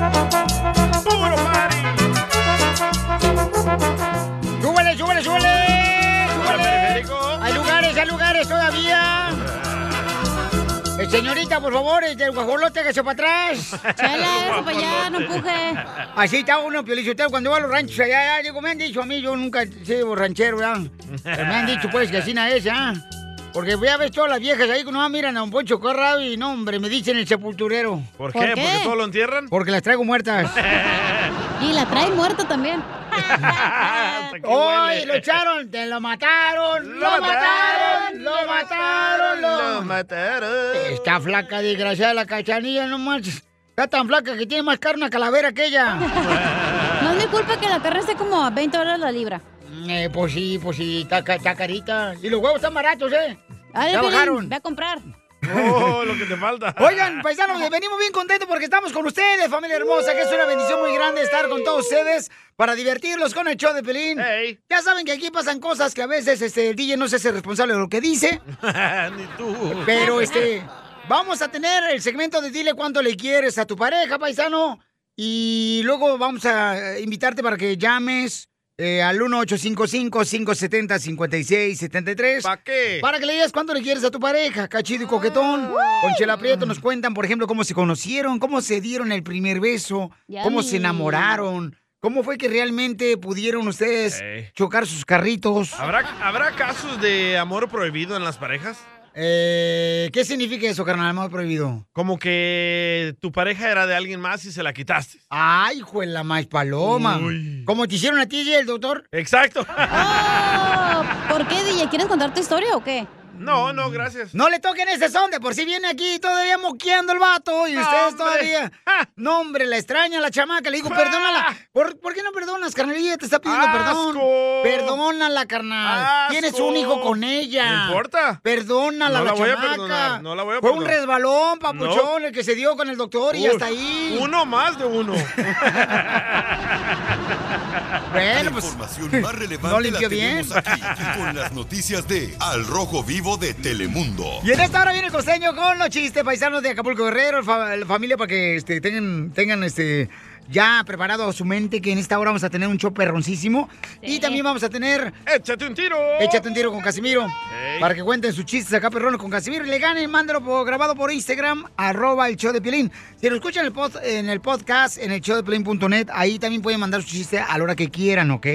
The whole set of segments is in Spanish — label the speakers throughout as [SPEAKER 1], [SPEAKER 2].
[SPEAKER 1] Puro party.
[SPEAKER 2] ¡Súbele, súbele, súbele! ¡Súbele! ¡Hay lugares, hay lugares todavía! Eh, señorita, por favor, este, el guajolote, que se para atrás.
[SPEAKER 3] Chela, hágase pa' allá, no empuje.
[SPEAKER 2] Así está uno, Piolichotero, cuando va a los ranchos allá, ya, digo, me han dicho a mí, yo nunca he sido ranchero, ¿verdad? Pero me han dicho, pues, que así na es, ¿ah? Porque voy a ver todas las viejas ahí, que no miran a un poncho corrado y no, hombre, me dicen el sepulturero.
[SPEAKER 4] ¿Por qué? ¿Por qué? ¿Porque todo lo entierran?
[SPEAKER 2] Porque las traigo muertas.
[SPEAKER 3] Y la trae muerta también.
[SPEAKER 2] ¡Hoy lo echaron! ¡Te lo mataron! ¡Lo, mataron! ¡Lo mataron! ¡Lo, mataron! Está flaca, desgraciada la cachanilla, no manches. Está tan flaca que tiene más carne una calavera que ella.
[SPEAKER 3] No es mi culpa que la carne esté como a 20 dólares la libra.
[SPEAKER 2] Eh, pues sí, pues sí, está, ca- está carita. Y los huevos están baratos, ¿eh?
[SPEAKER 3] Dale,
[SPEAKER 2] ya
[SPEAKER 3] Piolín,
[SPEAKER 2] bajaron.
[SPEAKER 3] Ve a comprar.
[SPEAKER 4] ¡Oh, lo que te falta!
[SPEAKER 2] Oigan, paisanos, venimos bien contentos porque estamos con ustedes, familia hermosa, que es una bendición muy grande estar con todos ustedes para divertirlos con el show de Pelín. Ya saben que aquí pasan cosas que a veces este, el DJ no se hace responsable de lo que dice,
[SPEAKER 4] Ni tú.
[SPEAKER 2] pero este, vamos a tener el segmento de dile cuánto le quieres a tu pareja, paisano, y luego vamos a eh, invitarte para que llames eh, al 1-855-570-5673.
[SPEAKER 4] ¿Para qué? Ah.
[SPEAKER 2] Para que le digas cuánto le quieres a tu pareja, cachido y coquetón. Con Chela Prieto nos cuentan, por ejemplo, cómo se conocieron, cómo se dieron el primer beso, cómo se
[SPEAKER 3] Yummy.
[SPEAKER 2] enamoraron, cómo fue que realmente pudieron ustedes
[SPEAKER 4] Ey.
[SPEAKER 2] chocar sus carritos.
[SPEAKER 4] Eh. ¿Habrá, ¿Habrá casos de amor prohibido en las parejas?
[SPEAKER 2] Eh, ¿Qué significa eso, carnal? Amor prohibido.
[SPEAKER 4] Como que tu pareja era de alguien más y se la quitaste.
[SPEAKER 2] Ay, hijo de la más paloma.
[SPEAKER 4] Uy.
[SPEAKER 2] Como Pues te hicieron a ti y el doctor.
[SPEAKER 4] Exacto.
[SPEAKER 3] Oh, ¿Por qué, DJ? ¿Quieres contar tu historia o qué?
[SPEAKER 4] No, no, gracias.
[SPEAKER 2] No le toquen ese son de por si viene aquí todavía moqueando el vato y ustedes
[SPEAKER 4] hombre. Ah.
[SPEAKER 2] todavía. No, hombre, la extraña, la chamaca. Le digo, perdónala. ¿Por, por qué no perdonas, carnalilla? Te está pidiendo perdón.
[SPEAKER 4] ¡Asco!
[SPEAKER 2] Perdónala, carnal.
[SPEAKER 4] ¡Asco!
[SPEAKER 2] Tienes un hijo con ella.
[SPEAKER 4] No importa.
[SPEAKER 2] Perdónala,
[SPEAKER 4] No la voy a
[SPEAKER 2] chamaca.
[SPEAKER 4] perdonar, no la voy a
[SPEAKER 2] Fue un
[SPEAKER 4] perdonar.
[SPEAKER 2] resbalón, papuchón, el que se dio con el doctor y
[SPEAKER 4] Uy,
[SPEAKER 2] hasta ahí.
[SPEAKER 4] Uno más de uno.
[SPEAKER 2] Bueno,
[SPEAKER 5] La
[SPEAKER 2] pues.
[SPEAKER 5] información más relevante la
[SPEAKER 2] no limpió bien.
[SPEAKER 5] tenemos aquí con las noticias de Al Rojo Vivo de Telemundo.
[SPEAKER 2] Y en esta hora viene el costeño con los chistes paisanos de Acapulco Guerrero, fa- la familia, para que este, tengan, tengan este, ya preparado su mente que en esta hora vamos a tener un show perroncísimo. Y también vamos a tener
[SPEAKER 4] ¡Échate un tiro!
[SPEAKER 2] Échate un tiro con Casimiro
[SPEAKER 4] Ey.
[SPEAKER 2] para que cuenten sus chistes acá perrones con Casimiro. Y le ganen, mándalo por- grabado por Instagram, arroba el show de Piolín. Si lo escuchan en el, pod- en el podcast, en el show de Piolín.net, ahí también pueden mandar su chiste a la hora que quieran, ¿ok?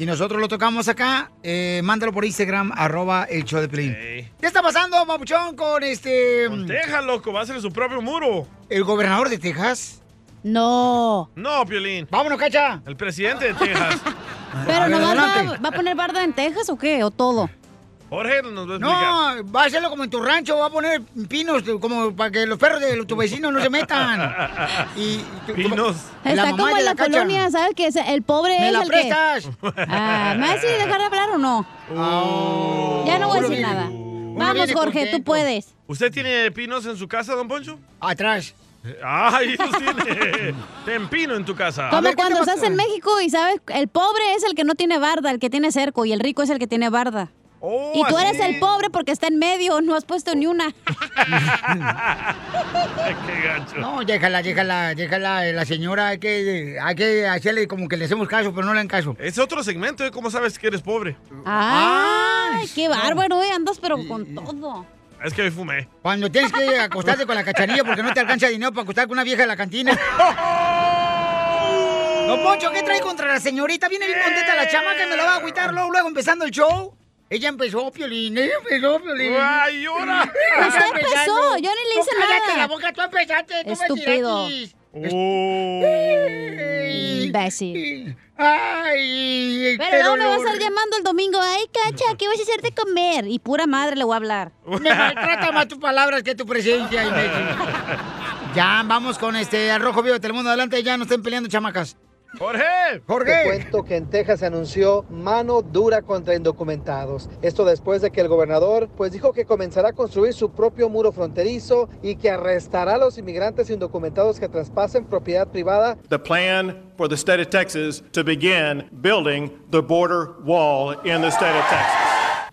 [SPEAKER 2] Y nosotros lo tocamos acá, eh, mándalo por Instagram, arroba el show de Piolín.
[SPEAKER 4] Ey.
[SPEAKER 2] ¿Qué está pasando, Papuchón, con este...
[SPEAKER 4] Con Texas, loco, va a ser su propio muro.
[SPEAKER 2] el gobernador de Texas?
[SPEAKER 3] No.
[SPEAKER 4] No, Piolín.
[SPEAKER 2] Vámonos, Cacha.
[SPEAKER 4] El presidente de Texas.
[SPEAKER 3] ¿Pero
[SPEAKER 2] ver,
[SPEAKER 3] no va,
[SPEAKER 2] adelante.
[SPEAKER 3] va a poner barda en Texas o qué? ¿O todo?
[SPEAKER 4] Jorge nos va a
[SPEAKER 2] No,
[SPEAKER 4] explicar.
[SPEAKER 2] va a hacerlo como en tu rancho, va a poner pinos como para que los perros de tu vecino no se metan. Y, tú-
[SPEAKER 4] Pinos.
[SPEAKER 2] La
[SPEAKER 3] Está
[SPEAKER 2] mamá
[SPEAKER 3] como
[SPEAKER 2] de
[SPEAKER 3] en
[SPEAKER 2] la
[SPEAKER 3] la,
[SPEAKER 2] cacha.
[SPEAKER 3] colonia, ¿sabes? Que es el pobre
[SPEAKER 2] ¿Me
[SPEAKER 3] es
[SPEAKER 2] la
[SPEAKER 3] el
[SPEAKER 2] prestas?
[SPEAKER 3] que... Ah, ¿Me vas a dejar de hablar o no?
[SPEAKER 4] Uh.
[SPEAKER 3] ya no voy a decir
[SPEAKER 2] Uno viene-
[SPEAKER 3] nada.
[SPEAKER 2] uno
[SPEAKER 3] Vamos,
[SPEAKER 2] viene
[SPEAKER 3] Jorge, tú
[SPEAKER 2] contento.
[SPEAKER 3] puedes.
[SPEAKER 4] ¿Usted tiene pinos en su casa, don Poncho? Eh,
[SPEAKER 2] Atrás.
[SPEAKER 4] ¡Ay, los tiene! Ten pino en tu casa.
[SPEAKER 2] ver,
[SPEAKER 3] Como
[SPEAKER 2] ¿qué
[SPEAKER 3] cuando
[SPEAKER 2] te pasa?
[SPEAKER 3] estás en México y sabes, el pobre es el que no tiene barda, el que tiene cerco, y el rico es el que tiene barda.
[SPEAKER 4] Oh,
[SPEAKER 3] y tú
[SPEAKER 4] así.
[SPEAKER 3] eres el pobre porque está en medio, no has puesto ni una.
[SPEAKER 4] ¡Qué gacho!
[SPEAKER 2] No, déjala, déjala, déjala. eh, La señora hay que, hay que hacerle como que le hacemos caso, pero no le dan caso.
[SPEAKER 4] Es otro segmento, ¿eh? ¿cómo sabes que eres pobre?
[SPEAKER 3] ¡Ay,
[SPEAKER 2] Ay,
[SPEAKER 3] qué bárbaro! eh, Andas pero con todo.
[SPEAKER 4] Es que hoy fumé.
[SPEAKER 2] Cuando tienes que acostarte con la cachanilla porque no te alcanza dinero para acostarte con una vieja de la cantina. Don Poncho, ¿qué trae contra la señorita? Viene bien contenta la chamaca y me la va a agüitar luego, luego empezando el show. Ella empezó, Piolín, ella empezó, Piolín.
[SPEAKER 4] ¡Ay, llora!
[SPEAKER 2] Ella
[SPEAKER 3] Usted
[SPEAKER 2] empezando.
[SPEAKER 3] Pues empezó, yo ni le hice
[SPEAKER 2] Tú cállate
[SPEAKER 3] nada.
[SPEAKER 2] la boca, tú empezaste, tú
[SPEAKER 3] Estúpido.
[SPEAKER 2] me tiraste.
[SPEAKER 3] Imbécil.
[SPEAKER 2] Ay, qué
[SPEAKER 3] Pero no me vas a
[SPEAKER 2] dolor.
[SPEAKER 3] estar llamando el domingo. ¡Ay, cacha! ¿Qué vas a hacer de comer? Y pura madre le voy a hablar.
[SPEAKER 2] Me maltrata más tus palabras que tu presencia, imbécil. Ya, vamos con este al Rojo Vivo de Telemundo. Adelante, ya no estén peleando, chamacas.
[SPEAKER 4] ¡Jorge!
[SPEAKER 6] Te
[SPEAKER 2] Jorge.
[SPEAKER 6] cuento que en Texas se anunció mano dura contra indocumentados. Esto después de que el gobernador pues dijo que comenzará a construir su propio muro fronterizo y que arrestará a los inmigrantes indocumentados que traspasen propiedad privada
[SPEAKER 7] the plan for the state of Texas to begin building the border wall in the state of Texas.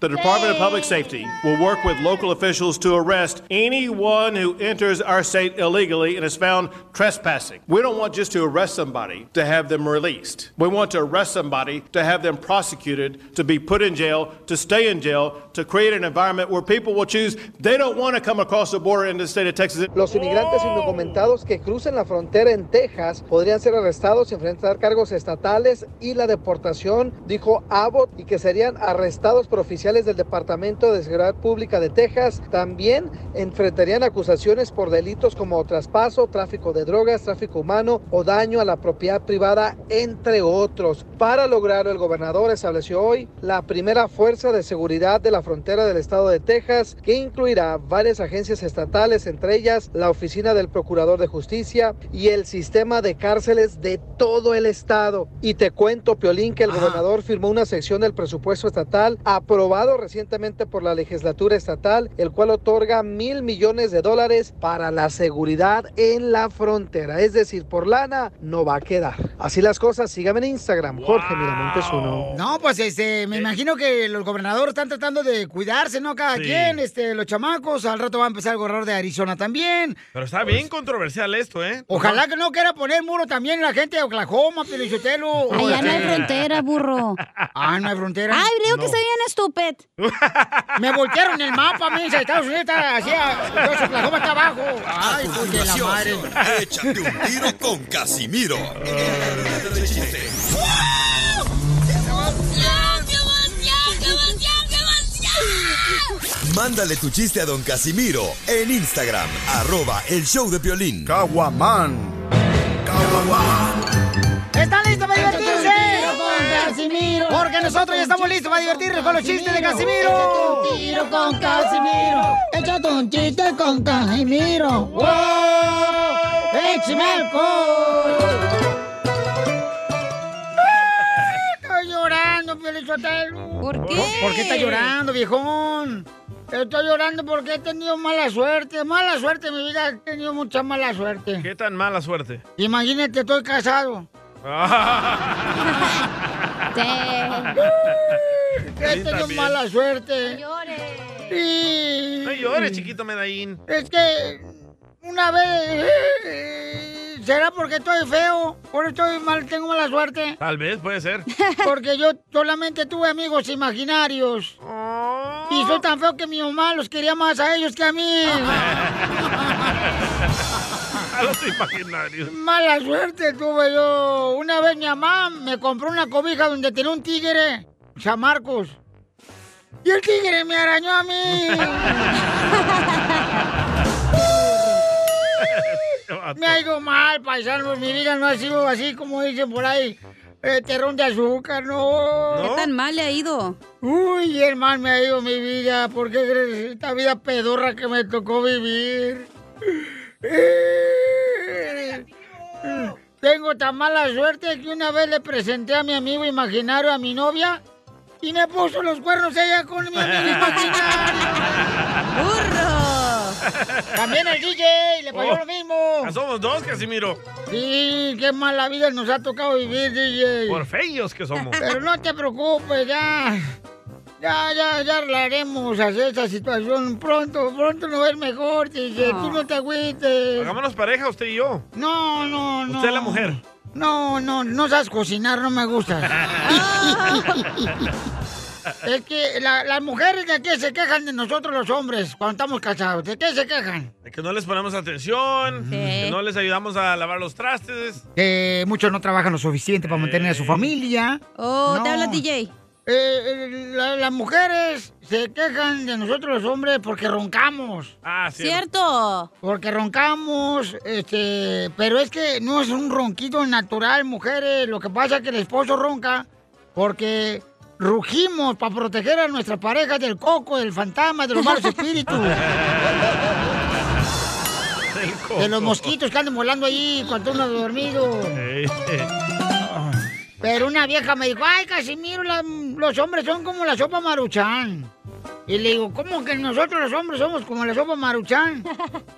[SPEAKER 7] The Department of Public Safety will work with local officials to arrest anyone who enters our state illegally and is found trespassing. We don't want just to arrest somebody to have them released. We want to arrest somebody to have them prosecuted, to be put in jail, to stay in jail, to create an environment where people will choose they don't want to come across the border into the state of Texas.
[SPEAKER 6] Los inmigrantes indocumentados que crucen la frontera en Texas podrían ser arrestados y enfrentar cargos estatales y la deportación, dijo Abbott, y que serían arrestados por oficiales del Departamento de Seguridad Pública de Texas. También enfrentarían acusaciones por delitos como traspaso, tráfico de drogas, tráfico humano o daño a la propiedad privada, entre otros. Para lograrlo, el gobernador estableció hoy la primera fuerza de seguridad de la frontera del estado de Texas, que incluirá varias agencias estatales, entre ellas la Oficina del Procurador de Justicia y el sistema de cárceles de todo el estado. Y te cuento, Piolín, que el gobernador firmó una sección del presupuesto estatal aprobado recientemente por la legislatura estatal, el cual otorga mil millones de dólares para la seguridad en la frontera. Es decir, por lana no va a quedar. Así las cosas, síganme en Instagram, Jorge Miramontes uno.
[SPEAKER 2] No, pues este, me imagino que los gobernadores están tratando de cuidarse, ¿no? Cada
[SPEAKER 4] Sí.
[SPEAKER 2] quien, este, los chamacos, al rato va a empezar el gobernador de Arizona también.
[SPEAKER 4] Pero está bien controversial esto, ¿eh?
[SPEAKER 2] Pues, Ojalá que no quiera poner muro también la gente de Oklahoma, Pelichotelo.
[SPEAKER 3] Allá no hay frontera, burro.
[SPEAKER 2] Ah, no hay frontera.
[SPEAKER 3] Ay, creo que se bien estúpid.
[SPEAKER 2] Me voltearon el mapa, mensa. Estados Unidos está hacia. entonces Oklahoma está abajo. Ay, pues de la madre.
[SPEAKER 5] Continuación, échate un tiro con Casimiro. Mándale tu chiste a don Casimiro en Instagram, arroba el show de violín.
[SPEAKER 8] Caguaman.
[SPEAKER 2] ¿Están listos para
[SPEAKER 9] Échate un
[SPEAKER 2] divertirse?
[SPEAKER 9] tiro con Casimiro.
[SPEAKER 2] Porque nosotros ya estamos listos para divertirnos con los chistes de Casimiro.
[SPEAKER 9] Échate un tiro con Casimiro. Échate un chiste con Casimiro. ¡Wow! ¡Échame alcohol!
[SPEAKER 2] ¡Ah, Estoy llorando, Pelichotelo.
[SPEAKER 3] ¿Por qué?
[SPEAKER 2] ¿Por qué está llorando, viejón? Estoy llorando porque he tenido mala suerte. Mala suerte, mi vida. He tenido mucha mala suerte.
[SPEAKER 4] ¿Qué tan mala suerte?
[SPEAKER 2] Imagínate, estoy casado. He
[SPEAKER 4] Sí,
[SPEAKER 2] tenido
[SPEAKER 4] también.
[SPEAKER 2] Este mala suerte.
[SPEAKER 3] llores.
[SPEAKER 2] Y-
[SPEAKER 4] No llores, chiquito Medallín.
[SPEAKER 2] Es que una vez... eh, ¿Será porque estoy feo? ¿Por estoy mal? ¿Tengo mala suerte?
[SPEAKER 4] Tal vez, puede ser.
[SPEAKER 2] Porque yo solamente tuve amigos imaginarios. Y soy tan feo que mi mamá los quería más a ellos que a mí.
[SPEAKER 4] A los imaginarios.
[SPEAKER 2] Mala suerte tuve yo. Una vez mi mamá me compró una cobija donde tenía un tigre, San Marcos. Y el tigre me arañó a mí. Me ha ido mal, paisano. Mi vida no ha sido así como dicen por ahí. Eh, terrón de azúcar, no.
[SPEAKER 3] ¿Qué tan mal le ha ido?
[SPEAKER 2] Uy, hermano, me ha ido mi vida. ¿Por qué crees esta vida pedorra que me tocó vivir? Tengo tan mala suerte que una vez le presenté a mi amigo imaginario a mi novia y me puso los cuernos ella con mi amigo imaginario.
[SPEAKER 3] ¡Burro!
[SPEAKER 2] También el DJ le pasó
[SPEAKER 4] Oh.
[SPEAKER 2] lo mismo.
[SPEAKER 4] Ah, Somos dos, Casimiro.
[SPEAKER 2] Sí, qué mala vida nos ha tocado vivir, DJ.
[SPEAKER 4] Por feos que somos.
[SPEAKER 2] Pero no te preocupes, ya. Ya, ya, ya arreglaremos hacia esa situación. Pronto, pronto nos va a ir mejor, DJ. Tú no te agüites.
[SPEAKER 4] Ah. Hagámonos pareja, usted y yo.
[SPEAKER 2] No, no, no.
[SPEAKER 4] Usted es la mujer.
[SPEAKER 2] No, no, no sabes cocinar, no me gusta. es que la- las mujeres de aquí se quejan de nosotros los hombres cuando estamos casados. ¿De qué se quejan?
[SPEAKER 4] De Que no les ponemos atención. Que no les ayudamos a lavar los trastes.
[SPEAKER 2] Que muchos no trabajan lo suficiente para mantener a
[SPEAKER 4] Eh.
[SPEAKER 2] su familia.
[SPEAKER 3] Oh, te
[SPEAKER 2] No.
[SPEAKER 3] habla DJ.
[SPEAKER 2] Eh, eh, la- las mujeres se quejan de nosotros los hombres porque roncamos.
[SPEAKER 4] Ah, sí.
[SPEAKER 3] ¿Cierto?
[SPEAKER 2] Porque roncamos, este, pero es que no es un ronquido natural, mujeres. Lo que pasa es que el esposo ronca porque rugimos para proteger a nuestra pareja del coco, del fantasma, de los malos espíritus, de los mosquitos que andan volando ahí cuando uno ha dormido. Pero una vieja me dijo, ay, Casimiro, la- los hombres son como la sopa maruchan. Y le digo, ¿cómo que nosotros los hombres somos como la sopa maruchan?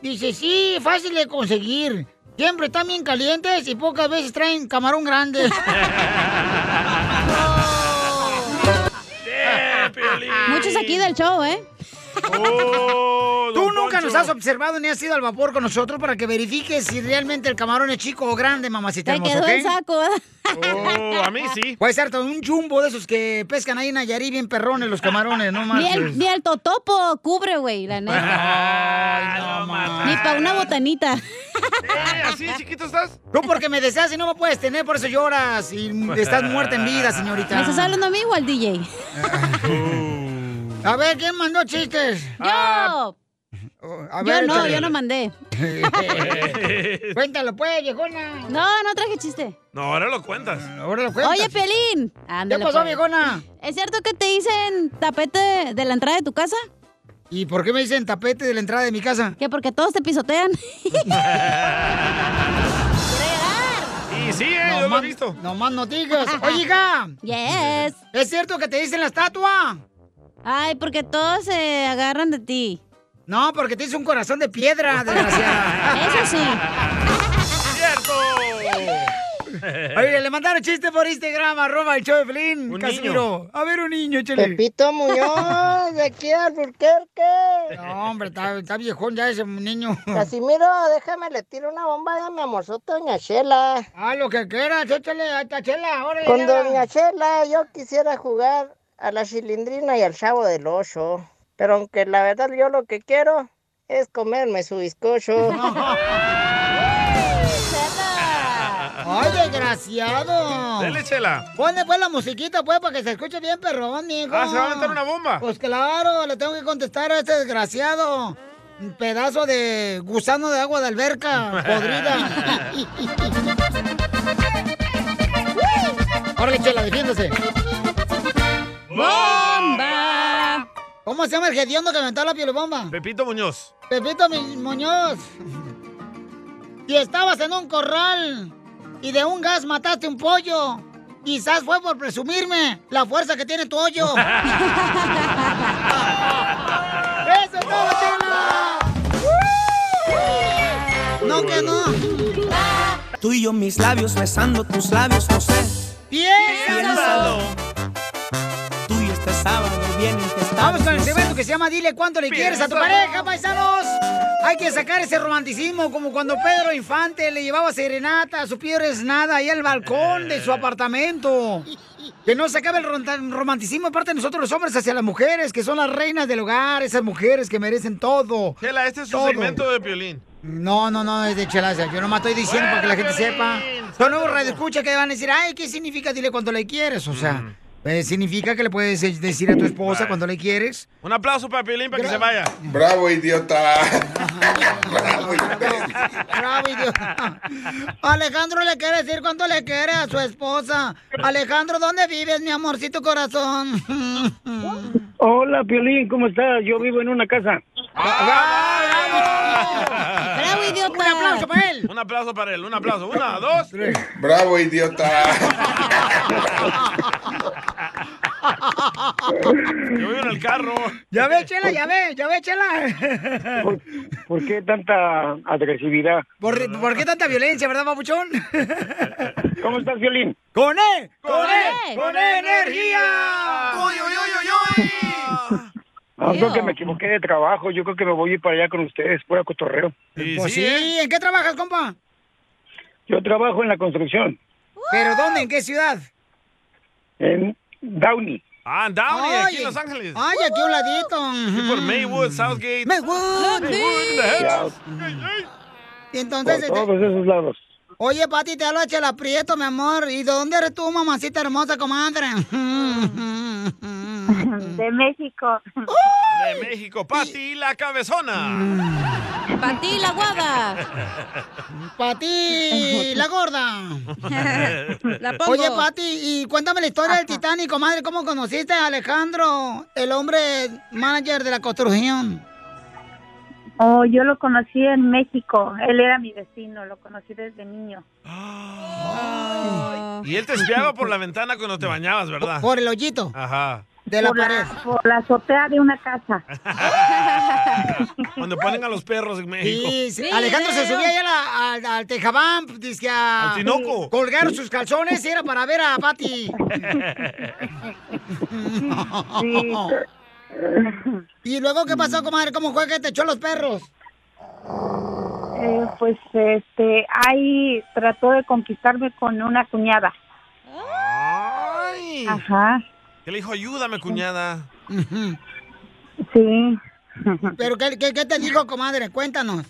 [SPEAKER 2] Dice, sí, fácil de conseguir. Siempre están bien calientes y pocas veces traen camarón grande.
[SPEAKER 4] ¡Eh, Piolín!
[SPEAKER 3] Muchos aquí del show, ¿eh?
[SPEAKER 2] Tú nunca nos has observado ni has ido al vapor con nosotros para que verifiques si realmente el camarón es chico o grande, mamacita.
[SPEAKER 3] Te quedó el saco.
[SPEAKER 2] Oh,
[SPEAKER 4] Oh, a mí sí.
[SPEAKER 2] Puede ser todo un jumbo de esos que pescan ahí en Nayarit bien perrones los camarones, no
[SPEAKER 3] Ni
[SPEAKER 2] marches.
[SPEAKER 3] el, ni el totopo cubre, güey, la neta. Ni para una botanita.
[SPEAKER 4] ¿Así ¿Ah, chiquito estás?
[SPEAKER 2] No, porque me deseas y no me puedes tener, por eso lloras y estás muerta en vida, señorita.
[SPEAKER 3] ¿Me estás hablando a mí o al DJ?
[SPEAKER 4] Uh.
[SPEAKER 2] A ver, ¿quién mandó chistes?
[SPEAKER 4] Ah.
[SPEAKER 3] ¡Yo!
[SPEAKER 2] Oh, A
[SPEAKER 3] Yo
[SPEAKER 2] ver,
[SPEAKER 3] no,
[SPEAKER 2] échale.
[SPEAKER 3] yo no mandé.
[SPEAKER 2] Cuéntalo, pues, viejona.
[SPEAKER 3] No, no traje chiste.
[SPEAKER 4] No, ahora lo cuentas.
[SPEAKER 2] Mm, Ahora lo cuentas.
[SPEAKER 3] Oye, Pelín. Ándale,
[SPEAKER 2] pasó,
[SPEAKER 3] pues.
[SPEAKER 2] viejona?
[SPEAKER 3] ¿Es cierto que te dicen tapete de la entrada de tu casa?
[SPEAKER 2] ¿Y por qué me dicen tapete de la entrada de mi casa?
[SPEAKER 3] Que porque todos te pisotean.
[SPEAKER 4] Y sí, eh, yo lo he visto.
[SPEAKER 2] No más noticias. Oye, hija,
[SPEAKER 3] yes.
[SPEAKER 2] ¿es cierto que te dicen la estatua?
[SPEAKER 3] Ay, porque todos se agarran de ti.
[SPEAKER 2] No, porque te hice un corazón de piedra, desgraciada.
[SPEAKER 3] Eso sí.
[SPEAKER 4] ¡Cierto!
[SPEAKER 2] Oye, le mandaron chiste por Instagram, arroba el show de Flynn.
[SPEAKER 4] Un
[SPEAKER 2] Casimiro. A ver, un niño, chele.
[SPEAKER 9] Pepito Muñoz, de aquí al Burquerque.
[SPEAKER 2] No, hombre, está, está viejón ya ese niño.
[SPEAKER 9] Casimiro, déjame, le tiro una bomba a mi amorzoto, Doña Chela.
[SPEAKER 2] Ah, lo que quieras, échale, ahí está chela, órale.
[SPEAKER 9] Con
[SPEAKER 2] chela.
[SPEAKER 9] Doña Chela yo quisiera jugar a la cilindrina y al chavo del ocho. Pero aunque la verdad yo lo que quiero es comerme su bizcocho.
[SPEAKER 2] Ay, desgraciado.
[SPEAKER 4] Dele, chela.
[SPEAKER 2] Ponle pues la musiquita, pues, para que se escuche bien, perrón, mijo.
[SPEAKER 4] Ah, se va a aventar una bomba.
[SPEAKER 2] Pues claro, le tengo que contestar a este desgraciado. Un pedazo de gusano de agua de alberca, podrida. Órale, chela, defiéndase.
[SPEAKER 3] ¡Bomba!
[SPEAKER 2] ¿Cómo se llama el gediondo que aventó la pielbomba?
[SPEAKER 4] Pepito Muñoz.
[SPEAKER 2] Pepito Mi- Muñoz. Si estabas en un corral y de un gas mataste un pollo, quizás fue por presumirme la fuerza que tiene tu hoyo. ¡Eso es todo, Chela! No que no.
[SPEAKER 8] Tú y yo mis labios besando tus labios, no sé.
[SPEAKER 2] ¡Piénsalo!
[SPEAKER 8] Tú y este sábado bien
[SPEAKER 2] Vamos
[SPEAKER 8] intestados.
[SPEAKER 2] con el
[SPEAKER 8] no sé.
[SPEAKER 2] segmento que se llama Dile cuánto le quieres a tu pareja, paisanos. Hay que sacar ese romanticismo como cuando Pedro Infante le llevaba serenata a su piedras nada ahí al balcón de su apartamento. Que no se acabe el ronta- romanticismo aparte de nosotros los hombres hacia las mujeres, que son las reinas del hogar, esas mujeres que merecen todo.
[SPEAKER 4] Chela, este es su
[SPEAKER 2] Todo.
[SPEAKER 4] segmento de violín.
[SPEAKER 2] No, no, no, es de chelaza. Yo nomás estoy diciendo para que la gente sepa. Son nuevos radioescuchas que van a decir, ay, ¿qué significa? Dile cuánto le quieres. O
[SPEAKER 4] Mm.
[SPEAKER 2] sea, eh, significa que le puedes eh, decir a tu esposa cuando le quieres.
[SPEAKER 4] Un aplauso para Piolín para que se vaya.
[SPEAKER 10] Bravo, idiota. Bravo, idiota.
[SPEAKER 2] Bravo, idiota. Alejandro le quiere decir cuánto le quiere a su esposa. Alejandro, ¿dónde vives, mi amorcito corazón?
[SPEAKER 11] Hola, Piolín, ¿cómo estás? Yo vivo en una casa.
[SPEAKER 3] ¡Bravo,
[SPEAKER 2] Un aplauso
[SPEAKER 3] idiota!
[SPEAKER 2] para él.
[SPEAKER 4] Ah, Un aplauso para él, un aplauso. Una, dos.
[SPEAKER 10] Bravo, idiota.
[SPEAKER 4] Yo vivo en el carro.
[SPEAKER 2] Ya ve, chela, ya ve, ya ve, chela.
[SPEAKER 11] ¿Por, por qué tanta agresividad?
[SPEAKER 2] ¿Por, por qué tanta violencia, verdad, papuchón?
[SPEAKER 11] ¿Cómo estás, Piolín?
[SPEAKER 2] ¡Con él! ¡Con
[SPEAKER 3] E,
[SPEAKER 2] él!
[SPEAKER 3] con
[SPEAKER 2] ¡Con energía!
[SPEAKER 4] ¡Uy, uy, uy, uy, uy!
[SPEAKER 11] No, creo
[SPEAKER 3] Ew.
[SPEAKER 11] que me equivoqué de trabajo. Yo creo que me voy a ir para allá con ustedes, fuera cotorreo.
[SPEAKER 4] Y
[SPEAKER 2] Pues
[SPEAKER 4] sí, ¿eh?
[SPEAKER 2] sí, ¿en qué trabajas, compa?
[SPEAKER 11] Yo trabajo en la construcción,
[SPEAKER 2] ¿Pero dónde? ¿En qué ciudad?
[SPEAKER 11] en Downey.
[SPEAKER 4] Ah, en Downey, aquí
[SPEAKER 2] Ay,
[SPEAKER 4] en Los Ángeles.
[SPEAKER 2] Ay, aquí a un ladito.
[SPEAKER 4] Aquí por Maywood, Southgate.
[SPEAKER 2] Me gusta.
[SPEAKER 4] Maywood, The Hedge.
[SPEAKER 11] Ya,
[SPEAKER 2] Y
[SPEAKER 11] por
[SPEAKER 2] entonces, este,
[SPEAKER 11] todos pues,
[SPEAKER 12] pues,
[SPEAKER 11] esos lados.
[SPEAKER 2] Oye, Pati, te habla Chela Prieto, mi amor. ¿Y de dónde eres tú, mamacita hermosa, comadre?
[SPEAKER 12] De México.
[SPEAKER 4] De México, Patty la cabezona.
[SPEAKER 3] ¡Para ti, la guada!
[SPEAKER 2] Pati, la gorda.
[SPEAKER 3] La pongo.
[SPEAKER 2] Oye, Pati, y cuéntame la historia del Titanic, comadre. ¿Cómo conociste a Alejandro, el hombre manager de la construcción?
[SPEAKER 12] Oh, yo lo conocí en México. Él era mi vecino, lo conocí desde niño.
[SPEAKER 4] Y él te espiaba por la ventana cuando te bañabas, ¿verdad?
[SPEAKER 2] Por el hoyito
[SPEAKER 4] Ajá.
[SPEAKER 2] de la
[SPEAKER 12] por,
[SPEAKER 2] pared.
[SPEAKER 12] la, por la azotea de una casa.
[SPEAKER 4] Cuando ponen a los perros en México.
[SPEAKER 2] Sí, sí. Alejandro se subía allá a la- al, al tejabán, dice a...
[SPEAKER 4] Al tinoco.
[SPEAKER 2] Colgaron sus calzones y era para ver a Pati.
[SPEAKER 12] Sí.
[SPEAKER 2] ¿Y luego qué pasó, comadre? ¿Cómo fue que te echó los perros?
[SPEAKER 12] Eh, pues este, ahí trató de conquistarme con una cuñada.
[SPEAKER 4] Ay.
[SPEAKER 12] Ajá,
[SPEAKER 4] Que le dijo, ayúdame, cuñada.
[SPEAKER 12] sí.
[SPEAKER 2] ¿Pero qué, qué- qué te dijo, comadre? Cuéntanos.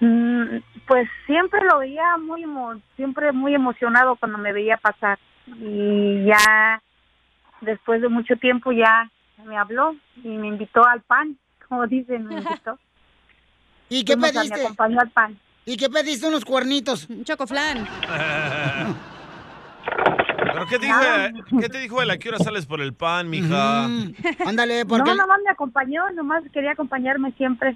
[SPEAKER 12] Mm, Pues siempre lo veía muy, emo- siempre muy emocionado cuando me veía pasar. Y ya después de mucho tiempo ya me habló y me invitó al pan, como dicen, me invitó.
[SPEAKER 2] ¿Y qué
[SPEAKER 12] Fuimos a-
[SPEAKER 2] pediste?
[SPEAKER 12] Me acompañó al pan.
[SPEAKER 2] ¿Y qué pediste? Unos cuernitos.
[SPEAKER 3] Chocoflan.
[SPEAKER 4] ¿Pero qué te, dijo, qué te dijo él? ¿A qué hora sales por el pan, mija?
[SPEAKER 2] Ándale,
[SPEAKER 12] No,
[SPEAKER 2] porque...
[SPEAKER 12] nomás me acompañó, nomás quería acompañarme siempre.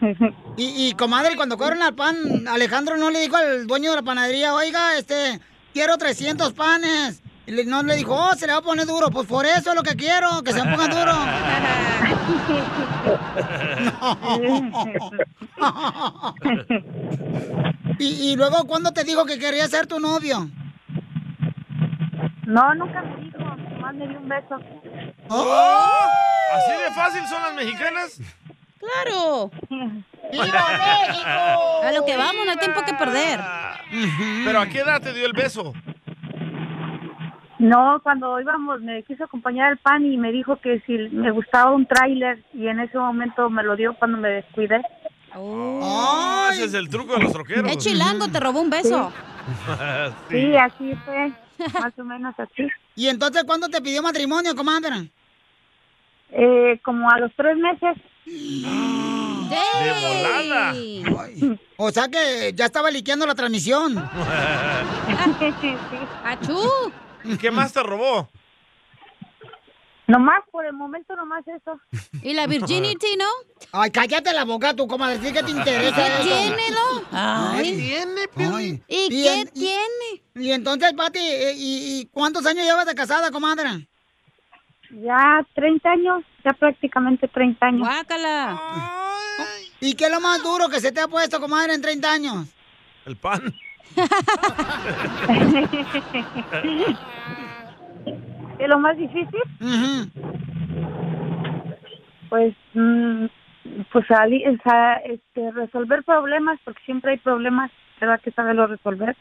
[SPEAKER 2] Y, y, comadre, cuando cobran al pan, Alejandro no le dijo al dueño de la panadería, oiga, este, quiero 300 panes. Y le- no le dijo, oh, se le va a poner duro. Pues por eso es lo que quiero, que se ponga duro. y, y luego, ¿cuándo te dijo que quería ser tu novio?
[SPEAKER 12] No, nunca me dijo, nomás me dio un beso.
[SPEAKER 3] ¡Oh!
[SPEAKER 4] ¡Oh! ¿Así de fácil son las mexicanas?
[SPEAKER 3] ¡Claro!
[SPEAKER 4] México!
[SPEAKER 3] A lo que vamos, no hay tiempo que perder.
[SPEAKER 4] ¿Pero a qué edad te dio el beso?
[SPEAKER 12] No, cuando íbamos me quiso acompañar al pan y me dijo que si me gustaba un tráiler y en ese momento me lo dio cuando me descuidé.
[SPEAKER 4] Ese es el truco de los troqueros.
[SPEAKER 3] El chilango te robó un beso.
[SPEAKER 4] Sí.
[SPEAKER 12] así fue, más o menos así.
[SPEAKER 2] ¿Y entonces cuándo te pidió matrimonio, comadre?
[SPEAKER 12] Eh, como a los tres meses.
[SPEAKER 4] ¡De volada!
[SPEAKER 2] Ay, O sea que ya estaba liqueando la transmisión.
[SPEAKER 3] ¡Achú!
[SPEAKER 4] ¿Qué más te robó?
[SPEAKER 12] Nomás, por el momento nomás eso.
[SPEAKER 3] ¿Y la virginity, no?
[SPEAKER 2] Ay, cállate la boca, tú, comadre. ¿sí ¿Qué te interesa
[SPEAKER 3] ¿Qué
[SPEAKER 2] eso?
[SPEAKER 3] tiene, lo?
[SPEAKER 2] Ay.
[SPEAKER 4] tiene,
[SPEAKER 2] Ay.
[SPEAKER 3] ¿Y qué tiene?
[SPEAKER 2] Y entonces, Pati, eh, ¿y, y cuántos años llevas de casada, comadre?
[SPEAKER 12] Ya 30 años, ya prácticamente 30 años.
[SPEAKER 3] ¡Guácala!
[SPEAKER 2] ¿Y qué es lo más duro que se te ha puesto, comadre, en 30 años?
[SPEAKER 4] El pan.
[SPEAKER 12] ¿Es lo más difícil? Pues, mm, pues ali- o sea, este, resolver problemas, porque siempre hay problemas, pero hay que saberlo resolver.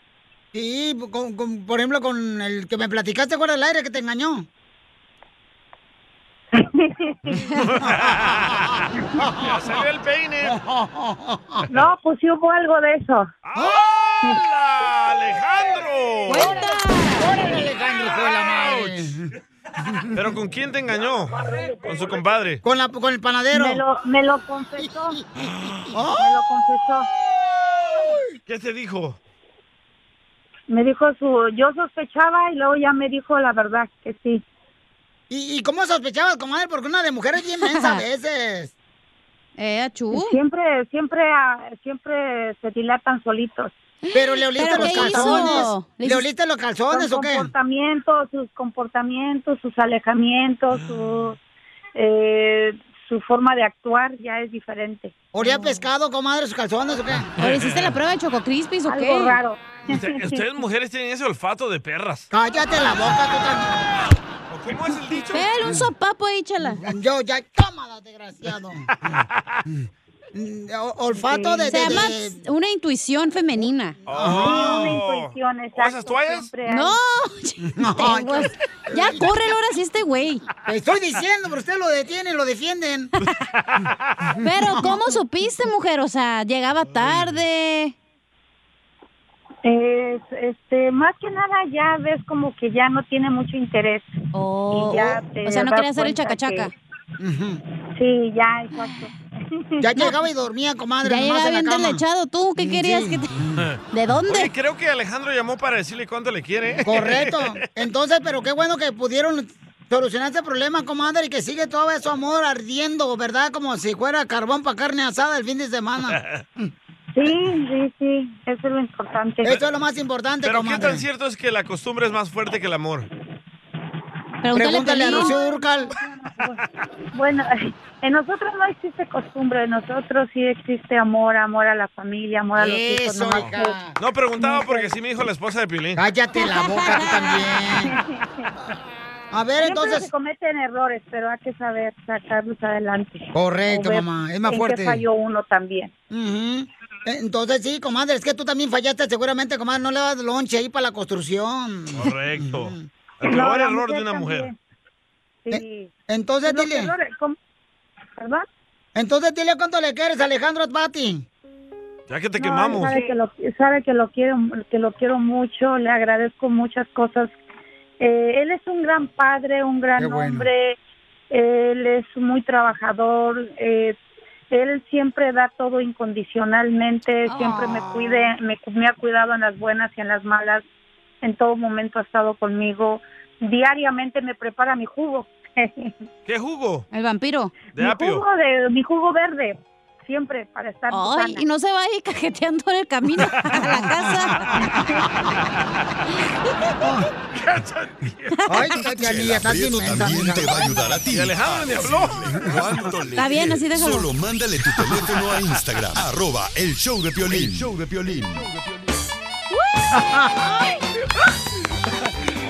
[SPEAKER 2] Sí, con- con- por ejemplo, con el que me platicaste fuera del aire que te engañó.
[SPEAKER 4] Ya se ve el peine.
[SPEAKER 12] No, pues sí hubo algo de eso.
[SPEAKER 4] ¡Hola, Alejandro!
[SPEAKER 2] ¡Órale, Alejandro, hijo de la madre!
[SPEAKER 4] ¿Pero con quién te engañó? Con su compadre.
[SPEAKER 2] Con, la, con el panadero.
[SPEAKER 12] Me lo, me lo confesó. Me lo confesó.
[SPEAKER 4] ¿Qué te dijo?
[SPEAKER 12] Me dijo su... Yo sospechaba y luego ya me dijo la verdad, que sí.
[SPEAKER 2] ¿Y, y cómo sospechabas, comadre? Porque una de mujeres bien mensa a veces.
[SPEAKER 3] Eh, achú.
[SPEAKER 12] Siempre, siempre, ah, siempre se dilatan solitos.
[SPEAKER 2] Pero le oliste
[SPEAKER 12] ¿Pero qué
[SPEAKER 2] los
[SPEAKER 12] hizo?
[SPEAKER 2] calzones.
[SPEAKER 12] ¿Le
[SPEAKER 2] ¿Le
[SPEAKER 12] hiciste-
[SPEAKER 2] oliste los calzones
[SPEAKER 12] Sus
[SPEAKER 2] o qué?
[SPEAKER 12] comportamientos, sus comportamientos, sus alejamientos, su, eh, su forma de actuar ya es diferente.
[SPEAKER 2] ¿Olía pescado, comadre, sus calzones o qué?
[SPEAKER 3] Oye, ¿hiciste la prueba de Choco Crispis o qué?
[SPEAKER 12] Algo raro.
[SPEAKER 4] Usted- Ustedes mujeres tienen ese olfato de perras.
[SPEAKER 2] Cállate la boca, tú
[SPEAKER 4] ¿Cómo es el dicho?
[SPEAKER 3] Pégale un sopapo ahí, chala.
[SPEAKER 2] Yo ya, tómala, desgraciado. Mm, O- olfato
[SPEAKER 3] Se
[SPEAKER 2] de... de-
[SPEAKER 3] llama
[SPEAKER 2] de-
[SPEAKER 3] una intuición femenina.
[SPEAKER 12] Oh.
[SPEAKER 4] esas toallas? siempre hay.
[SPEAKER 3] No.
[SPEAKER 2] No,
[SPEAKER 3] Te
[SPEAKER 2] yo-
[SPEAKER 3] guas- ya corre ahora sí este güey.
[SPEAKER 2] Te estoy diciendo, pero ustedes lo detienen, lo defienden.
[SPEAKER 3] Pero ¿cómo supiste, mujer? O sea, llegaba tarde.
[SPEAKER 12] Es, este, más que nada ya ves como que ya no tiene mucho interés.
[SPEAKER 3] Oh,
[SPEAKER 12] Y ya
[SPEAKER 3] oh,
[SPEAKER 12] te
[SPEAKER 3] o sea, no
[SPEAKER 12] das
[SPEAKER 3] quería hacer el
[SPEAKER 12] cuenta
[SPEAKER 3] chacachaca.
[SPEAKER 12] que- Sí, ya, exacto.
[SPEAKER 2] Ya llegaba y dormía, comadre.
[SPEAKER 3] Ya
[SPEAKER 2] nomás
[SPEAKER 3] llegaba
[SPEAKER 2] en
[SPEAKER 3] bien
[SPEAKER 2] la cama.
[SPEAKER 3] deslechado. ¿Tú qué querías que te... ¿De dónde?
[SPEAKER 4] Oye, creo que Alejandro llamó para decirle cuánto le quiere.
[SPEAKER 2] Correcto. Entonces, pero qué bueno que pudieron solucionar este problema, comadre, y que sigue todo su amor ardiendo, ¿verdad? Como si fuera carbón para carne asada el fin de semana.
[SPEAKER 12] Sí, sí, sí, eso es lo importante.
[SPEAKER 2] Eso es lo más importante,
[SPEAKER 4] Pero qué
[SPEAKER 2] comadre.
[SPEAKER 4] tan cierto es que la costumbre es más fuerte que el amor.
[SPEAKER 2] Pregúntale a Rocío Durcal.
[SPEAKER 12] Bueno, en nosotros no existe costumbre, en nosotros sí existe amor, amor a la familia, amor a los hijos.
[SPEAKER 2] Eso,
[SPEAKER 12] nomás
[SPEAKER 2] hija.
[SPEAKER 12] que-
[SPEAKER 4] No preguntaba porque sí me dijo la esposa de Pilín.
[SPEAKER 2] Cállate la boca tú también. A ver,
[SPEAKER 12] Siempre
[SPEAKER 2] entonces.
[SPEAKER 12] se cometen errores, pero hay que saber sacarlos adelante.
[SPEAKER 2] Correcto,
[SPEAKER 12] O ver
[SPEAKER 2] mamá, es más
[SPEAKER 12] en qué
[SPEAKER 2] fuerte.
[SPEAKER 12] falló uno también.
[SPEAKER 2] Ujú. Eh, Entonces sí, comadre, es que tú también fallaste seguramente, comadre, no le das lonche ahí para la construcción.
[SPEAKER 4] Correcto. El
[SPEAKER 2] No,
[SPEAKER 4] peor
[SPEAKER 2] la
[SPEAKER 4] error de
[SPEAKER 2] mujer
[SPEAKER 4] una mujer.
[SPEAKER 2] Eh, entonces
[SPEAKER 12] Los
[SPEAKER 2] dile.
[SPEAKER 12] errores, ¿Perdón?
[SPEAKER 2] Entonces dile cuánto le quieres a Alejandro Atbati.
[SPEAKER 4] Ya que te
[SPEAKER 12] No,
[SPEAKER 4] quemamos.
[SPEAKER 12] Sabe que, lo, sabe que lo quiero, que lo quiero mucho, le agradezco muchas cosas. Eh, él es un gran padre, un gran
[SPEAKER 13] Qué bueno.
[SPEAKER 12] hombre, él es muy trabajador, eh, él siempre da todo incondicionalmente, siempre me cuide, me, cu- me ha cuidado en las buenas y en las malas, en todo momento ha estado conmigo, diariamente me prepara mi jugo.
[SPEAKER 4] ¿Qué jugo?
[SPEAKER 12] El vampiro.
[SPEAKER 4] De
[SPEAKER 12] mi
[SPEAKER 4] apio.
[SPEAKER 12] jugo de, mi jugo verde, siempre para estar
[SPEAKER 3] Ay,
[SPEAKER 12] sana.
[SPEAKER 3] y no se va a ir cajeteando en el camino a la casa.
[SPEAKER 2] Ay, pues,
[SPEAKER 5] Chela Prieto también te va a ayudar a ti.
[SPEAKER 4] Y Alejandro ni habló.
[SPEAKER 5] decirle cuánto le
[SPEAKER 3] Está bien,
[SPEAKER 5] quieres.
[SPEAKER 3] así déjalo.
[SPEAKER 5] Solo mándale tu teléfono a Instagram, arroba el show de Piolín. show de Piolín.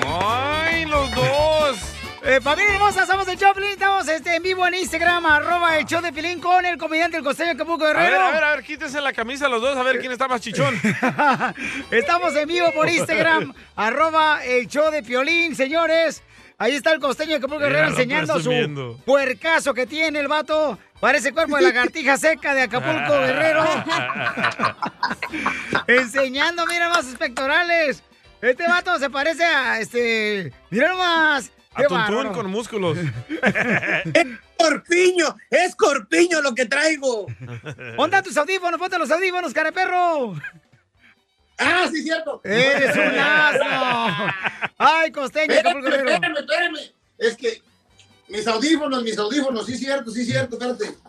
[SPEAKER 4] ¡Ay, los dos!
[SPEAKER 2] Eh, familia hermosa, somos el Choplin, estamos este, en vivo en Instagram, arroba el show de Pilín con el comediante El Costeño Capuco
[SPEAKER 4] A ver,
[SPEAKER 2] Guerrero.
[SPEAKER 4] a ver, a ver, quítense la camisa los dos a ver quién está más chichón.
[SPEAKER 2] Estamos en vivo por Instagram, arroba el show de Piolín, señores. Ahí está el costeño de Acapulco Guerrero
[SPEAKER 4] Míralo
[SPEAKER 2] enseñando
[SPEAKER 4] presumiendo.
[SPEAKER 2] su puercazo que tiene el vato. Parece cuerpo de lagartija seca de Acapulco Guerrero. enseñando, mira más sus pectorales. Este vato se parece a este. Mira nomás. Eh,
[SPEAKER 4] A Tuntún con Eh, músculos.
[SPEAKER 2] Corpiño, es corpiño lo que traigo. Onda tus audífonos, ponte los audífonos, careperro.
[SPEAKER 10] Ah, sí, cierto.
[SPEAKER 2] Eres un asno. Ay, costeño,
[SPEAKER 10] Espérame,
[SPEAKER 2] Acapulco Guerrero.
[SPEAKER 10] espérame, espérame. Es que mis audífonos, mis audífonos, sí, cierto, sí, cierto, espérate.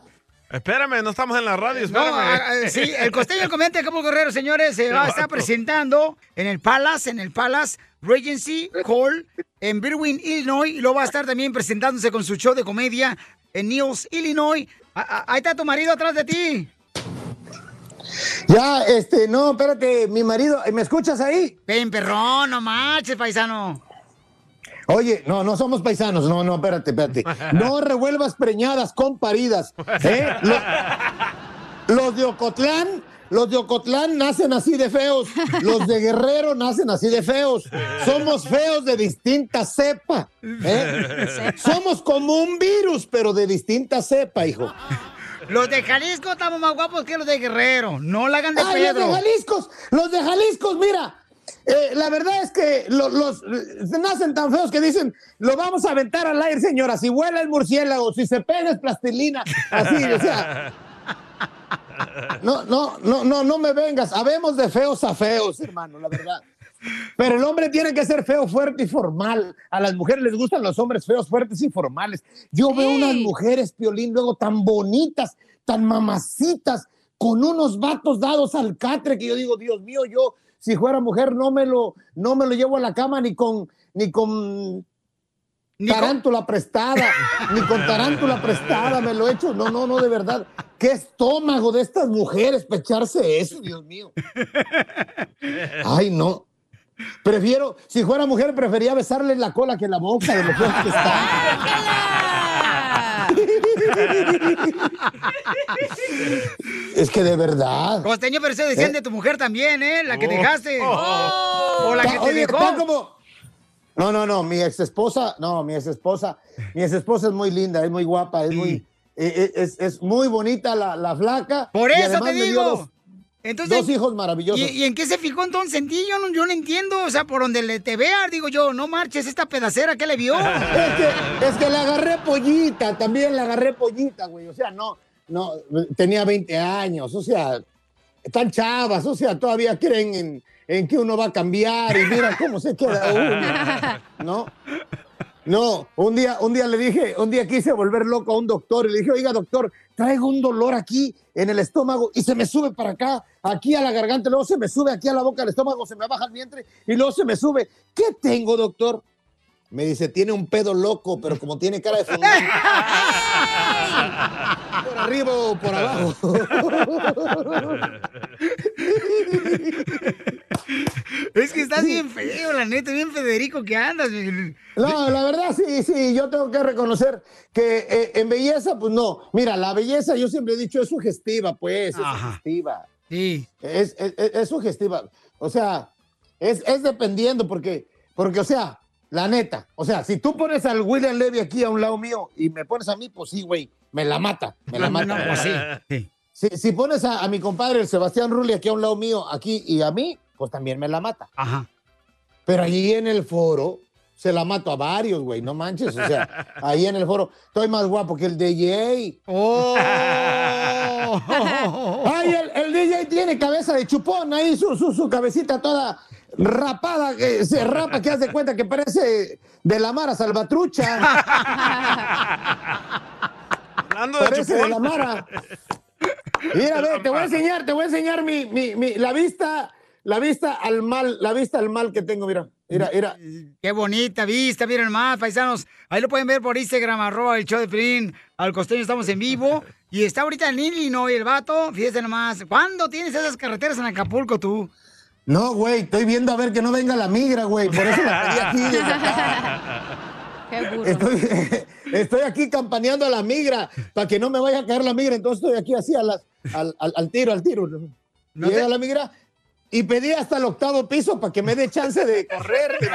[SPEAKER 4] Espérame, no estamos en la radio,
[SPEAKER 2] No,
[SPEAKER 4] espérame.
[SPEAKER 2] ah, ah, sí, el costeño comediante de Acapulco Guerrero, señores, se va a estar
[SPEAKER 4] Vato.
[SPEAKER 2] presentando en el Palace, en el Palace Regency Hall en Berwyn, Illinois, y luego va a estar también presentándose con su show de comedia en Niles, Illinois. Ah, ah, ahí está tu marido atrás de ti.
[SPEAKER 14] Ya, este, no, espérate, mi marido, ¿me escuchas ahí?
[SPEAKER 2] Ven, perrón, no marches, paisano.
[SPEAKER 14] Oye, no, no somos paisanos, no, no, espérate, espérate. No revuelvas preñadas con paridas. ¿eh? Lo- los de Ocotlán, los de Ocotlán nacen así de feos. Los de Guerrero nacen así de feos. Somos feos de distinta cepa. ¿eh? Somos como un virus, pero de distinta cepa, hijo.
[SPEAKER 2] Los de Jalisco estamos más guapos que los de Guerrero. No la hagan de
[SPEAKER 14] Ay, los de
[SPEAKER 2] Pedro.
[SPEAKER 14] Jaliscos, los de Jaliscos, mira. eh, la verdad es que lo- los, eh, nacen tan feos que dicen, lo vamos a aventar al aire, señora. Si vuela el murciélago, si se pega es plastilina. Así, o sea, no, no, no, no, no me vengas. Habemos de feos a feos, hermano, la verdad. Pero el hombre tiene que ser feo, fuerte y formal. A las mujeres les gustan los hombres feos, fuertes y formales. Yo veo unas mujeres, Piolín, luego tan bonitas, tan mamacitas, con unos vatos dados al catre que yo digo, Dios mío, yo si fuera mujer no me lo, no me lo llevo a la cama ni con, ni con tarántula prestada, ni con tarántula prestada me lo he hecho. No, no, no, de verdad. Qué estómago de estas mujeres para echarse eso, Dios mío. Ay, no. Prefiero, si fuera mujer, prefería besarle la cola que la boca de lo feo que está. es que de verdad.
[SPEAKER 2] Costeño, pero se decían de tu mujer también, ¿eh? La que dejaste. O la que
[SPEAKER 14] Está-
[SPEAKER 2] te
[SPEAKER 14] Oh. oye,
[SPEAKER 2] dejó.
[SPEAKER 14] está como- No, no, no, mi ex esposa, no, mi ex esposa, mi ex esposa es muy linda, es muy guapa, es muy, eh, eh, es, es muy bonita la, la flaca.
[SPEAKER 2] Por
[SPEAKER 14] y
[SPEAKER 2] eso
[SPEAKER 14] además me
[SPEAKER 2] te
[SPEAKER 14] dio
[SPEAKER 2] digo.
[SPEAKER 14] Dos,
[SPEAKER 2] Entonces-
[SPEAKER 14] dos hijos maravillosos.
[SPEAKER 2] ¿Y, y en qué se fijó entonces en ti? Yo no, yo no entiendo. O sea, por donde le te vea, digo yo, no marches, esta pedacera, ¿qué le vio?
[SPEAKER 14] Es que, es que la agarré pollita, también la agarré pollita, güey. O sea, no, no, tenía 20 años, o sea, están chavas, o sea, todavía creen en, en que uno va a cambiar y mira cómo se queda uno, ¿no? No, un día, un día le dije, un día quise volver loco a un doctor y le dije, oiga, doctor, traigo un dolor aquí en el estómago y se me sube para acá, aquí a la garganta, luego se me sube aquí a la boca, el estómago se me baja al vientre y luego se me sube. ¿Qué tengo, doctor? Me dice, tiene un pedo loco, pero como tiene cara de fondante, por arriba o por abajo.
[SPEAKER 2] Es que estás bien feo, la neta, bien Federico que andas.
[SPEAKER 14] No, la verdad sí, sí, yo tengo que reconocer que eh, en belleza, pues no. Mira, la belleza, yo siempre he dicho, es sugestiva, pues, es
[SPEAKER 2] Ajá.
[SPEAKER 14] sugestiva.
[SPEAKER 2] Sí.
[SPEAKER 14] Es, es- es- es sugestiva. O sea, es, es dependiendo, porque, porque, o sea, la neta, o sea, si tú pones al William Levy aquí a un lado mío y me pones a mí, pues sí, güey, me la mata, me la mata.
[SPEAKER 2] No, pues sí,
[SPEAKER 14] Si, si pones a, a mi compadre, el Sebastián Rulli, aquí a un lado mío, aquí y a mí, pues también me la mata.
[SPEAKER 2] Ajá.
[SPEAKER 14] Pero allí en el foro se la mato a varios, güey, no manches. O sea, ahí en el foro estoy más guapo que el DJ.
[SPEAKER 2] ¡Oh!
[SPEAKER 14] ¡Ay, el, el DJ tiene cabeza de chupón! Ahí su, su, su cabecita toda rapada, que se rapa, que haz de cuenta que parece de la Mara Salvatrucha.
[SPEAKER 4] Hablando de
[SPEAKER 14] parece de
[SPEAKER 4] chupón.
[SPEAKER 14] la Mara. Mira, a ver, te voy a enseñar, te voy a enseñar mi, mi, mi- la vista, la vista al mal, la vista al mal que tengo, mira, mira, mira.
[SPEAKER 2] Qué bonita vista, miren más, paisanos. Ahí lo pueden ver por Instagram, arroba el show de Pelín. Al costeño estamos en vivo. Y está ahorita en Illinois el vato. Fíjense nomás. ¿Cuándo tienes esas carreteras en Acapulco tú?
[SPEAKER 14] No, güey, estoy viendo a ver que no venga la migra, güey, por eso la pedí aquí. desde acá. Estoy, estoy aquí campaneando a la migra para que no me vaya a caer la migra, entonces estoy aquí así a las- al, al- al tiro, al tiro. Llega la migra y pedí hasta el octavo piso para que me dé chance de correr, de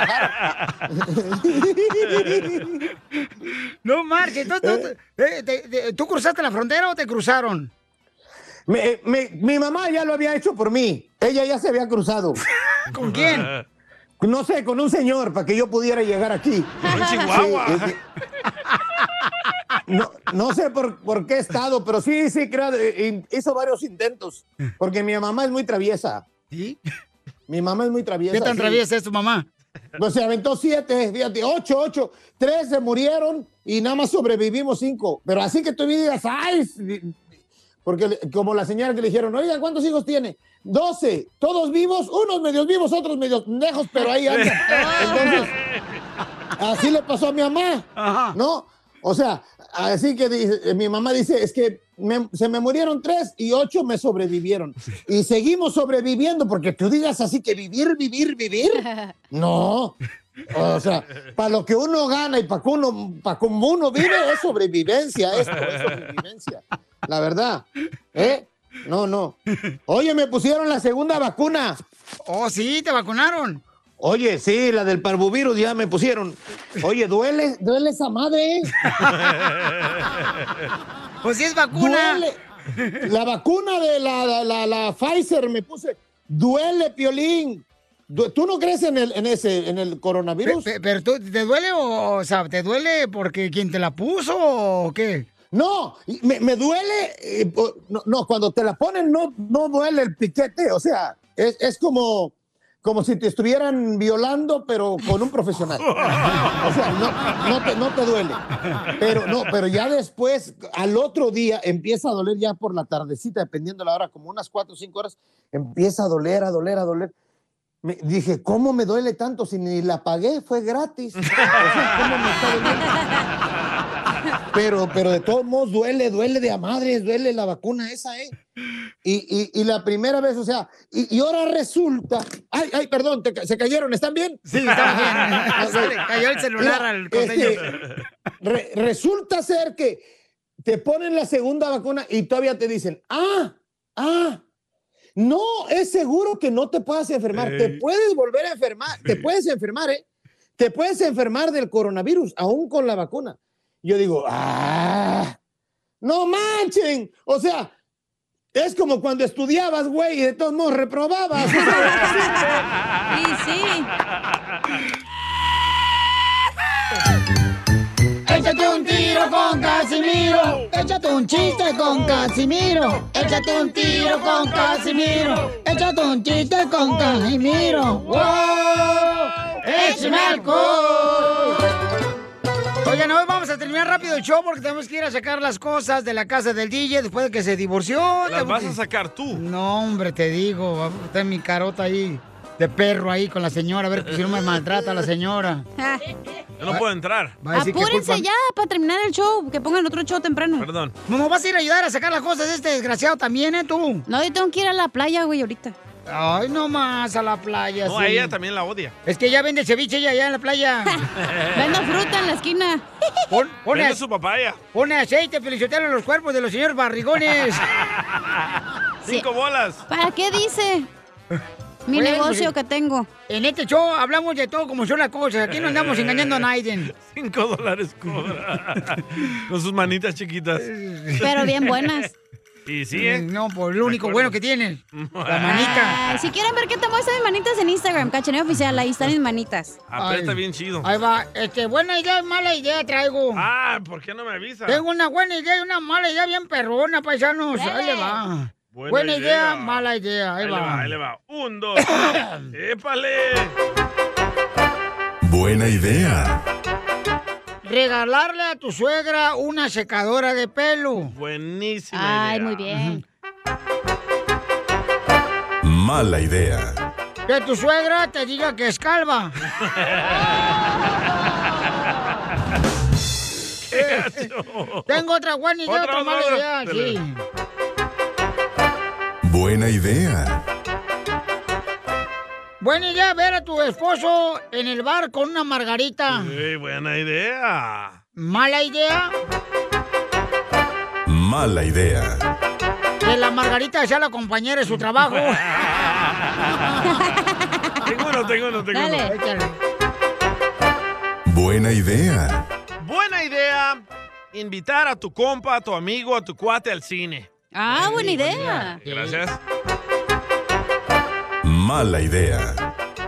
[SPEAKER 14] bajar.
[SPEAKER 2] No marches. Entonces, ¿tú, eh, te- te- ¿tú cruzaste la frontera o te cruzaron?
[SPEAKER 14] Me- eh, me- mi mamá ya lo había hecho por mí. Ella ya se había cruzado.
[SPEAKER 2] ¿Con quién?
[SPEAKER 14] No sé, con un señor, para que yo pudiera llegar aquí.
[SPEAKER 4] Con Chihuahua.
[SPEAKER 14] Sí, eh, eh. No, no sé por, por qué estado, pero sí, sí, creo, eh, in- hizo varios intentos. Porque mi mamá es muy traviesa.
[SPEAKER 2] ¿Sí?
[SPEAKER 14] Mi mamá es muy traviesa.
[SPEAKER 2] ¿Qué tan
[SPEAKER 14] sí.
[SPEAKER 2] traviesa es tu mamá?
[SPEAKER 14] Pues se aventó siete, fíjate, ocho, ocho. Tres se murieron y nada más sobrevivimos cinco. Pero así que tú digas, ¡ay! Porque le- como la señora que le dijeron, oiga, ¿cuántos hijos tiene? Doce, todos vivos, unos medios vivos, otros medios pendejos, pero ahí andan. Entonces, así le pasó a mi mamá, ¿no? O sea, así que dice- eh, mi mamá dice, es que me- se me murieron tres y ocho me sobrevivieron. Y seguimos sobreviviendo, porque tú digas así que vivir, vivir, vivir. No. O sea, para lo que uno gana y para que uno, para como uno vive es sobrevivencia esto, es sobrevivencia. La verdad. ¿Eh? No, no. Oye, me pusieron la segunda vacuna.
[SPEAKER 2] Oh, sí, te vacunaron.
[SPEAKER 14] Oye, sí, la del parvovirus ya me pusieron. Oye, duele, duele esa madre.
[SPEAKER 2] Pues sí es vacuna.
[SPEAKER 14] Duele. La vacuna de la, la- la- la Pfizer me puse. Duele, Piolín. Du- ¿Tú no crees en el, en ese, en el coronavirus?
[SPEAKER 2] Pe- pe- Pero, tú, ¿te duele o, o sea, te duele porque quien te la puso o qué?
[SPEAKER 14] No, y me, me duele. eh, po- no, no, cuando te la ponen no, no duele el piquete. O sea, es, es como, como si te estuvieran violando, pero con un profesional. O sea, no, no te, no te duele. Pero, no, pero ya después, al otro día, empieza a doler ya por la tardecita, dependiendo la hora, como unas 4 o 5 horas, empieza a doler, a doler, a doler. Me, dije, ¿cómo me duele tanto si ni la pagué? Fue gratis. O sea, ¿cómo me está doliendo? Pero, pero de todos modos duele, duele de a madres, duele la vacuna esa, ¿eh? Y, y- y la primera vez, o sea, y, y ahora resulta. Ay, ay, perdón, te ca- se cayeron, ¿están bien?
[SPEAKER 2] Sí, estamos bien. Se le cayó el celular
[SPEAKER 14] Mira,
[SPEAKER 2] al costeño.
[SPEAKER 14] este, re- resulta ser que te ponen la segunda vacuna y todavía te dicen, ah, ah, no, es seguro que no te puedas enfermar. Te
[SPEAKER 13] Ey.
[SPEAKER 14] puedes volver a enfermar, te puedes enfermar, ¿eh? Te puedes enfermar del coronavirus, aún con la vacuna. Yo digo, ah, no manchen. O sea, es como cuando estudiabas, güey, y de todos modos reprobabas.
[SPEAKER 3] Sí, sí.
[SPEAKER 9] Échate un tiro con Casimiro. Échate un chiste con Casimiro. Échate un tiro con Casimiro. Échate un chiste con Casimiro. ¡Wow! ¡Échame alcohol!
[SPEAKER 2] Oigan, hoy vamos a terminar rápido el show porque tenemos que ir a sacar las cosas de la casa del DJ después de que se divorció.
[SPEAKER 4] Las
[SPEAKER 2] Tenemos
[SPEAKER 4] vas
[SPEAKER 2] que-
[SPEAKER 4] a sacar tú.
[SPEAKER 2] No, hombre, te digo, está mi carota ahí de perro ahí con la señora, a ver si no me maltrata la señora.
[SPEAKER 3] Ah.
[SPEAKER 4] Yo no puedo entrar.
[SPEAKER 2] Va a decir que
[SPEAKER 3] Apúrense
[SPEAKER 2] culpa-
[SPEAKER 3] ya para terminar el show, que pongan otro show temprano.
[SPEAKER 4] Perdón.
[SPEAKER 2] No, vas a ir a ayudar a sacar las cosas de este desgraciado también, ¿eh, tú?
[SPEAKER 3] No, yo tengo que ir a la playa, güey, ahorita.
[SPEAKER 2] Ay, no más a la playa.
[SPEAKER 4] No,
[SPEAKER 2] sí.
[SPEAKER 4] a ella también la odia.
[SPEAKER 2] Es que ya vende ceviche ella allá en la playa.
[SPEAKER 4] Vende
[SPEAKER 2] fruta en la esquina. Pon, pone,
[SPEAKER 4] Vende su papaya.
[SPEAKER 2] pone aceite, felicitelo en los cuerpos de los señores barrigones.
[SPEAKER 4] Cinco bolas.
[SPEAKER 3] ¿Para qué dice? Mi negocio que tengo.
[SPEAKER 2] En este show hablamos de todo como son las cosas. Aquí no andamos engañando a Naiden.
[SPEAKER 4] Cinco dólares cobra. Con sus manitas chiquitas.
[SPEAKER 3] Pero bien buenas.
[SPEAKER 4] Y sí, ¿eh?
[SPEAKER 2] No, por lo único bueno que tienen. La manita.
[SPEAKER 3] Ay, si quieren ver qué te muestran mis manitas en Instagram, cachaneo oficial, ahí están mis manitas.
[SPEAKER 4] Aprieta
[SPEAKER 2] Ay.
[SPEAKER 4] bien chido.
[SPEAKER 2] Ahí va. Este, buena idea y mala idea traigo.
[SPEAKER 4] Ah, ¿por qué no me avisa?
[SPEAKER 2] Tengo una buena idea y una mala idea bien perrona, paisanos. Ahí le va. Buena, idea, mala idea. Ahí,
[SPEAKER 4] Ahí le
[SPEAKER 2] va.
[SPEAKER 4] va, ahí le va. Un, dos. tres. ¡Épale!
[SPEAKER 5] Buena idea.
[SPEAKER 2] Regalarle a tu suegra una secadora de pelo.
[SPEAKER 4] Buenísima
[SPEAKER 2] Ay, muy bien.
[SPEAKER 5] Mala idea.
[SPEAKER 2] Que tu suegra te diga que es calva. Tengo otra buena idea, otra,
[SPEAKER 1] Otra,
[SPEAKER 2] mala
[SPEAKER 1] otra,
[SPEAKER 2] idea.
[SPEAKER 1] otra.
[SPEAKER 2] Sí.
[SPEAKER 5] Buena idea.
[SPEAKER 2] Buena idea ver a tu esposo en el bar con una margarita.
[SPEAKER 4] Ey, buena idea.
[SPEAKER 2] Mala idea
[SPEAKER 5] Mala idea.
[SPEAKER 2] que la margarita sea la compañera de su trabajo.
[SPEAKER 4] tengo uno, tengo uno, tengo uno.
[SPEAKER 5] Buena idea.
[SPEAKER 4] Buena idea invitar a tu compa, a tu amigo, a tu cuate al cine.
[SPEAKER 3] Ah, buena idea.
[SPEAKER 4] Gracias.
[SPEAKER 5] Mala idea.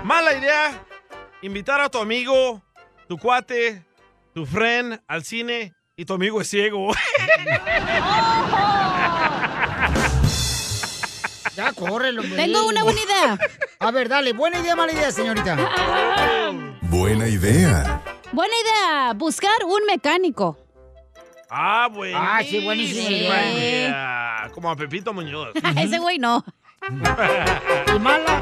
[SPEAKER 4] Mala idea invitar a tu amigo, tu cuate, tu friend al cine y tu amigo es ciego.
[SPEAKER 2] Ya córrelo, hombre.
[SPEAKER 3] Tengo una buena idea.
[SPEAKER 2] A ver, dale, buena idea, mala idea, señorita.
[SPEAKER 5] Buena idea.
[SPEAKER 3] Buena idea, buscar un mecánico.
[SPEAKER 4] Ah, buenísima
[SPEAKER 3] Ah, sí, buenísima idea.
[SPEAKER 4] idea. Como a Pepito Muñoz.
[SPEAKER 3] Ese güey no.
[SPEAKER 2] ¿Y mala?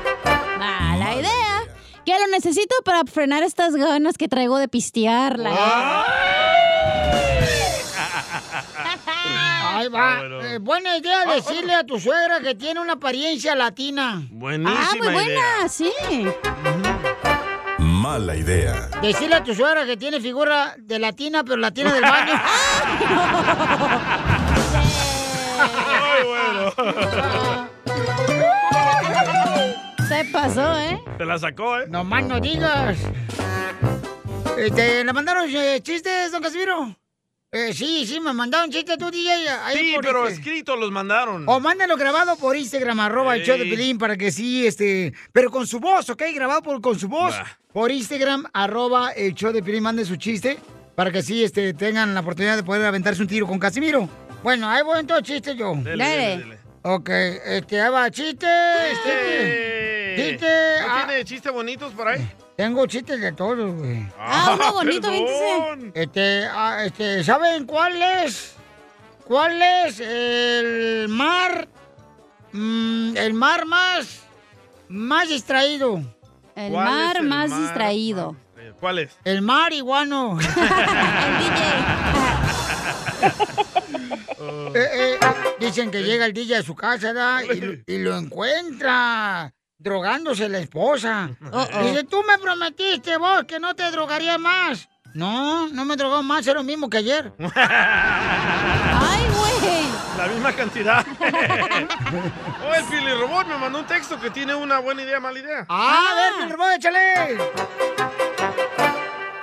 [SPEAKER 3] Mala idea. Que lo necesito para frenar estas ganas que traigo de pistearla.
[SPEAKER 2] Ahí
[SPEAKER 4] Ah,
[SPEAKER 2] va. Eh, buena idea decirle a tu suegra que tiene una apariencia latina.
[SPEAKER 4] Buenísima
[SPEAKER 2] Ah, muy buena,
[SPEAKER 4] idea.
[SPEAKER 2] sí.
[SPEAKER 5] Mala idea.
[SPEAKER 2] Decirle a tu suegra que tiene figura de latina, pero latina del baño.
[SPEAKER 3] Se pasó, ¿eh?
[SPEAKER 4] Te la sacó, ¿eh?
[SPEAKER 2] Nomás no digas. Eh, ¿Te la mandaron eh, chistes, don Casimiro? Eh, sí, sí, me mandaron chistes tú, DJ. ahí
[SPEAKER 4] Sí,
[SPEAKER 2] por
[SPEAKER 4] pero
[SPEAKER 2] este.
[SPEAKER 4] escritos los mandaron.
[SPEAKER 2] O mándalo grabado por Instagram, arroba el show de
[SPEAKER 4] Ey.
[SPEAKER 2] Pilín, para que sí, este... Pero con su voz, ¿ok? Grabado por, con su voz por Instagram, arroba el show de Pilín, mande su chiste para que sí, este, tengan la oportunidad de poder aventarse un tiro con Casimiro. Bueno, ahí voy entonces, chiste yo.
[SPEAKER 1] Dele, dele, dele.
[SPEAKER 2] Ok, este, ahí va, chiste, chiste, chiste.
[SPEAKER 4] ¿No
[SPEAKER 2] ah,
[SPEAKER 4] tiene chistes bonitos por ahí?
[SPEAKER 2] tengo chistes de todos, güey.
[SPEAKER 4] Ah, uno bonito, bien
[SPEAKER 2] dice. Este, ah, este, ¿saben cuál es? ¿Cuál es el mar? mm, el mar más, más distraído.
[SPEAKER 3] El ¿Cuál es mar el más mar distraído.
[SPEAKER 4] ¿Cuál es?
[SPEAKER 2] El mar iguano. Eh, eh, dicen que llega el DJ a su casa ¿da? y, lo- y lo encuentra drogándose la esposa.
[SPEAKER 1] Uh-oh.
[SPEAKER 2] Dice, tú me prometiste vos que no te drogaría más. No, no me drogó más, es lo mismo que ayer.
[SPEAKER 3] ¡Ay, güey!
[SPEAKER 4] La misma cantidad. oh, el Filirobot me mandó un texto que tiene una buena idea, mala idea.
[SPEAKER 2] Ah, a ver, Filirobot, échale.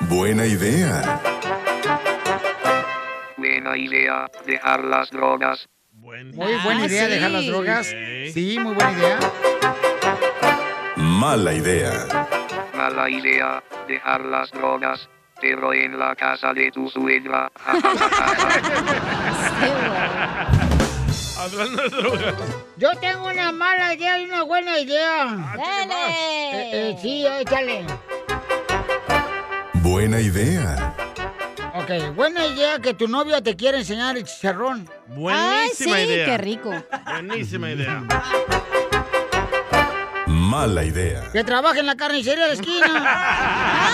[SPEAKER 5] Buena idea.
[SPEAKER 13] Buena idea, dejar las drogas.
[SPEAKER 2] Muy buena
[SPEAKER 13] Ah,
[SPEAKER 2] idea dejar
[SPEAKER 13] sí.
[SPEAKER 2] las drogas. Sí, muy buena idea.
[SPEAKER 5] Mala idea.
[SPEAKER 13] Mala idea, dejar las drogas. Pero en la casa de tu suegra.
[SPEAKER 4] Hablando de drogas.
[SPEAKER 2] Yo tengo una mala idea y una buena idea. ¡Dale! Eh, sí, échale.
[SPEAKER 5] Buena idea.
[SPEAKER 2] Ok, buena idea que tu novia te quiere enseñar el chicharrón.
[SPEAKER 4] Buenísima
[SPEAKER 2] Ay, sí,
[SPEAKER 4] idea.
[SPEAKER 2] qué rico.
[SPEAKER 4] Buenísima idea.
[SPEAKER 5] Mala idea.
[SPEAKER 2] Que trabaje en la carnicería de la esquina. Ah.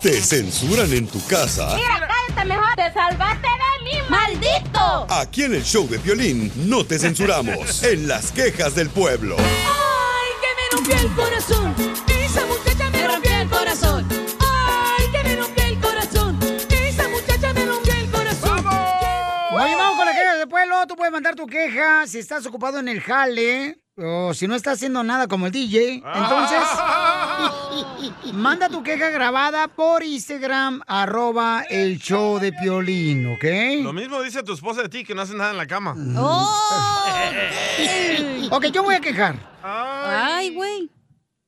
[SPEAKER 5] ¿Te censuran en tu casa?
[SPEAKER 1] Mira,
[SPEAKER 15] salvaste, mejor te salvaste de mí, maldito.
[SPEAKER 5] Aquí en el show de violín no te censuramos. En las quejas del pueblo.
[SPEAKER 15] Ay, que me rompió el corazón. Esa muchacha me rompió el corazón. Ay, que me rompió el corazón. Esa muchacha me rompió el corazón.
[SPEAKER 2] Oye, vamos con la queja del pueblo. Tú puedes mandar tu queja si estás ocupado en el jale o si no estás haciendo nada como el DJ. Ah. Entonces, manda tu queja grabada por Instagram, arroba el show de Piolín, ¿ok?
[SPEAKER 4] Lo mismo dice tu esposa de ti, que no hace nada en la cama.
[SPEAKER 2] Mm. Oh. Ok, yo voy a quejar.
[SPEAKER 3] Ay, güey.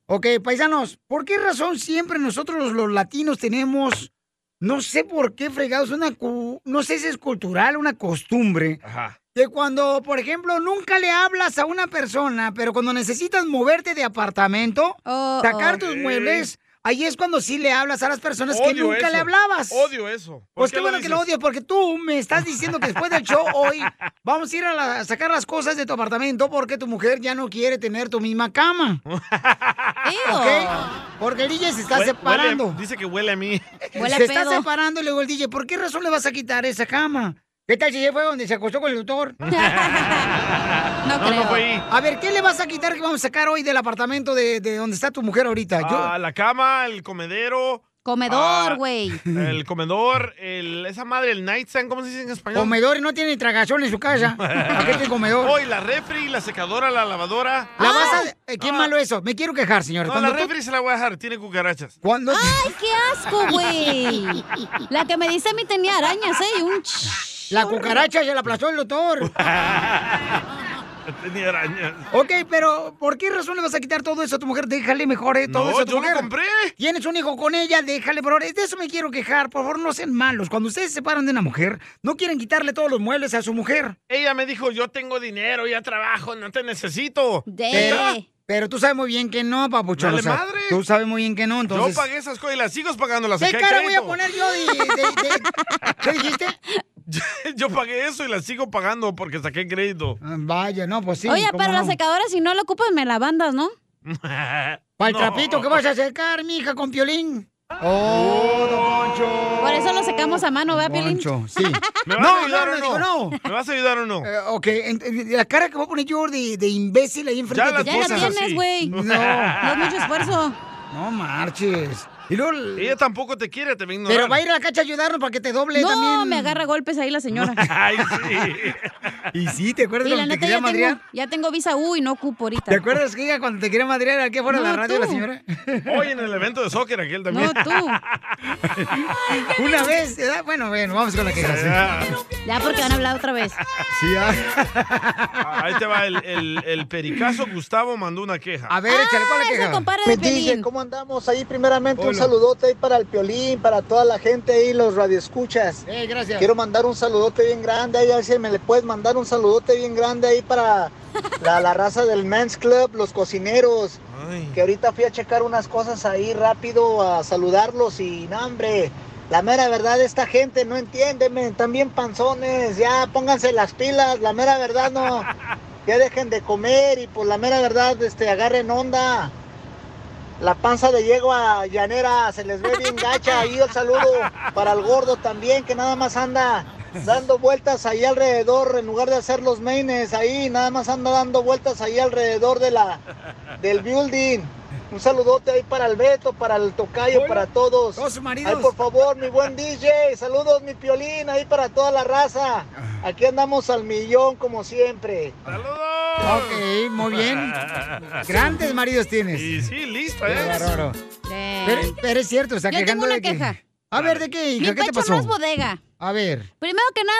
[SPEAKER 2] Ok, paisanos, ¿por qué razón siempre nosotros los latinos tenemos, no sé por qué fregados, una, cu- no sé si es cultural, una costumbre,
[SPEAKER 4] Ajá.
[SPEAKER 2] que cuando, por ejemplo, nunca le hablas a una persona, pero cuando necesitas moverte de apartamento, sacar
[SPEAKER 4] oh.
[SPEAKER 2] tus
[SPEAKER 4] Sí.
[SPEAKER 2] muebles, ahí es cuando sí le hablas a las personas que
[SPEAKER 4] Odio
[SPEAKER 2] nunca
[SPEAKER 4] eso.
[SPEAKER 2] le hablabas.
[SPEAKER 4] Odio eso. ¿Por
[SPEAKER 2] Pues
[SPEAKER 4] qué
[SPEAKER 2] qué
[SPEAKER 4] lo
[SPEAKER 2] bueno que lo
[SPEAKER 4] dices?
[SPEAKER 2] odias, porque tú me estás diciendo que después del show hoy vamos a ir a, la- a sacar las cosas de tu apartamento porque tu mujer ya no quiere tener tu misma cama. ¿Ok? Porque el DJ se está
[SPEAKER 4] Hue-
[SPEAKER 2] separando.
[SPEAKER 4] huele- dice que huele a mí.
[SPEAKER 2] se está separando y luego el DJ, ¿por qué razón le vas a quitar esa cama? ¿Qué tal si ya fue donde se acostó con el doctor?
[SPEAKER 4] no, no, fue ahí.
[SPEAKER 2] A ver, ¿qué le vas a quitar que vamos a sacar hoy del apartamento de, de donde está tu mujer ahorita? pues, Yo-
[SPEAKER 4] Ah, la cama, el comedero.
[SPEAKER 2] Comedor,
[SPEAKER 4] ah,
[SPEAKER 2] güey.
[SPEAKER 4] el comedor, el, esa madre, el nightstand, ¿cómo se dice en español?
[SPEAKER 2] comedor y no tiene tragazón en su casa. ¿Para qué tiene comedor?
[SPEAKER 4] Hoy la refri, la secadora, la lavadora. Ah.
[SPEAKER 2] La vas a- eh, qué malo eso. Me quiero quejar, señor.
[SPEAKER 4] No,
[SPEAKER 2] Cuando
[SPEAKER 4] la
[SPEAKER 2] tú-
[SPEAKER 4] refri se la voy a dejar, tiene cucarachas.
[SPEAKER 2] cuando-
[SPEAKER 3] Ay, qué asco, güey. La que me dice a mí tenía arañas, ¿eh? Un ch-
[SPEAKER 2] La cucaracha ya la aplastó el doctor.
[SPEAKER 4] Tenía arañas.
[SPEAKER 2] Ok, pero ¿por qué razón le vas a quitar todo eso a tu mujer? Déjale mejor eh, todo
[SPEAKER 4] No,
[SPEAKER 2] eso a tu
[SPEAKER 4] yo lo
[SPEAKER 2] mujer.
[SPEAKER 4] compré.
[SPEAKER 2] Tienes un hijo con ella, déjale, por favor. De eso me quiero quejar. Por favor, no sean malos. Cuando ustedes se separan de una mujer, no quieren quitarle todos los muebles a su mujer.
[SPEAKER 4] Ella me dijo, yo tengo dinero, ya trabajo, no te necesito.
[SPEAKER 2] Pero, pero tú sabes muy bien que no, papuchón.
[SPEAKER 4] Dale
[SPEAKER 2] o sea,
[SPEAKER 4] madre.
[SPEAKER 2] Tú sabes muy bien que no, entonces...
[SPEAKER 4] Yo pagué esas cosas y las sigo pagándolas.
[SPEAKER 2] ¿Qué
[SPEAKER 4] acá hay
[SPEAKER 2] cara voy a
[SPEAKER 4] crédito.
[SPEAKER 2] poner yo de- de- de- ¿Qué dijiste?
[SPEAKER 4] Yo pagué eso y las sigo pagando porque saqué crédito.
[SPEAKER 2] Vaya, no, pues sí.
[SPEAKER 3] Oye,
[SPEAKER 2] cómo
[SPEAKER 3] pero la
[SPEAKER 2] no.
[SPEAKER 3] secadora, si no la ocupas, me la bandas, ¿no?
[SPEAKER 4] Para
[SPEAKER 2] Para el trapito que vas a secar, mija, con piolín. Oh, don Poncho.
[SPEAKER 3] Por eso lo secamos a mano, ¿verdad, Piolín?
[SPEAKER 2] Poncho, sí.
[SPEAKER 4] ¿Me vas
[SPEAKER 2] no,
[SPEAKER 4] a ayudar
[SPEAKER 2] no,
[SPEAKER 4] o
[SPEAKER 2] me
[SPEAKER 4] no?
[SPEAKER 2] dijo no.
[SPEAKER 4] ¿Me vas a ayudar o no?
[SPEAKER 2] Eh, ok, en- en- la cara que voy a poner yo de, de imbécil ahí enfrente
[SPEAKER 4] Ya
[SPEAKER 2] de
[SPEAKER 4] la
[SPEAKER 2] tu esposa.
[SPEAKER 4] tienes Ya la así. tienes, güey.
[SPEAKER 2] No.
[SPEAKER 4] No es mucho
[SPEAKER 3] esfuerzo.
[SPEAKER 2] No marches. Y luego...
[SPEAKER 4] Ella tampoco te quiere, te va a ignorar.
[SPEAKER 2] Pero va a ir a la cacha a ayudarnos para que te doble
[SPEAKER 3] No,
[SPEAKER 2] también.
[SPEAKER 3] me agarra golpes ahí la señora.
[SPEAKER 4] Ay, sí.
[SPEAKER 2] Y sí, ¿te acuerdas
[SPEAKER 3] Y la
[SPEAKER 2] cuando te
[SPEAKER 3] neta,
[SPEAKER 2] quería
[SPEAKER 3] ya
[SPEAKER 2] madrear?
[SPEAKER 3] tengo, ya tengo visa U y no ocupo ahorita.
[SPEAKER 2] ¿Te acuerdas que ella cuando te quería madrear aquí fuera de la
[SPEAKER 3] No,
[SPEAKER 2] radio la
[SPEAKER 3] tú.
[SPEAKER 2] señora?
[SPEAKER 4] Hoy en el evento de soccer aquel también.
[SPEAKER 3] No, tú.
[SPEAKER 2] Una vez, ¿verdad? bueno, bueno, vamos con la queja. sí.
[SPEAKER 3] Ya porque van a hablar otra vez.
[SPEAKER 2] Sí, ah.
[SPEAKER 4] Ahí te va el, el- el pericazo Gustavo mandó una queja.
[SPEAKER 2] A ver, échale,
[SPEAKER 3] Ah,
[SPEAKER 2] ¿cuál es la queja?
[SPEAKER 6] Me dice, ¿cómo andamos ahí? Primeramente un
[SPEAKER 4] Hola.
[SPEAKER 6] saludote ahí para el Piolín, para toda la gente ahí, los radioescuchas.
[SPEAKER 2] Eh, gracias.
[SPEAKER 6] Quiero mandar un saludote bien grande ahí, a ver si me le puedes mandar un saludote bien grande ahí para la, la raza del Men's Club, los cocineros. Que ahorita fui a checar unas cosas ahí rápido a saludarlos y no, hombre. La mera verdad, esta gente no entiende, men, también panzones, ya pónganse las pilas, la mera verdad no, ya dejen de comer y por la mera verdad, este, agarren onda. La panza de yegua llanera se les ve bien gacha. Ahí el saludo para el gordo también, que nada más anda dando vueltas ahí alrededor, en lugar de hacer los maines ahí, nada más anda dando vueltas ahí alrededor de la, del building. Un saludote ahí para el Beto, para el Tocayo, para todos. Ay, por favor, mi buen DJ, saludos, mi piolín, ahí para toda la raza.
[SPEAKER 2] Ah.
[SPEAKER 6] Aquí andamos al millón, como siempre.
[SPEAKER 2] Ok, muy bien. Grandes maridos tienes.
[SPEAKER 4] Y sí, listo,
[SPEAKER 2] Qué
[SPEAKER 4] ¿eh?
[SPEAKER 2] bárbaro. Pero, pero es cierto, o sea,
[SPEAKER 3] Eh. Yo tengo
[SPEAKER 2] quejando
[SPEAKER 3] una
[SPEAKER 2] de que-
[SPEAKER 3] queja.
[SPEAKER 2] A ver, ¿de qué, hija?
[SPEAKER 3] Mi
[SPEAKER 2] ¿Qué te
[SPEAKER 3] pecho
[SPEAKER 2] pasó?
[SPEAKER 3] no es bodega.
[SPEAKER 2] A ver.
[SPEAKER 3] Primero que nada,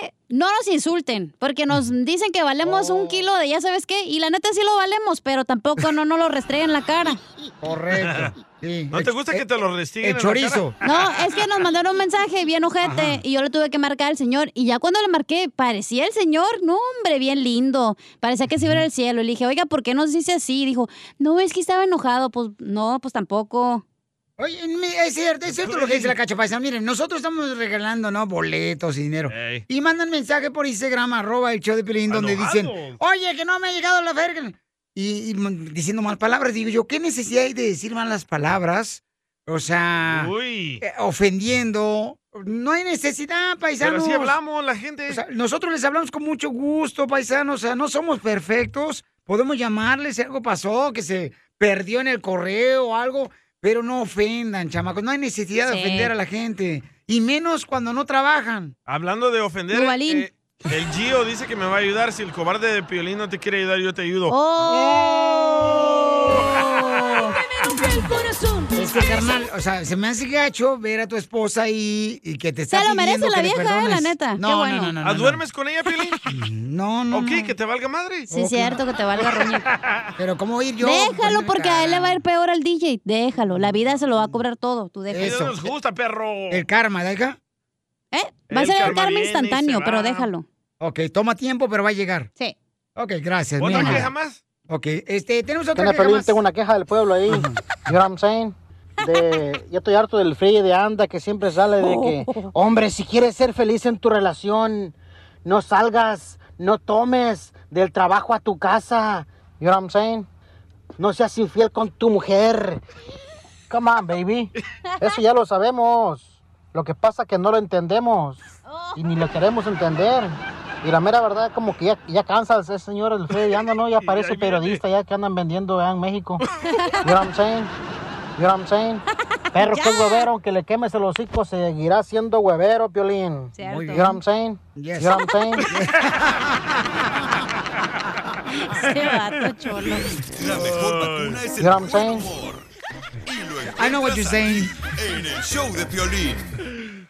[SPEAKER 3] gente, no nos insulten, porque nos dicen que valemos un kilo de ya sabes qué, y la neta sí lo valemos, pero tampoco no nos lo restreguen en la cara.
[SPEAKER 2] Correcto. Sí.
[SPEAKER 4] ¿No te gusta que te lo restiguen? en
[SPEAKER 2] el
[SPEAKER 4] la cara?
[SPEAKER 2] chorizo.
[SPEAKER 3] No, es que nos mandaron un mensaje bien ojete y yo le tuve que marcar al señor y ya cuando le marqué parecía el señor, no hombre, bien lindo, parecía que se iba a ir al cielo. Y le dije, oiga, ¿por qué nos dice así? Y dijo, no, es que estaba enojado, pues no, pues tampoco.
[SPEAKER 2] Oye, mi- es cierto, es cierto lo que dice la cachapaisa. Miren, nosotros estamos regalando, ¿no? Boletos y dinero. Y mandan mensaje por Instagram, arroba el show de Pelín, donde dicen,
[SPEAKER 9] Enojados.
[SPEAKER 2] oye, que no me ha llegado la verga. Y, y m- diciendo mal palabras. Digo yo, ¿qué necesidad hay de decir malas palabras? O sea, eh, ofendiendo, No hay necesidad, paisanos.
[SPEAKER 4] así hablamos, la gente.
[SPEAKER 2] O sea, nosotros les hablamos con mucho gusto, paisanos. O sea, no somos perfectos. Podemos llamarles si algo pasó, que se perdió en el correo o algo. Pero no ofendan, chamacos. No hay necesidad
[SPEAKER 4] Sí.
[SPEAKER 2] de ofender a la gente. Y menos cuando no trabajan.
[SPEAKER 4] Hablando de ofender,
[SPEAKER 2] Duvalín.
[SPEAKER 4] eh, el Gio dice que me va a ayudar. Si el cobarde de Piolín no te quiere ayudar, yo te ayudo.
[SPEAKER 3] Oh.
[SPEAKER 2] Es que, carnal, o sea, se me hace gacho ver a tu esposa ahí y que te está
[SPEAKER 3] Se lo merece la
[SPEAKER 2] pidiendo que le
[SPEAKER 3] vieja, eh, la
[SPEAKER 2] perdones.
[SPEAKER 3] neta. Qué
[SPEAKER 2] No, no,
[SPEAKER 3] bueno.
[SPEAKER 2] no, no,
[SPEAKER 4] ¿Ah,
[SPEAKER 2] no, no.
[SPEAKER 4] ¿Duermes con ella, Piolín?
[SPEAKER 2] No, no. Oh,
[SPEAKER 4] Ok, que te valga madre.
[SPEAKER 3] Sí, es cierto que te valga roñir.
[SPEAKER 2] Pero ¿cómo ir yo? pues,
[SPEAKER 3] Déjalo porque a él le va a ir peor al DJ. Déjalo. La vida se lo va a cobrar todo. Tú déjalo. ¿Eh?
[SPEAKER 4] Eso nos gusta, perro.
[SPEAKER 2] El karma, ¿deja?
[SPEAKER 3] Va a ser el karma instantáneo, pero déjalo.
[SPEAKER 2] Ok, toma tiempo, pero va a llegar.
[SPEAKER 3] Sí.
[SPEAKER 2] Ok, gracias.
[SPEAKER 4] ¿Otra
[SPEAKER 2] mi amor.
[SPEAKER 4] queja más?
[SPEAKER 2] Ok, este, tenemos
[SPEAKER 16] Tengo,
[SPEAKER 2] otra queja
[SPEAKER 16] Piolín,
[SPEAKER 2] más.
[SPEAKER 16] tengo una queja del pueblo ahí. you know what I'm saying? De, yo estoy harto del free de anda que siempre sale de que, hombre, si quieres ser feliz en tu relación, no salgas, no tomes del trabajo a tu casa. You know what I'm saying? No seas infiel con tu mujer. Come on, baby. Eso ya lo sabemos. Lo que pasa que no lo entendemos y ni lo queremos entender. Y la mera verdad, como que ya, ya cansa ese señor, el Freddy anda, ¿no? Ya parece periodista, ya que andan vendiendo allá en México. You know what I'm saying? You know what I'm saying? Perro que es huevero, aunque le quemes el hocico, seguirá siendo huevero, Piolín.
[SPEAKER 15] Cierto.
[SPEAKER 16] You know what I'm saying?
[SPEAKER 15] Yes.
[SPEAKER 16] You know what I'm saying?
[SPEAKER 5] La mejor vacuna es
[SPEAKER 16] You
[SPEAKER 5] el
[SPEAKER 16] know what
[SPEAKER 5] buen
[SPEAKER 16] I'm saying?
[SPEAKER 5] humor.
[SPEAKER 2] I know what you're saying.
[SPEAKER 5] En el show de Piolín.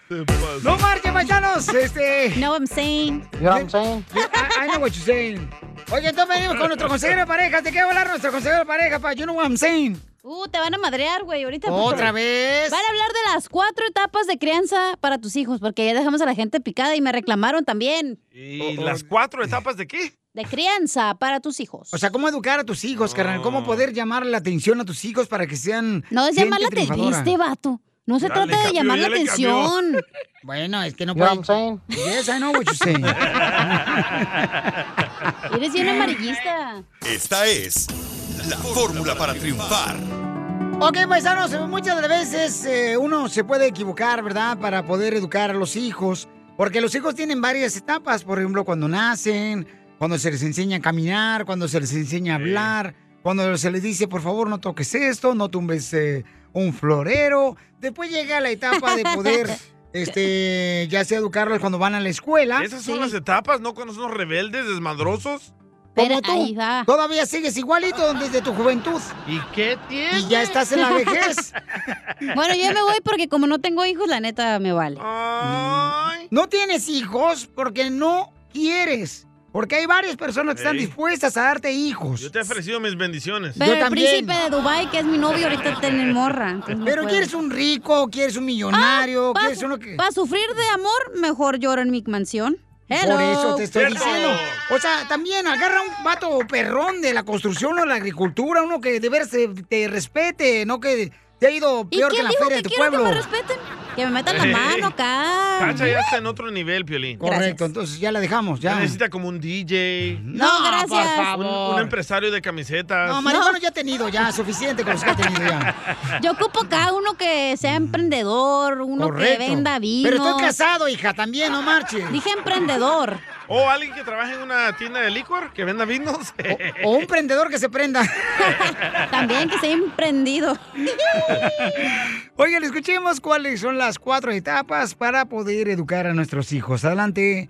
[SPEAKER 2] No marchen, paisanos. Este.
[SPEAKER 3] No, I'm saying.
[SPEAKER 16] You know what I'm saying?
[SPEAKER 2] I, I know what you're saying. Oye, entonces venimos con nuestro consejero de pareja. Te quiero hablar nuestro consejero de pareja, pa. You know what I'm saying.
[SPEAKER 3] Uh, te van a madrear, güey, ahorita.
[SPEAKER 2] ¿Otra vez?
[SPEAKER 3] Van a hablar de las cuatro etapas de crianza para tus hijos, porque ya dejamos a la gente picada y me reclamaron también
[SPEAKER 2] Oh,
[SPEAKER 4] ¿Y las cuatro etapas de qué?
[SPEAKER 3] de crianza para tus hijos.
[SPEAKER 2] O sea, ¿cómo educar a tus hijos, carnal? ¿Cómo poder llamar la atención a tus hijos para que sean.
[SPEAKER 3] No es
[SPEAKER 2] gente
[SPEAKER 3] llamar la atención,
[SPEAKER 2] triunfadora?
[SPEAKER 3] este vato. No se
[SPEAKER 2] Ya le
[SPEAKER 3] trata de
[SPEAKER 2] cambió,
[SPEAKER 3] llamar la
[SPEAKER 2] ya le
[SPEAKER 3] atención.
[SPEAKER 2] Bueno, es que no
[SPEAKER 16] You know
[SPEAKER 2] puede.
[SPEAKER 16] what I'm saying?
[SPEAKER 2] Yes, I know what you're saying.
[SPEAKER 3] Eres bien amarillista.
[SPEAKER 5] Esta es la fórmula para triunfar.
[SPEAKER 2] Ok, paisanos, muchas de las veces eh, uno se puede equivocar, ¿verdad? Para poder educar a los hijos. Porque los hijos tienen varias etapas, por ejemplo, cuando nacen, cuando se les enseña a caminar, cuando se les enseña a hablar, cuando se les dice, por favor, no toques esto, no tumbes eh, un florero. Después llega la etapa de poder, este, ya sea educarlos cuando van a la escuela.
[SPEAKER 4] Esas son las etapas, ¿no? Cuando son los rebeldes, desmadrosos.
[SPEAKER 2] Como tú, todavía sigues igualito desde tu juventud.
[SPEAKER 4] ¿Y qué tiene?
[SPEAKER 2] Y ya estás en la vejez.
[SPEAKER 3] Bueno, yo me voy porque como no tengo hijos, la neta me vale.
[SPEAKER 2] No tienes hijos porque no quieres. Porque hay varias personas que están
[SPEAKER 4] Ey.
[SPEAKER 2] dispuestas a darte hijos.
[SPEAKER 4] Yo te he ofrecido mis bendiciones.
[SPEAKER 3] Pero el príncipe de Dubai, que es mi novio, ahorita tiene morra. entonces no
[SPEAKER 2] Pero
[SPEAKER 3] puedo.
[SPEAKER 2] quieres un rico, quieres un millonario, quieres uno que...
[SPEAKER 3] Para sufrir de amor, mejor lloro en mi mansión.
[SPEAKER 2] Por
[SPEAKER 3] Hello.
[SPEAKER 2] eso te estoy diciendo. O sea, también agarra un vato perrón de la construcción o la agricultura, uno que de veras te, te respete, no que te ha ido
[SPEAKER 3] ¿Y
[SPEAKER 2] peor que
[SPEAKER 3] quién
[SPEAKER 2] la
[SPEAKER 3] dijo
[SPEAKER 2] feria
[SPEAKER 3] que
[SPEAKER 2] de tu
[SPEAKER 3] quiero
[SPEAKER 2] pueblo.
[SPEAKER 3] que me respeten? Que me
[SPEAKER 2] Eh,
[SPEAKER 3] metan la
[SPEAKER 4] Ey.
[SPEAKER 3] mano acá.
[SPEAKER 4] Cacha ya está en otro nivel, Piolín.
[SPEAKER 2] Correcto, entonces ya la dejamos, ya.
[SPEAKER 4] Ya necesita como un DJ.
[SPEAKER 2] No, No, gracias. por favor.
[SPEAKER 4] Un, un empresario de camisetas.
[SPEAKER 2] ah, No, marihuana ya ha tenido, ya, suficiente con los que ha tenido ya.
[SPEAKER 3] Yo ocupo acá uno que sea emprendedor, uno
[SPEAKER 2] Mm. Correcto.
[SPEAKER 3] que venda vino.
[SPEAKER 2] Pero estoy casado, hija, también, no marches.
[SPEAKER 3] Dije emprendedor.
[SPEAKER 4] O alguien que trabaje en una tienda de licor, que venda vinos.
[SPEAKER 2] O un prendedor que se prenda.
[SPEAKER 3] También que sea emprendido.
[SPEAKER 2] Oigan, escuchemos cuáles son las cuatro etapas para poder educar a nuestros hijos. Adelante,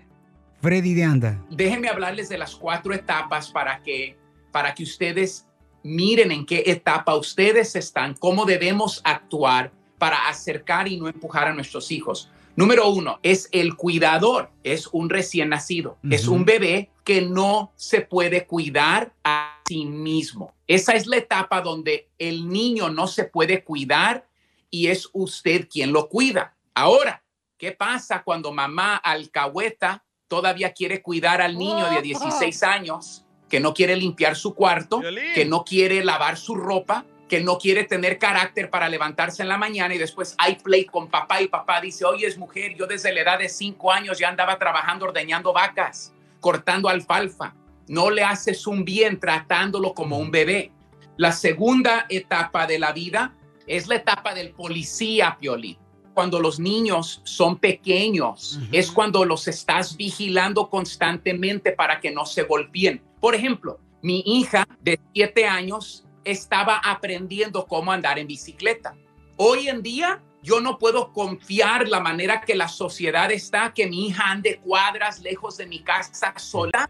[SPEAKER 2] Freddy de Anda.
[SPEAKER 17] déjenme hablarles de las cuatro etapas para que, para que ustedes miren en qué etapa ustedes están, cómo debemos actuar para acercar y no empujar a nuestros hijos. Número uno es el cuidador, es un recién nacido, es un bebé que no se puede cuidar a sí mismo. Esa es la etapa donde el niño no se puede cuidar y es usted quien lo cuida. Ahora, ¿qué pasa cuando mamá alcahueta todavía quiere cuidar al niño de 16 años, que no quiere limpiar su cuarto, que no quiere lavar su ropa, que no quiere tener carácter para levantarse en la mañana y después hay play con papá y papá dice, oye, es mujer, yo desde la edad de 5 años ya andaba trabajando ordeñando vacas, cortando alfalfa. No le haces un bien tratándolo como un bebé. La segunda etapa de la vida es la etapa del policía, Piolín. cuando los niños son pequeños, es cuando los estás vigilando constantemente para que no se golpeen. Por ejemplo, mi hija de siete años estaba aprendiendo cómo andar en bicicleta. Hoy en día yo no puedo confiar la manera que la sociedad está, que mi hija ande cuadras lejos de mi casa sola,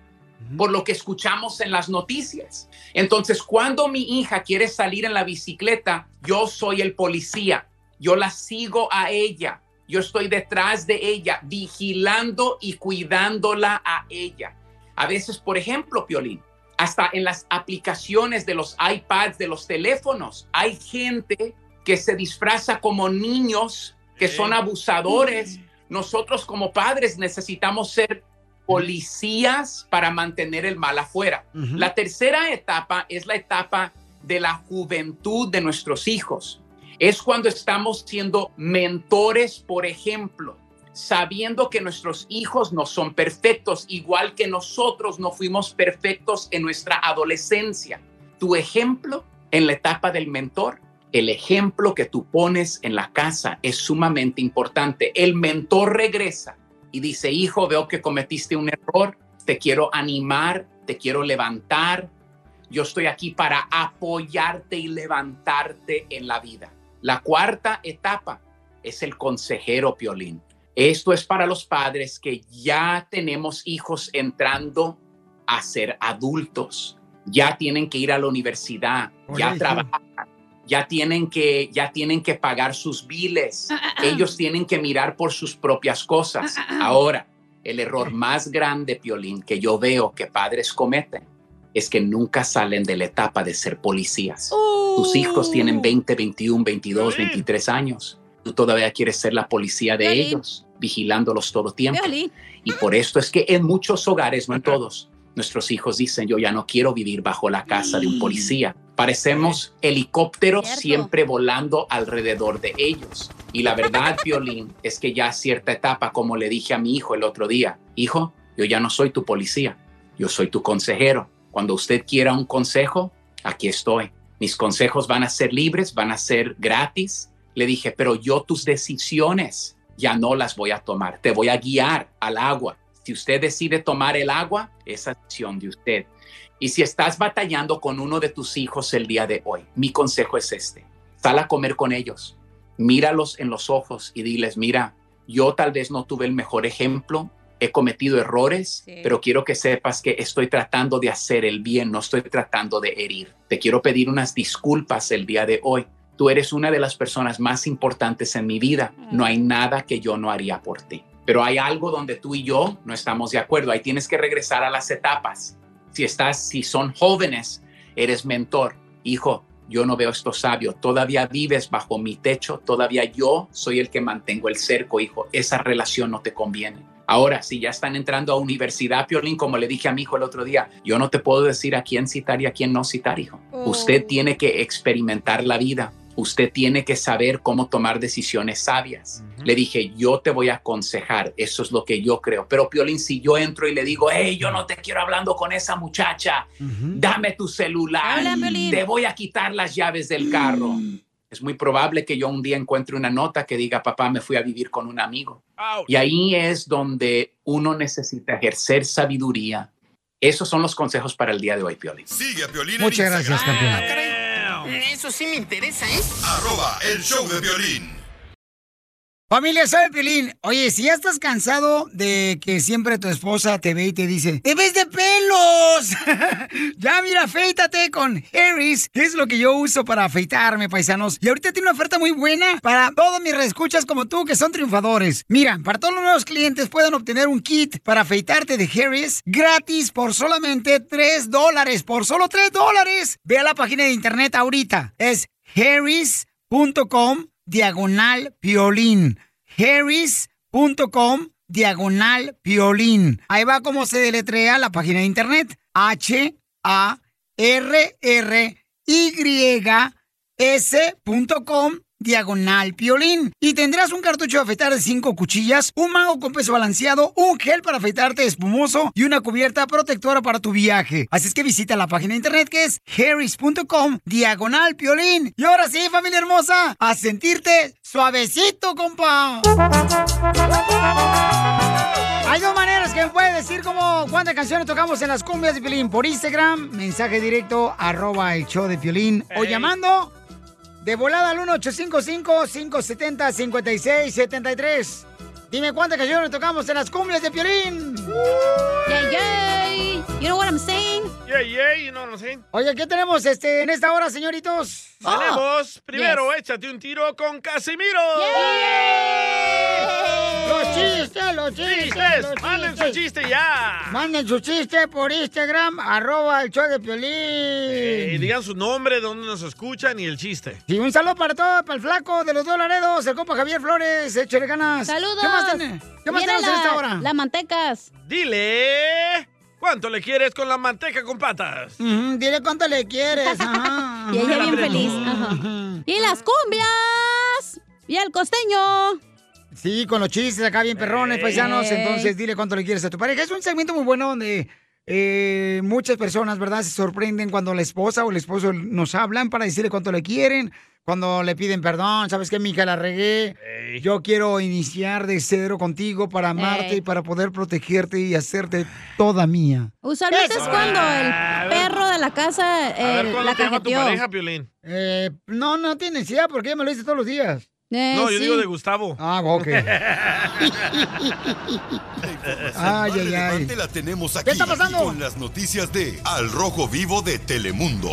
[SPEAKER 17] por lo que escuchamos en las noticias. Entonces, cuando mi hija quiere salir en la bicicleta, yo soy el policía, yo la sigo a ella, yo estoy detrás de ella, vigilando y cuidándola a ella. A veces, por ejemplo, Piolín, hasta en las aplicaciones de los iPads, de los teléfonos, hay gente que se disfraza como niños, que son abusadores. Nosotros como padres necesitamos ser policías para mantener el mal afuera.
[SPEAKER 15] Ujú.
[SPEAKER 17] La tercera etapa es la etapa de la juventud de nuestros hijos. Es cuando estamos siendo mentores, por ejemplo, sabiendo que nuestros hijos no son perfectos, igual que nosotros no fuimos perfectos en nuestra adolescencia. Tu ejemplo en la etapa del mentor, el ejemplo que tú pones en la casa es sumamente importante. El mentor regresa y dice, hijo, veo que cometiste un error, te quiero animar, te quiero levantar, yo estoy aquí para apoyarte y levantarte en la vida. La cuarta etapa es el consejero Piolín. Esto es para los padres que ya tenemos hijos entrando a ser adultos. Ya tienen que ir a la universidad, ya
[SPEAKER 18] Correcto.
[SPEAKER 17] trabajan, ya tienen que ya tienen que pagar sus biles. Ellos tienen que mirar por sus propias cosas. Ahora, el error más grande, Piolín, que yo veo que padres cometen es que nunca salen de la etapa de ser policías. Tus hijos tienen 20, 21, 22, 23 años. Tú todavía quieres ser la policía de
[SPEAKER 3] Violín.
[SPEAKER 17] ellos, vigilándolos todo tiempo.
[SPEAKER 3] Piolín.
[SPEAKER 17] Y por esto es que en muchos hogares, no en todos, nuestros hijos dicen, yo ya no quiero vivir bajo la casa de un policía. Parecemos helicópteros siempre volando alrededor de ellos. Y la verdad, Violín, es que ya a cierta etapa, como le dije a mi hijo el otro día, hijo, yo ya no soy tu policía, yo soy tu consejero. Cuando usted quiera un consejo, aquí estoy. Mis consejos van a ser libres, van a ser gratis. Le dije, pero yo tus decisiones ya no las voy a tomar. Te voy a guiar al agua. Si usted decide tomar el agua, es acción de usted. Y si estás batallando con uno de tus hijos el día de hoy, mi consejo es este. Sal a comer con ellos. Míralos en los ojos y diles, mira, yo tal vez no tuve el mejor ejemplo, he cometido errores, pero quiero que sepas que estoy tratando de hacer el bien, no estoy tratando de herir. Te quiero pedir unas disculpas el día de hoy. Tú eres una de las personas más importantes en mi vida. No hay nada que yo no haría por ti. Pero hay algo donde tú y yo no estamos de acuerdo. Ahí tienes que regresar a las etapas. Si estás, si son jóvenes, eres mentor. Hijo, yo no veo esto sabio. Todavía vives bajo mi techo. Todavía yo soy el que mantengo el cerco, hijo. Esa relación no te conviene. Ahora, si ya están entrando a universidad, Piolín, como le dije a mi hijo el otro día, yo no te puedo decir a quién citar y a quién no citar, hijo. Usted tiene que experimentar la vida. Usted tiene que saber cómo tomar decisiones sabias. Le dije, yo te voy a aconsejar. Eso es lo que yo creo. Pero Piolín, si yo entro y le digo, hey, yo no te quiero hablando con esa muchacha, dame tu celular, te voy a quitar las llaves del carro. Es muy probable que yo un día encuentre una nota que diga, papá, me fui a vivir con un amigo. Y ahí es donde uno necesita ejercer sabiduría. Esos son los consejos para el día de hoy, Piolín.
[SPEAKER 5] Sigue a Piolín en
[SPEAKER 2] Muchas
[SPEAKER 5] Instagram.
[SPEAKER 2] gracias, campeón.
[SPEAKER 19] Eso sí me interesa, ¿eh?
[SPEAKER 5] Arroba el show de violín.
[SPEAKER 2] Familia, ¿sabe, Piolín? Oye, si ya estás cansado de que siempre tu esposa te ve y te dice, ¡te ves de pelos! ya, mira, afeítate con Harris, que es lo que yo uso para afeitarme, paisanos. Y ahorita tiene una oferta muy buena para todos mis reescuchas como tú, que son triunfadores. Mira, para todos los nuevos clientes pueden obtener un kit para afeitarte de Harris gratis por solamente 3 dólares. ¡Por solo 3 dólares! Ve a la página de internet ahorita. Es harris.com diagonal piolín. harris.com diagonal piolín. Ahí va como se deletrea la página de internet. H-A-R-R-Y-S.com diagonal piolín. Y tendrás un cartucho de afeitar de 5 cuchillas, un mango con peso balanceado, un gel para afeitarte espumoso y una cubierta protectora para tu viaje. Así es que visita la página de internet que es harris.com diagonal piolín. Y ahora sí, familia hermosa, a sentirte suavecito, compa. Hay dos maneras que me puedes decir como cuántas canciones tocamos en las cumbias de Piolín. Por Instagram, mensaje directo, arroba el show de Piolín. O
[SPEAKER 9] Ey.
[SPEAKER 2] llamando de volada al 1855-570-5673. Dime cuántas canciones tocamos en las cumbias de Piolín.
[SPEAKER 3] Yay, yay. You know what I'm saying?
[SPEAKER 4] Yeah, yeah, you know what I'm saying?
[SPEAKER 2] Oye, ¿qué tenemos este, en esta hora, señoritos?
[SPEAKER 4] Ah. Tenemos
[SPEAKER 2] Oh,
[SPEAKER 4] primero,
[SPEAKER 2] yes.
[SPEAKER 4] échate un tiro con Casimiro.
[SPEAKER 2] Los chistes, los chistes.
[SPEAKER 4] Chistes,
[SPEAKER 2] los
[SPEAKER 4] manden su
[SPEAKER 2] chistes.
[SPEAKER 4] chiste ya.
[SPEAKER 2] Manden su chiste por Instagram, arroba el show de Piolín.
[SPEAKER 4] Y Eh, digan su nombre, dónde nos escuchan y el chiste.
[SPEAKER 2] Y un saludo para todo, para el flaco de los dolaredos, el compa Javier Flores, échale ganas.
[SPEAKER 3] Saludos.
[SPEAKER 2] ¿Qué más, tiene? ¿Qué más
[SPEAKER 3] Viene
[SPEAKER 2] tenemos en
[SPEAKER 3] la-
[SPEAKER 2] esta hora?
[SPEAKER 3] Las mantecas.
[SPEAKER 4] Dile, ¿cuánto le quieres con la manteca con patas?
[SPEAKER 2] Ujú, dile cuánto le quieres. ajá.
[SPEAKER 3] Y ella bien feliz. ajá. Y las cumbias. Y el costeño.
[SPEAKER 2] Sí, con los chistes acá bien perrones,
[SPEAKER 3] Ey.
[SPEAKER 2] paisanos. Entonces, dile cuánto le quieres a tu pareja. Es un segmento muy bueno donde eh, muchas personas, ¿verdad? Se sorprenden cuando la esposa o el esposo nos hablan para decirle cuánto le quieren. Cuando le piden perdón, ¿sabes qué, mija? La regué. Yo quiero iniciar de cero contigo para amarte
[SPEAKER 3] Ey.
[SPEAKER 2] y para poder protegerte y hacerte toda mía.
[SPEAKER 3] Usualmente es cuando el
[SPEAKER 2] Ah,
[SPEAKER 3] perro de la casa
[SPEAKER 4] A ver,
[SPEAKER 3] eh,
[SPEAKER 4] ¿cuándo
[SPEAKER 3] la
[SPEAKER 4] te llama tu
[SPEAKER 3] cajeteó.
[SPEAKER 4] pareja, Piolín?
[SPEAKER 2] Eh, no, no tiene necesidad porque ella me lo dice todos los días.
[SPEAKER 3] Eh,
[SPEAKER 4] no, yo digo de Gustavo.
[SPEAKER 2] Ah, ok.
[SPEAKER 5] Ay,
[SPEAKER 2] ay, ay.
[SPEAKER 5] la tenemos aquí
[SPEAKER 2] ¿Qué está pasando?
[SPEAKER 5] con las noticias de Al Rojo Vivo de Telemundo.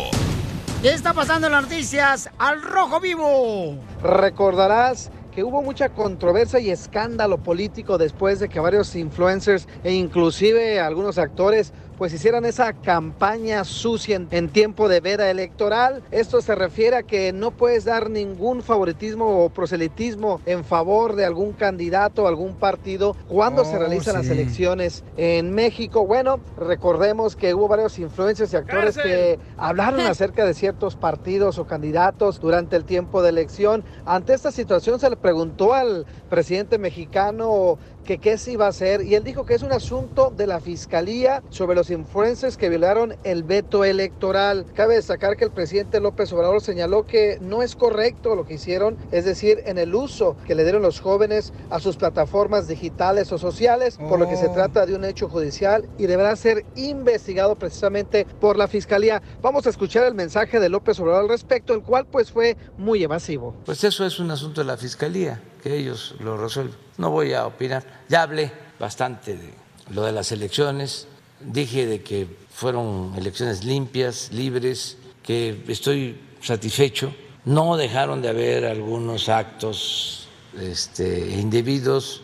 [SPEAKER 2] ¿Qué está pasando en las noticias? Al rojo vivo.
[SPEAKER 6] Recordarás que hubo mucha controversia y escándalo político después de que varios influencers e inclusive algunos actores pues hicieran esa campaña sucia en, en tiempo de veda electoral. Esto se refiere a que no puedes dar ningún favoritismo o proselitismo en favor de algún candidato o algún partido cuando se
[SPEAKER 14] Oh,
[SPEAKER 6] realizan las
[SPEAKER 14] sí.
[SPEAKER 6] elecciones en México. Bueno, recordemos que hubo varios influencers y actores que
[SPEAKER 14] ¡Cárcel!
[SPEAKER 6] hablaron acerca de ciertos partidos o candidatos durante el tiempo de elección. Ante esta situación se le preguntó al presidente mexicano que qué se iba a hacer y él dijo que es un asunto de la fiscalía sobre los influencers que violaron el veto electoral. Cabe destacar que el presidente López Obrador señaló que no es correcto lo que hicieron, es decir, en el uso que le dieron los jóvenes a sus plataformas digitales o sociales, por lo que se
[SPEAKER 14] Oh.
[SPEAKER 6] trata trata de un hecho judicial y deberá ser investigado precisamente por la fiscalía. Vamos a escuchar el mensaje de López Obrador al respecto, el cual pues fue muy evasivo.
[SPEAKER 18] Pues eso es un asunto de la Fiscalía, que ellos lo resuelven. No voy a opinar. Ya hablé bastante de lo de las elecciones. Dije de que fueron elecciones limpias, libres, que estoy satisfecho. No dejaron de haber algunos actos este, indebidos,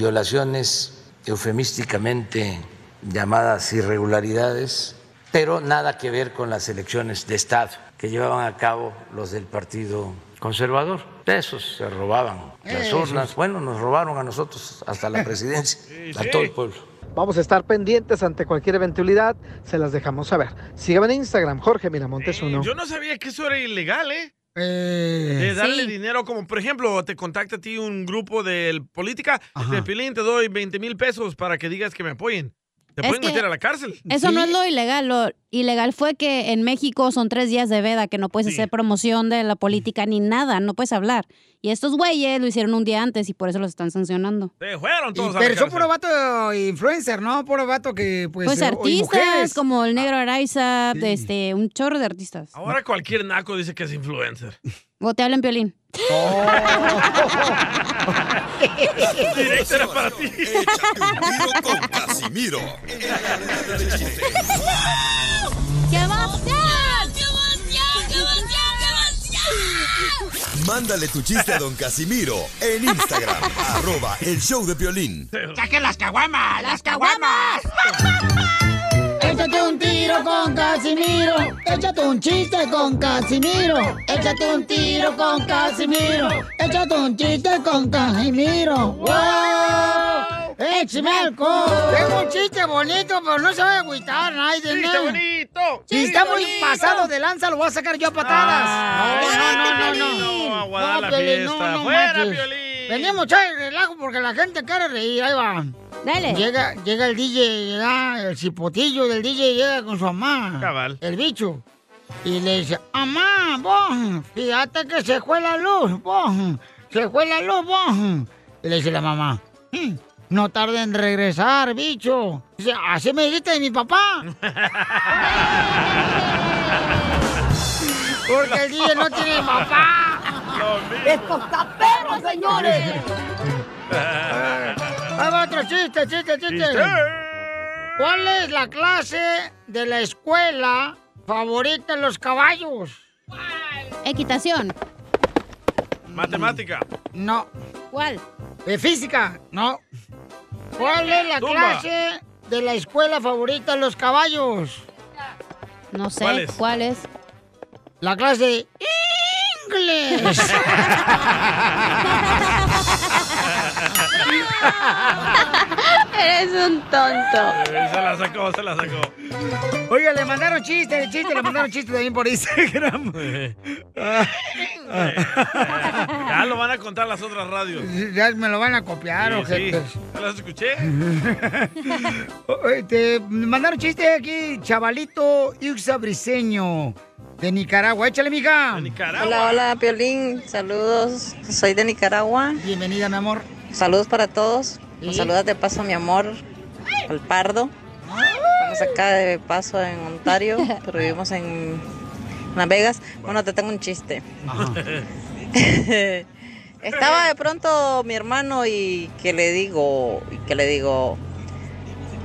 [SPEAKER 18] violaciones, eufemísticamente llamadas irregularidades, pero nada que ver con las elecciones de Estado que llevaban a cabo los del Partido Conservador. De esos se robaban las
[SPEAKER 6] Esos.
[SPEAKER 18] urnas. Bueno, nos robaron a nosotros hasta la presidencia, a todo el pueblo.
[SPEAKER 6] Vamos a estar pendientes ante cualquier eventualidad, se las dejamos saber. Síganme en Instagram, Jorge Miramontes uno.
[SPEAKER 4] Yo no sabía que eso era ilegal, ¿eh?
[SPEAKER 2] De
[SPEAKER 4] darle
[SPEAKER 6] sí.
[SPEAKER 4] dinero, como por ejemplo, te contacta a ti un grupo de política, de Pilín, te doy 20 mil pesos para que digas que me apoyen. Te
[SPEAKER 3] Es
[SPEAKER 4] pueden
[SPEAKER 3] que
[SPEAKER 4] meter a la cárcel.
[SPEAKER 3] Eso no es lo ilegal. Lo ilegal fue que en México son tres días de veda que no puedes hacer promoción de la política ni nada, no puedes hablar. Y estos güeyes lo hicieron un día antes y por eso los están sancionando.
[SPEAKER 4] Se fueron todos a la
[SPEAKER 2] Pero son
[SPEAKER 4] cárcel.
[SPEAKER 2] puro vato influencer, ¿no? Puro vato que, pues.
[SPEAKER 3] Pues,
[SPEAKER 2] eh, o- y
[SPEAKER 3] artistas
[SPEAKER 2] mujeres.
[SPEAKER 3] como el
[SPEAKER 4] Ah,
[SPEAKER 3] negro Araiza, de este, un chorro de artistas.
[SPEAKER 4] Ahora cualquier naco dice que es influencer.
[SPEAKER 3] O te hablan violín.
[SPEAKER 4] Directo era para ti.
[SPEAKER 5] Casimiro.
[SPEAKER 3] ¡Qué emoción!
[SPEAKER 15] ¡Qué emoción! ¡Qué emoción! ¡Qué emoción!
[SPEAKER 5] Mándale tu chiste a don Casimiro en Instagram, arroba el show de violín.
[SPEAKER 9] ¡Saquen las caguamas! ¡Las caguamas! Échate un tiro con Casimiro. Échate un chiste con Casimiro. Échate un tiro con Casimiro. Échate un chiste con Casimiro. ¡Wow! écheme alcohol.
[SPEAKER 2] Tengo un chiste bonito, pero no se va a agüitar, Naiden.
[SPEAKER 9] Chiste
[SPEAKER 2] bonito! Si está muy pasado de lanza, lo voy a sacar yo a patadas. Ah, no, no, no, no, no.
[SPEAKER 4] a dar la
[SPEAKER 2] Ah, Piolín, no,
[SPEAKER 4] fiesta.
[SPEAKER 2] no
[SPEAKER 4] ¡Fuera,
[SPEAKER 2] manches.
[SPEAKER 4] Piolín!
[SPEAKER 2] Venimos a echar el relajo porque la gente quiere reír. Ahí va.
[SPEAKER 3] Dale.
[SPEAKER 2] Llega, llega el DJ, llega el cipotillo del DJ llega con su mamá. Cabal. El bicho. Y le dice, mamá, vos, fíjate que se fue la luz, vos, se fue la luz, vos. Y le dice la mamá, "Mm, no tarde en regresar, bicho. Dice, así me dijiste de mi papá. Porque el DJ no tiene papá.
[SPEAKER 9] ¡Estos taperos, señores!
[SPEAKER 2] Ahí va otro chiste, chiste, chiste.
[SPEAKER 9] Chiste.
[SPEAKER 2] ¿Cuál es la clase de la escuela favorita en los caballos?
[SPEAKER 3] Equitación.
[SPEAKER 4] Matemática.
[SPEAKER 2] No.
[SPEAKER 3] ¿Cuál?
[SPEAKER 2] De física. No. ¿Cuál es la
[SPEAKER 4] Tumba.
[SPEAKER 2] clase de la escuela favorita en los caballos?
[SPEAKER 3] No sé.
[SPEAKER 2] ¿Cuál
[SPEAKER 3] ¿Cuál
[SPEAKER 2] es?
[SPEAKER 3] es?
[SPEAKER 2] La clase de inglés.
[SPEAKER 3] Eres un tonto.
[SPEAKER 4] Eh, Se la sacó, se la sacó.
[SPEAKER 2] Oiga, le mandaron chiste, de chiste, le mandaron chiste también por Instagram.
[SPEAKER 4] ya lo van a contar las otras radios.
[SPEAKER 2] Ya me lo van a copiar,
[SPEAKER 4] Sí, sí.
[SPEAKER 2] ojetes.
[SPEAKER 4] ¿Ya las escuché?
[SPEAKER 2] O- eh, Te mandaron chiste aquí, chavalito Ixa Briseño de Nicaragua. Échale, mija.
[SPEAKER 20] Hola, hola, Piolín. Saludos. Soy de Nicaragua.
[SPEAKER 2] Bienvenida, mi amor.
[SPEAKER 20] Saludos para todos. Nos
[SPEAKER 2] Sí.
[SPEAKER 20] saludas de paso, mi amor, al pardo. Estamos acá de paso en Ontario, pero vivimos en Las Vegas. Bueno, te tengo un chiste. Estaba de pronto mi hermano y que le digo, y que le digo,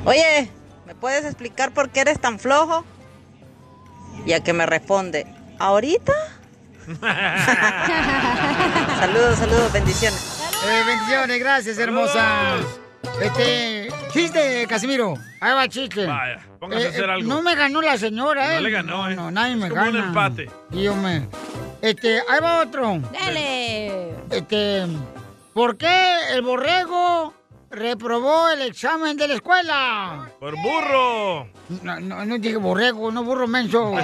[SPEAKER 20] oye, ¿me puedes explicar por qué eres tan flojo? Y a que me responde, ¿ahorita? saludos, saludos, bendiciones.
[SPEAKER 2] Eh, bendiciones, gracias, hermosa. Este, chiste, Casimiro. Ahí va, chiste. Eh,
[SPEAKER 4] Vaya, póngase a hacer algo.
[SPEAKER 2] No me ganó la señora, ¿eh?
[SPEAKER 4] No le ganó, ¿eh?
[SPEAKER 2] No, nadie me
[SPEAKER 4] como
[SPEAKER 2] gana.
[SPEAKER 4] un empate.
[SPEAKER 2] Dios me. Este, ahí va otro.
[SPEAKER 3] Dale.
[SPEAKER 2] Este, ¿por qué el borrego reprobó el examen de la escuela?
[SPEAKER 4] Por burro.
[SPEAKER 2] No, no, no dije borrego, no burro menso.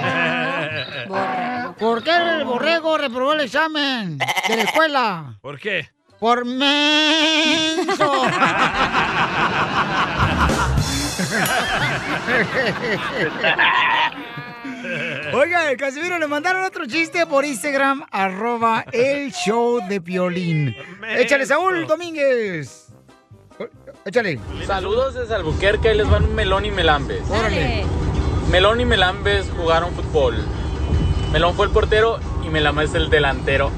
[SPEAKER 2] ¿Por qué el borrego reprobó el examen de la escuela?
[SPEAKER 4] ¿Por qué?
[SPEAKER 2] Por menso. Oiga, Casimiro, le mandaron otro chiste por Instagram, arroba el show de Piolín. Échale, Saúl Domínguez. Échale.
[SPEAKER 21] Saludos desde Albuquerque, ahí les van Melón y Melambes. Melón y Melambes jugaron fútbol. Melón fue el portero y Melamba es el delantero.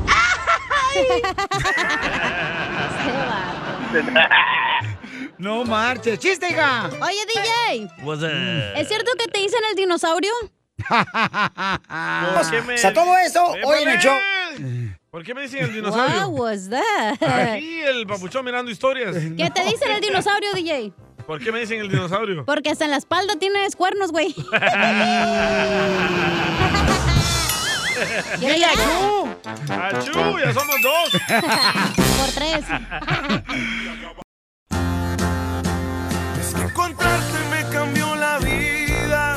[SPEAKER 2] No marches. ¡Chiste, hija!
[SPEAKER 3] Oye, DJ.
[SPEAKER 4] What's up?
[SPEAKER 3] ¿Es cierto que te dicen el dinosaurio?
[SPEAKER 4] ¿Por qué me-
[SPEAKER 2] O sea, todo eso
[SPEAKER 4] Eh,
[SPEAKER 2] hoy en el show.
[SPEAKER 4] ¿Por qué me dicen el dinosaurio?
[SPEAKER 3] What was that?
[SPEAKER 4] Aquí el papuchón mirando historias.
[SPEAKER 3] ¿Qué te dicen el dinosaurio, DJ?
[SPEAKER 4] ¿Por qué me dicen el dinosaurio?
[SPEAKER 3] Porque hasta en la espalda tienes cuernos, güey.
[SPEAKER 9] ¡Dile achú!
[SPEAKER 4] ¡Achú! ¡Ya somos dos!
[SPEAKER 3] Por tres.
[SPEAKER 22] Encontrarte me cambió la vida.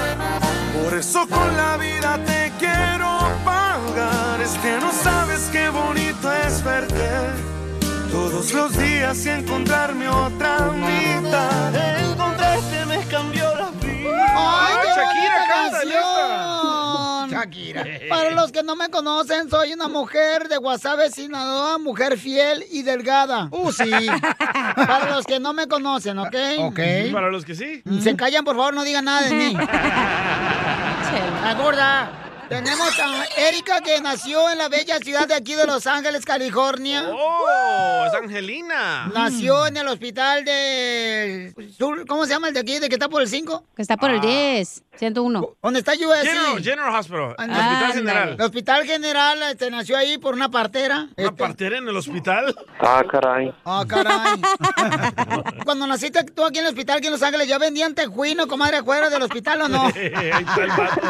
[SPEAKER 22] Por eso con la vida te quiero pagar. Es que no sabes qué bonito es verte. Todos los días y encontrarme otra mitad. Encontrarte me cambió la vida.
[SPEAKER 9] ¡Ay, qué bonita
[SPEAKER 2] canción! Shakira. Para los que no me conocen, soy una mujer de Guasave, Sinaloa, mujer fiel y delgada. ¡Uh, sí! Para los que no me conocen, ¿ok?
[SPEAKER 4] Ok. Para los que sí.
[SPEAKER 2] Se callan, por favor, no digan nada de mí. La gorda. Tenemos a Erika que nació en la bella ciudad de aquí de Los Ángeles, California.
[SPEAKER 4] ¡Oh! ¡Es Angelina!
[SPEAKER 2] Nació en el hospital del sur, ¿cómo se llama el de aquí? ¿De que está por el 5?
[SPEAKER 3] Que está por el 10, 101.
[SPEAKER 2] ¿Dónde está USC?
[SPEAKER 4] General, General Hospital.
[SPEAKER 2] Ah,
[SPEAKER 4] Hospital
[SPEAKER 2] ándale.
[SPEAKER 4] General.
[SPEAKER 2] El hospital general este, nació ahí por una partera.
[SPEAKER 4] ¿Una partera en el hospital?
[SPEAKER 23] Ah, caray.
[SPEAKER 2] Ah, caray. Cuando naciste tú aquí en el hospital, aquí en Los Ángeles, ¿ya vendían tejuino, comadre, afuera del hospital o no?
[SPEAKER 4] Ahí está el vato.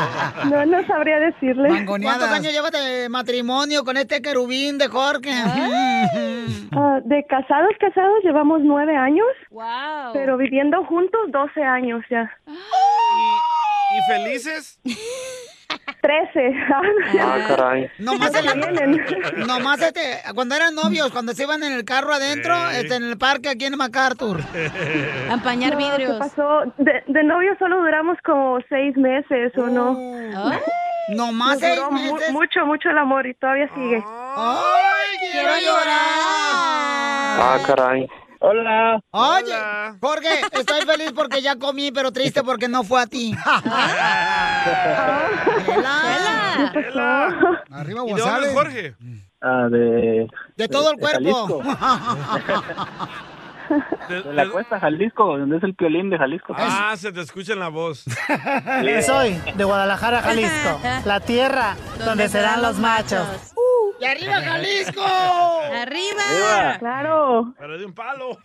[SPEAKER 23] No, no sabría
[SPEAKER 8] decirle.
[SPEAKER 2] ¿Cuántos años llevas de matrimonio con este querubín de Jorge?
[SPEAKER 8] Ah, de casados, casados, llevamos nueve años.
[SPEAKER 3] Wow.
[SPEAKER 8] Pero viviendo juntos, doce años ya.
[SPEAKER 4] ¿Y felices?
[SPEAKER 8] Trece.
[SPEAKER 7] caray.
[SPEAKER 2] Nomás, Ah, en la- nomás este, cuando eran novios, cuando se iban en el carro adentro,
[SPEAKER 7] Sí.
[SPEAKER 2] este, en el parque aquí en MacArthur.
[SPEAKER 8] No, ¿qué pasó? De, de novio solo duramos como seis meses, ¿o
[SPEAKER 2] Oh.
[SPEAKER 8] no?
[SPEAKER 2] No más seis meses.
[SPEAKER 8] mucho, mucho el amor y todavía sigue.
[SPEAKER 2] ¡Ay, quiero llorar!
[SPEAKER 7] Ah, caray.
[SPEAKER 2] Hola. Oye, Jorge, estoy feliz porque ya comí, pero triste porque no fue a ti.
[SPEAKER 4] Ah,
[SPEAKER 2] Chela. Arriba
[SPEAKER 4] ¿Y de dónde
[SPEAKER 2] Guasave.
[SPEAKER 4] es Jorge?
[SPEAKER 7] Ah, de...
[SPEAKER 2] De todo el
[SPEAKER 7] de
[SPEAKER 2] cuerpo.
[SPEAKER 7] Jalisco. De la cuesta Jalisco, donde es el piolín de Jalisco.
[SPEAKER 4] Ah, se te escucha en la voz.
[SPEAKER 16] Soy de Guadalajara, Jalisco, la tierra donde serán los machos.
[SPEAKER 2] Uh, ¡Y arriba Jalisco!
[SPEAKER 3] ¡Arriba!
[SPEAKER 8] Claro.
[SPEAKER 4] Pero de un palo.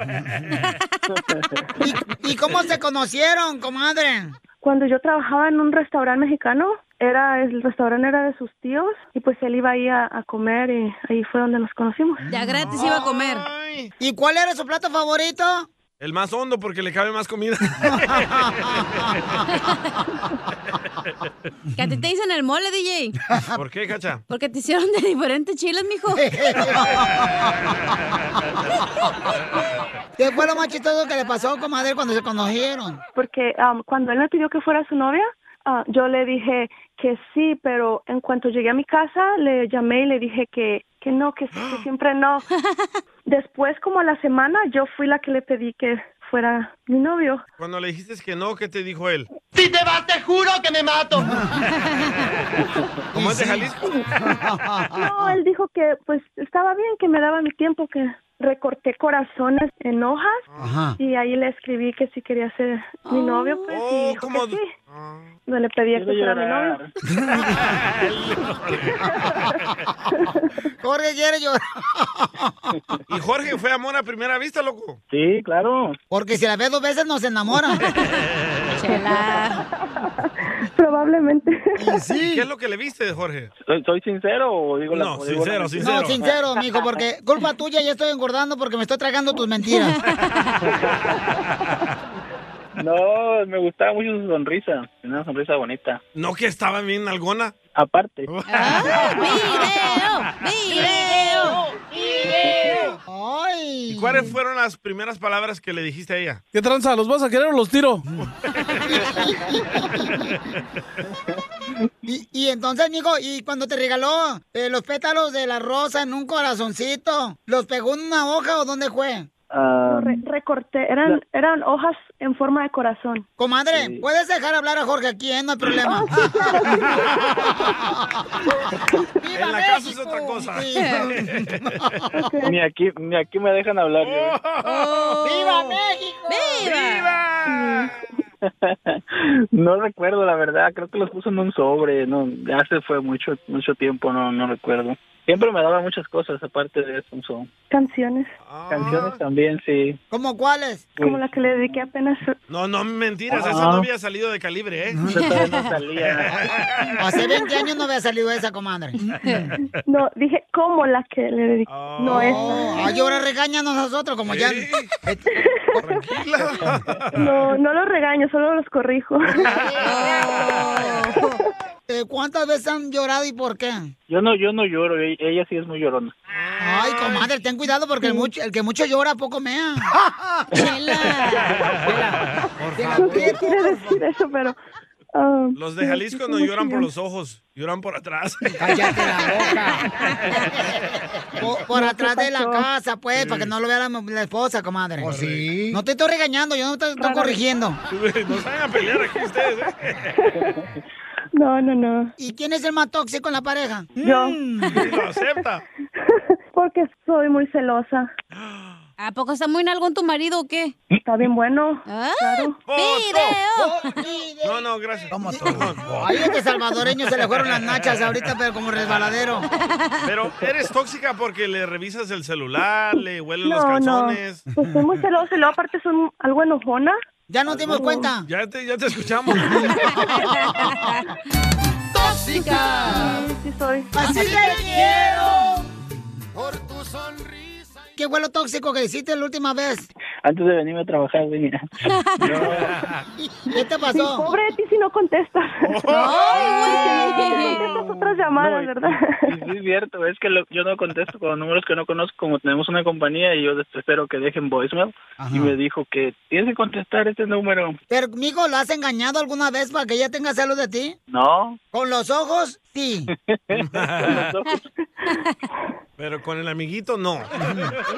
[SPEAKER 2] ¿Y cómo se conocieron, comadre?
[SPEAKER 8] Cuando yo trabajaba en un restaurante mexicano, era el restaurante era de sus tíos y pues él iba ahí a, a comer y ahí fue donde nos conocimos.
[SPEAKER 3] Ya gratis iba a comer.
[SPEAKER 2] ¿Y cuál era su plato favorito?
[SPEAKER 4] El más hondo porque le cabe más comida.
[SPEAKER 3] Que a ti te dicen el mole, DJ.
[SPEAKER 4] ¿Por qué, cacha?
[SPEAKER 3] Porque te hicieron de diferentes chiles, mijo.
[SPEAKER 2] ¿Qué fue lo más chistoso que le pasó, comadre, cuando se conocieron?
[SPEAKER 8] Porque am, cuando él me pidió que fuera su novia, ah, yo le dije que sí, pero en cuanto llegué a mi casa, le llamé y le dije que, que no, que, sí, que siempre no. Después, como a la semana, yo fui la que le pedí que fuera mi novio.
[SPEAKER 4] Cuando le dijiste que no, ¿qué te dijo él?
[SPEAKER 24] Si te vas, te juro que me mato.
[SPEAKER 4] ¿Cómo es de Jalisco?
[SPEAKER 8] No, él dijo que pues estaba bien, que me daba mi tiempo, que recorté corazones en hojas
[SPEAKER 2] Ajá.
[SPEAKER 8] y ahí le escribí que si quería ser
[SPEAKER 7] Ah.
[SPEAKER 8] mi novio, pues y
[SPEAKER 7] Oh,
[SPEAKER 8] dijo que sí. No le pedí que
[SPEAKER 7] Quiero
[SPEAKER 8] fuera mi
[SPEAKER 7] llorar.
[SPEAKER 8] novio.
[SPEAKER 2] Jorge quiere llorar.
[SPEAKER 4] ¿Y Jorge fue amor a primera vista, loco?
[SPEAKER 7] Sí, claro.
[SPEAKER 2] Porque si la ve dos veces nos enamora.
[SPEAKER 8] Probablemente.
[SPEAKER 4] ¿Qué es lo que le viste de Jorge?
[SPEAKER 7] ¿Soy, soy sincero o digo la
[SPEAKER 4] No,
[SPEAKER 7] o digo la
[SPEAKER 4] sincero,
[SPEAKER 7] mentira?
[SPEAKER 2] No, sincero, mijo, porque culpa tuya ya estoy engordando porque me estoy tragando tus mentiras.
[SPEAKER 7] No, me gustaba mucho su sonrisa. Tenía una sonrisa bonita.
[SPEAKER 4] ¿No que estaba bien alguna?
[SPEAKER 7] Aparte.
[SPEAKER 2] Ah,
[SPEAKER 3] ¡Video!
[SPEAKER 2] ¡Video! ¡Ay!
[SPEAKER 4] ¿Y cuáles fueron las primeras palabras que le dijiste a ella?
[SPEAKER 23] ¿Qué tranza? ¿Los vas a querer o los tiro?
[SPEAKER 2] Y, y entonces, mijo, y cuando te regaló eh, los pétalos de la rosa en un corazoncito, ¿los pegó en una hoja o dónde fue?
[SPEAKER 7] Ah,
[SPEAKER 8] Re- recorté, eran, eran hojas en forma de corazón.
[SPEAKER 2] Comadre, puedes dejar hablar a Jorge aquí, ¿eh? No hay problema.
[SPEAKER 4] en la casa es otra cosa.
[SPEAKER 7] ni aquí, ni aquí me dejan hablar.
[SPEAKER 4] Oh.
[SPEAKER 2] ¡Viva México!
[SPEAKER 4] ¡Viva!
[SPEAKER 7] yo. No recuerdo la verdad. Creo que los puso en un sobre. No, ya se fue mucho, mucho tiempo. No, no recuerdo. Siempre me daba muchas cosas aparte de eso. son
[SPEAKER 8] Canciones.
[SPEAKER 7] Canciones también, sí.
[SPEAKER 2] ¿Cómo cuáles?
[SPEAKER 8] Como la que le dediqué apenas.
[SPEAKER 4] No, no, mentiras,
[SPEAKER 7] Ah.
[SPEAKER 4] esa no había salido de calibre, ¿eh?
[SPEAKER 2] Hace 20 años no había salido esa, comadre.
[SPEAKER 8] No, dije como la que le dediqué. No esa.
[SPEAKER 2] Ay, Oh, ah, ahora regáñanos nosotros, como ya.
[SPEAKER 8] No, no los regaño, solo los corrijo.
[SPEAKER 2] Eh, ¿Cuántas veces han llorado y por qué?
[SPEAKER 7] Yo no, yo no lloro. e- Ella sí es muy llorona.
[SPEAKER 2] Ay, comadre, ten cuidado porque el, mucho, el que mucho llora, poco mea. Chela.
[SPEAKER 8] No sé qué quiere decir eso, pero. ah,
[SPEAKER 4] Los de Jalisco no lloran por los ojos, lloran por atrás.
[SPEAKER 2] Cállate Po-
[SPEAKER 4] No,
[SPEAKER 2] por
[SPEAKER 4] ¿qué
[SPEAKER 2] atrás de la
[SPEAKER 4] pasó?
[SPEAKER 2] casa, pues, para que no lo vea la, la esposa, comadre. sí? No te estoy regañando, yo no te estoy corrigiendo.
[SPEAKER 4] Nos van a pelear aquí ustedes, ¿eh?
[SPEAKER 8] No, no, no.
[SPEAKER 2] ¿Y quién es el más tóxico en la pareja? Mm.
[SPEAKER 8] Yo.
[SPEAKER 4] Lo acepta.
[SPEAKER 8] Porque soy muy celosa.
[SPEAKER 3] ¿A poco está muy nalgón tu marido o qué?
[SPEAKER 8] Está bien bueno.
[SPEAKER 3] Ah,
[SPEAKER 8] Claro.
[SPEAKER 3] ¡Video!
[SPEAKER 4] No, no, gracias.
[SPEAKER 2] Ay, este salvadoreño se le fueron las nachas ahorita, pero como resbaladero.
[SPEAKER 4] Pero eres tóxica porque le revisas el celular, le huelen los
[SPEAKER 8] No, no.
[SPEAKER 4] calzones.
[SPEAKER 8] Pues soy muy celosa y luego aparte son algo enojona.
[SPEAKER 2] Ya nos dimos cuenta.
[SPEAKER 4] Ya te, ya te escuchamos.
[SPEAKER 9] tóxica.
[SPEAKER 8] Sí, soy.
[SPEAKER 9] Así te quiero.
[SPEAKER 2] ¿Qué fue lo tóxico que hiciste la última vez?
[SPEAKER 7] Antes de venirme a trabajar, güey, mira.
[SPEAKER 2] ¿Qué te pasó?
[SPEAKER 8] Sí, pobre de ti si no contestas.
[SPEAKER 7] Ay,
[SPEAKER 8] Porque no contestas otras llamadas, ¿verdad?
[SPEAKER 7] Sí, es cierto, es que lo- yo no contesto con números que no conozco, como tenemos una compañía y yo des- espero que dejen voicemail. Y me dijo que tienes que contestar este número.
[SPEAKER 2] Pero, mijo, ¿la has engañado alguna vez para que ella tenga celos de ti?
[SPEAKER 7] No.
[SPEAKER 2] ¿Con los ojos? Sí.
[SPEAKER 4] Pero con el amiguito no.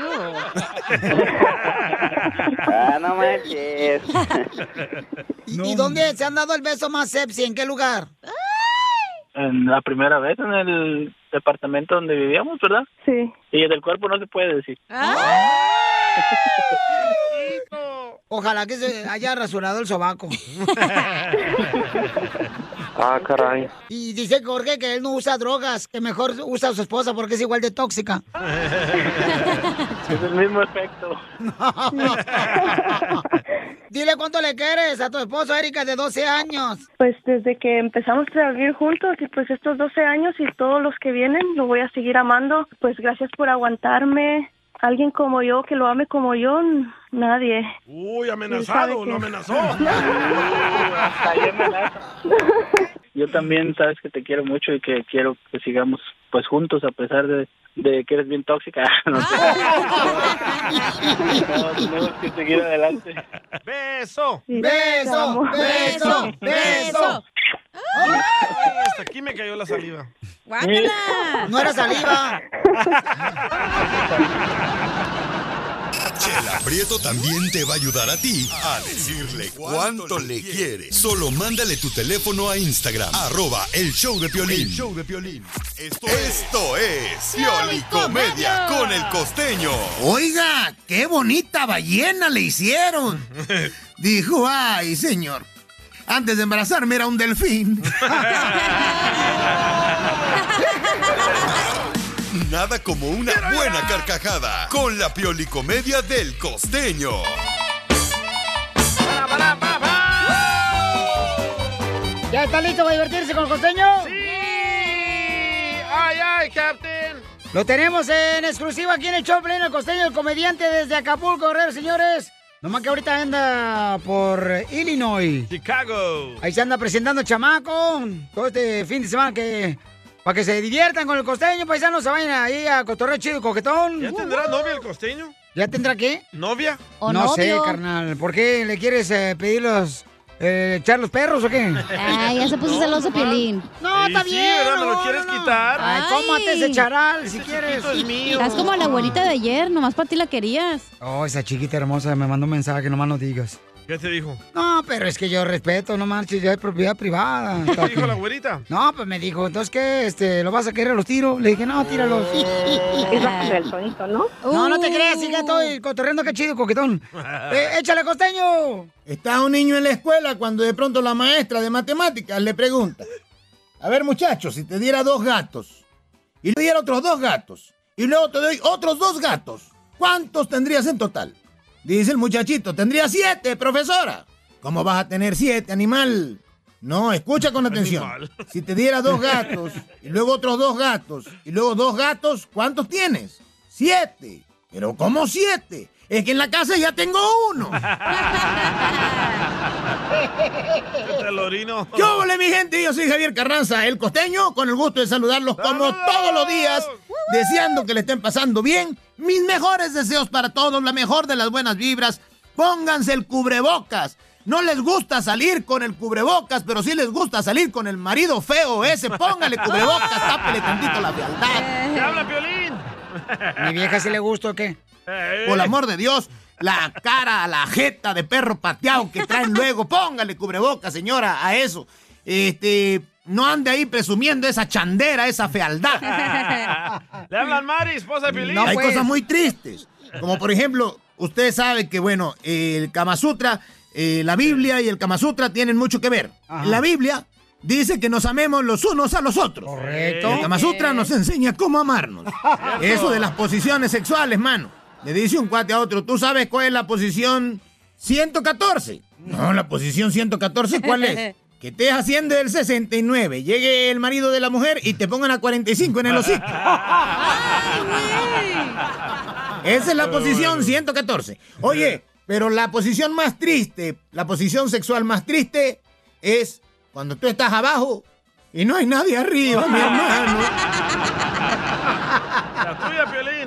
[SPEAKER 25] Ah, no manches.
[SPEAKER 2] ¿Y- ¿Y dónde se han dado el beso más sepsi? ¿En qué lugar?
[SPEAKER 7] En la primera vez en el departamento donde vivíamos, ¿verdad?
[SPEAKER 8] Sí.
[SPEAKER 7] Y del cuerpo no se puede decir.
[SPEAKER 2] Ojalá que se haya rasurado el sobaco.
[SPEAKER 25] Ah, caray.
[SPEAKER 2] Y dice Jorge que él no usa drogas, que mejor usa a su esposa porque es igual de tóxica.
[SPEAKER 7] Es el mismo efecto.
[SPEAKER 2] Dile cuánto le quieres a tu esposo, Erika, de 12 años.
[SPEAKER 8] Pues desde que empezamos a vivir juntos, y pues estos 12 años y todos los que vienen, lo voy a seguir amando. Pues gracias por aguantarme. Alguien como yo, que lo ame como yo, n- nadie.
[SPEAKER 4] Uy,
[SPEAKER 8] Él
[SPEAKER 4] amenazado,
[SPEAKER 8] sabe
[SPEAKER 4] lo
[SPEAKER 8] que-
[SPEAKER 4] amenazó.
[SPEAKER 7] Yo también sabes que te quiero mucho y que quiero que sigamos pues juntos a pesar de, de que eres bien tóxica. No sé. No, tenemos que seguir adelante.
[SPEAKER 4] Beso.
[SPEAKER 7] Sí, Beso, te amo. beso, beso.
[SPEAKER 4] Ay, hasta aquí me cayó la saliva.
[SPEAKER 2] ¡Guácala! No era saliva.
[SPEAKER 5] Chela Prieto también te va a ayudar a ti a decirle cuánto le quiere. Solo mándale tu teléfono a Instagram, arroba el show de Piolín.
[SPEAKER 14] El
[SPEAKER 5] show de Piolín. Esto, Esto es Pioli Comedia con el costeño.
[SPEAKER 14] Oiga, qué bonita ballena le hicieron. Dijo, ay, señor. Antes de embarazarme era un delfín.
[SPEAKER 5] Nada como una buena carcajada con la Pioli Comedia del costeño.
[SPEAKER 2] ¿Ya está listo para divertirse con el costeño?
[SPEAKER 4] ¡Ay, ay, Captain!
[SPEAKER 2] Lo tenemos en exclusiva aquí en el show pleno el costeño, el comediante desde Acapulco, Guerrero, señores. Nomás que ahorita anda por Illinois.
[SPEAKER 4] Chicago.
[SPEAKER 2] Ahí se anda presentando chamaco. Todo este fin de semana que. Para que se diviertan con el costeño, paisanos, se vayan ahí a cotorreo chido y coquetón.
[SPEAKER 4] ¿Ya tendrá novia el costeño?
[SPEAKER 2] ¿Ya tendrá qué?
[SPEAKER 4] ¿Novia?
[SPEAKER 2] no sé, carnal. ¿Por qué le quieres eh, pedir los. eh, echar los perros o qué?
[SPEAKER 3] Ay, Ah, ya se puso celoso Piolín.
[SPEAKER 2] No,
[SPEAKER 4] Y
[SPEAKER 2] está
[SPEAKER 4] sí,
[SPEAKER 2] bien.
[SPEAKER 4] ¿verdad? ¿Me lo
[SPEAKER 2] no,
[SPEAKER 4] quieres
[SPEAKER 2] no, no.
[SPEAKER 4] quitar?
[SPEAKER 3] Ah,
[SPEAKER 2] Ay, cómate ese charal si
[SPEAKER 4] Ese
[SPEAKER 2] quieres.
[SPEAKER 4] chiquito es mío.
[SPEAKER 3] Estás como la abuelita de ayer, nomás para ti la querías.
[SPEAKER 2] Oh, esa chiquita hermosa me mandó un mensaje, nomás no digas.
[SPEAKER 4] ¿Qué te dijo?
[SPEAKER 2] No, pero es que yo respeto, no marches, ya es propiedad privada.
[SPEAKER 4] ¿Qué dijo la güerita?
[SPEAKER 2] No, pues me dijo, entonces qué, este, ¿lo vas a querer a los tiros? Le dije, no, tíralos.
[SPEAKER 8] Es bajo el tonito, ¿no?
[SPEAKER 2] No, no te creas, sí que estoy cotorreando, qué chido, coquetón. Eh, échale, costeño.
[SPEAKER 14] Está un niño en la escuela cuando de pronto la maestra de matemáticas le pregunta, a ver muchachos, si te diera dos gatos, y le diera otros dos gatos, y luego te doy otros dos gatos, ¿cuántos tendrías en total? Dice el muchachito, tendría siete, profesora. ¿Cómo vas a tener siete, animal? No, escucha con atención.
[SPEAKER 26] Animal.
[SPEAKER 14] Si te diera dos gatos, y luego otros dos gatos, y luego dos gatos, ¿cuántos tienes? Siete. ¿Pero cómo siete? Es que en la casa ya tengo uno.
[SPEAKER 4] Te lo orino.
[SPEAKER 14] ¿Qué óvole, mi gente? Yo soy Javier Carranza, el costeño, con el gusto de saludarlos como todos los días, deseando que le estén pasando bien. Mis mejores deseos para todos, la mejor de las buenas vibras. Pónganse el cubrebocas. No les gusta salir con el cubrebocas, pero sí les gusta salir con el marido feo ese. Póngale cubrebocas, tápele tantito la fealdad.
[SPEAKER 4] Ah, ¡Te habla, Piolín!
[SPEAKER 2] ¿Mi vieja si le gusta o qué?
[SPEAKER 14] Por
[SPEAKER 4] Eh.
[SPEAKER 14] el amor de Dios, la cara, la jeta de perro pateado que traen luego. Póngale cubreboca, señora, a eso. Este, no ande ahí presumiendo esa chandera, esa fealdad.
[SPEAKER 4] Le hablan Mari, esposa de Piolín.
[SPEAKER 14] Hay cosas muy tristes. Como por ejemplo, usted sabe que, bueno, el Kama Sutra, eh, la Biblia y el Kama Sutra tienen mucho que ver. La Biblia dice que nos amemos los unos a los otros. Correcto. El Kama Sutra nos enseña cómo amarnos. Eso de las posiciones sexuales, mano. Le dice un cuate a otro, ¿tú sabes cuál es la posición 114? No, la posición 114, ¿cuál es?
[SPEAKER 11] que estés haciendo el 69, llegue el marido de la mujer y te pongan a 45 en el hocico. Esa es la posición 114. Oye, pero la posición más triste, la posición sexual más triste es cuando tú estás abajo y no hay nadie arriba, mi hermano.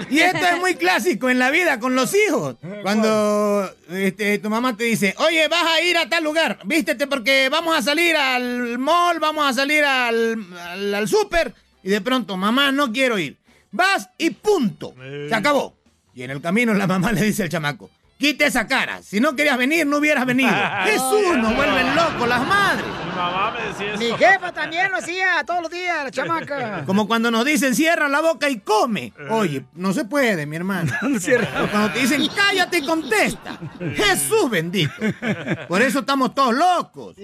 [SPEAKER 11] Y esto es muy clásico en la vida con los hijos. Cuando este, tu mamá te dice, oye, vas a ir a tal lugar, vístete porque vamos a salir al mall, vamos a salir al, al, al súper. Y de pronto, mamá, no quiero ir. Vas y punto.
[SPEAKER 9] Eh.
[SPEAKER 11] Se acabó. Y en el camino la mamá le dice al chamaco, quita esa cara. Si no querías venir, no hubieras venido. Jesús, nos vuelven locos las madres.
[SPEAKER 4] Mi mamá me decía
[SPEAKER 2] Mi
[SPEAKER 4] eso.
[SPEAKER 2] jefa también lo hacía todos los días, la chamaca.
[SPEAKER 11] Como cuando nos dicen cierra la boca y come. Oye, no se puede, mi hermano. O Cuando te dicen cállate y contesta. Jesús bendito. Por eso estamos todos locos.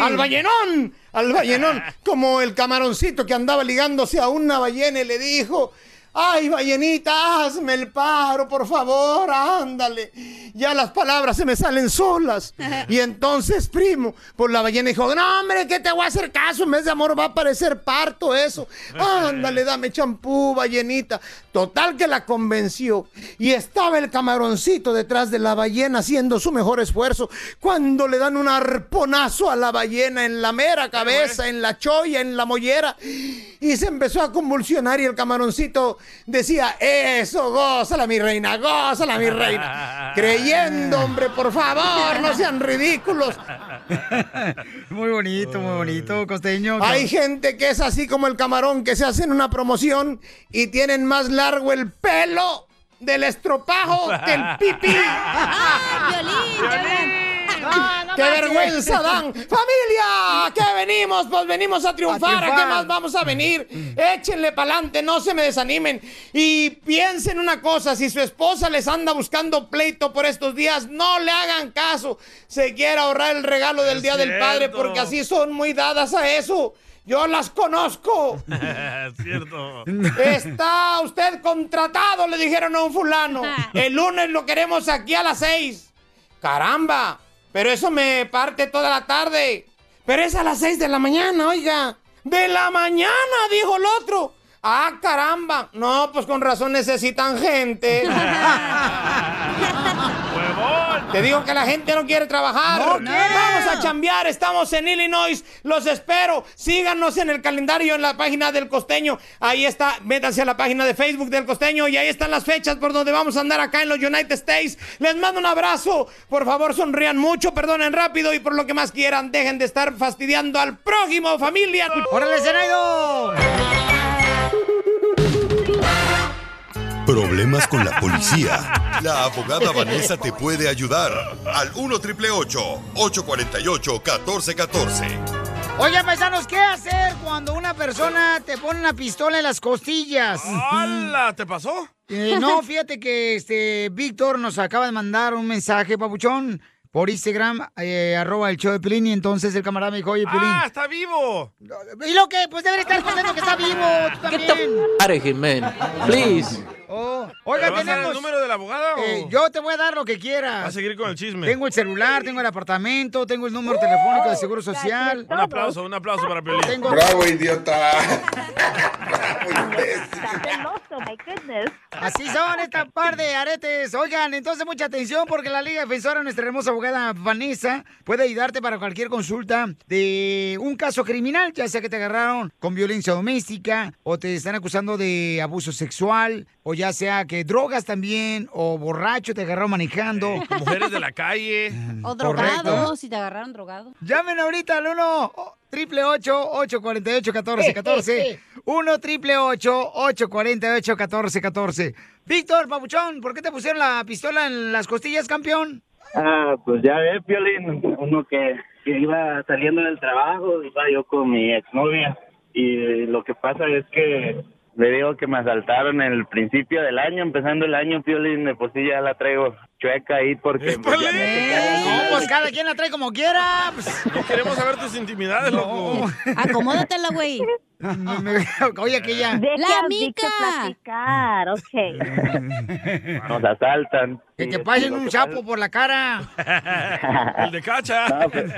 [SPEAKER 14] Al ballenón, al ballenón, como el camaroncito que andaba ligándose a una ballena y le dijo, ay ballenita, hazme el paro, por favor, ándale. Ya las palabras se me salen solas. Y entonces, primo, por la ballena dijo, no hombre, que te voy a hacer caso, en vez de amor va a parecer parto eso. Ándale, dame champú, ballenita. Total que la convenció. Y estaba el camaroncito detrás de la ballena haciendo su mejor esfuerzo cuando le dan un arponazo a la ballena en la mera cabeza, en la choya, en la mollera. Y se empezó a convulsionar y el camaroncito decía, eso, gózala mi reina, gózala mi reina. Creyendo, hombre, por favor, no sean ridículos.
[SPEAKER 2] Muy bonito, muy bonito, costeño.
[SPEAKER 14] Hay gente que es así como el camarón que se hacen una promoción y tienen más largo el pelo del estropajo que el pipí.
[SPEAKER 4] Ah,
[SPEAKER 14] ¡Qué vergüenza dan! ¡Familia! ¿Qué venimos? Pues venimos a triunfar.
[SPEAKER 9] A
[SPEAKER 14] ¿A,
[SPEAKER 9] triunfar.
[SPEAKER 14] qué más vamos a venir? Échenle pa'lante, no se me desanimen. Y piensen una cosa, si su esposa les anda buscando pleito por estos días, no le hagan caso. Se quiere ahorrar el regalo del
[SPEAKER 4] Es
[SPEAKER 14] Día del Padre
[SPEAKER 4] cierto.
[SPEAKER 14] porque así son muy dadas a eso. Yo las conozco.
[SPEAKER 4] es cierto.
[SPEAKER 14] Está usted contratado, le dijeron a un fulano. El lunes lo queremos aquí a las seis. Caramba, pero eso me parte toda la tarde. Pero es a las seis de la mañana, oiga. De la mañana, dijo el otro. Ah, caramba. No, pues con razón necesitan gente. Te digo que la gente no quiere trabajar. Vamos a chambear, estamos en Illinois. Los espero. Síganos en el calendario en la página del costeño. Ahí está, métanse a la página de Facebook del costeño y ahí están las fechas por donde vamos a andar acá en los United States. Les mando un abrazo. Por favor, sonrían mucho, perdonen rápido y por lo que más quieran, dejen de estar fastidiando al prójimo, familia.
[SPEAKER 2] ¡Órale, Zenaido!
[SPEAKER 5] Problemas con la policía. La abogada Vanessa te puede ayudar al 1 triple 848 1414.
[SPEAKER 2] Oigan, paisanos, ¿qué hacer cuando una persona te pone una pistola en las costillas?
[SPEAKER 4] ¡Hala! ¿Te pasó?
[SPEAKER 2] Eh, no, fíjate que este Víctor nos acaba de mandar un mensaje, papuchón, por Instagram, eh, arroba el show de Pilín, y entonces el camarada me dijo, oye, Pilín.
[SPEAKER 4] ¡Ah, está vivo!
[SPEAKER 2] ¿Y lo que? Pues debería estar contento que está vivo, tú también.
[SPEAKER 21] Please.
[SPEAKER 2] Oh, Oiga,
[SPEAKER 4] ¿Le vas a dar
[SPEAKER 2] tenemos...
[SPEAKER 4] el número de la abogada o...?
[SPEAKER 2] Eh, yo te voy a dar lo que quieras.
[SPEAKER 4] Va a seguir con el chisme.
[SPEAKER 2] Tengo el celular, tengo el apartamento, tengo el número telefónico de Seguro Social.
[SPEAKER 4] Un aplauso, un aplauso para Piolín.
[SPEAKER 2] Tengo-
[SPEAKER 1] Bravo, idiota.
[SPEAKER 2] Así son esta par de aretes. Oigan, entonces mucha atención porque la Liga Defensora, nuestra hermosa abogada Vanessa, puede ayudarte para cualquier consulta de un caso criminal, ya sea que te agarraron con violencia doméstica o te están acusando de abuso sexual o ya sea que drogas también o borracho te agarraron manejando.
[SPEAKER 4] Con mujeres de la calle.
[SPEAKER 3] O
[SPEAKER 2] Correcto.
[SPEAKER 3] drogado, si te agarraron drogado.
[SPEAKER 2] Llamen ahorita al 1 triple 848 1414 1 triple 848 1414 Víctor, papuchón, ¿por qué te pusieron la pistola en las costillas, campeón?
[SPEAKER 1] Ah, pues ya ves, Piolín, uno que, que iba saliendo del trabajo, iba yo con mi exnovia y lo que pasa es que le digo que me asaltaron el principio del año, empezando el año, Piolín, de por sí ya la traigo chueca ahí porque... pues, ya me-
[SPEAKER 2] No, pues cada quien la trae como quiera. pues.
[SPEAKER 4] No queremos saber tus intimidades, loco.
[SPEAKER 3] Acomódatela, güey.
[SPEAKER 2] Oye, aquella.
[SPEAKER 15] La mica.
[SPEAKER 12] platicar, ok.
[SPEAKER 1] Nos asaltan.
[SPEAKER 2] Que te pasen un sapo por la cara.
[SPEAKER 4] El de cacha.
[SPEAKER 1] pues,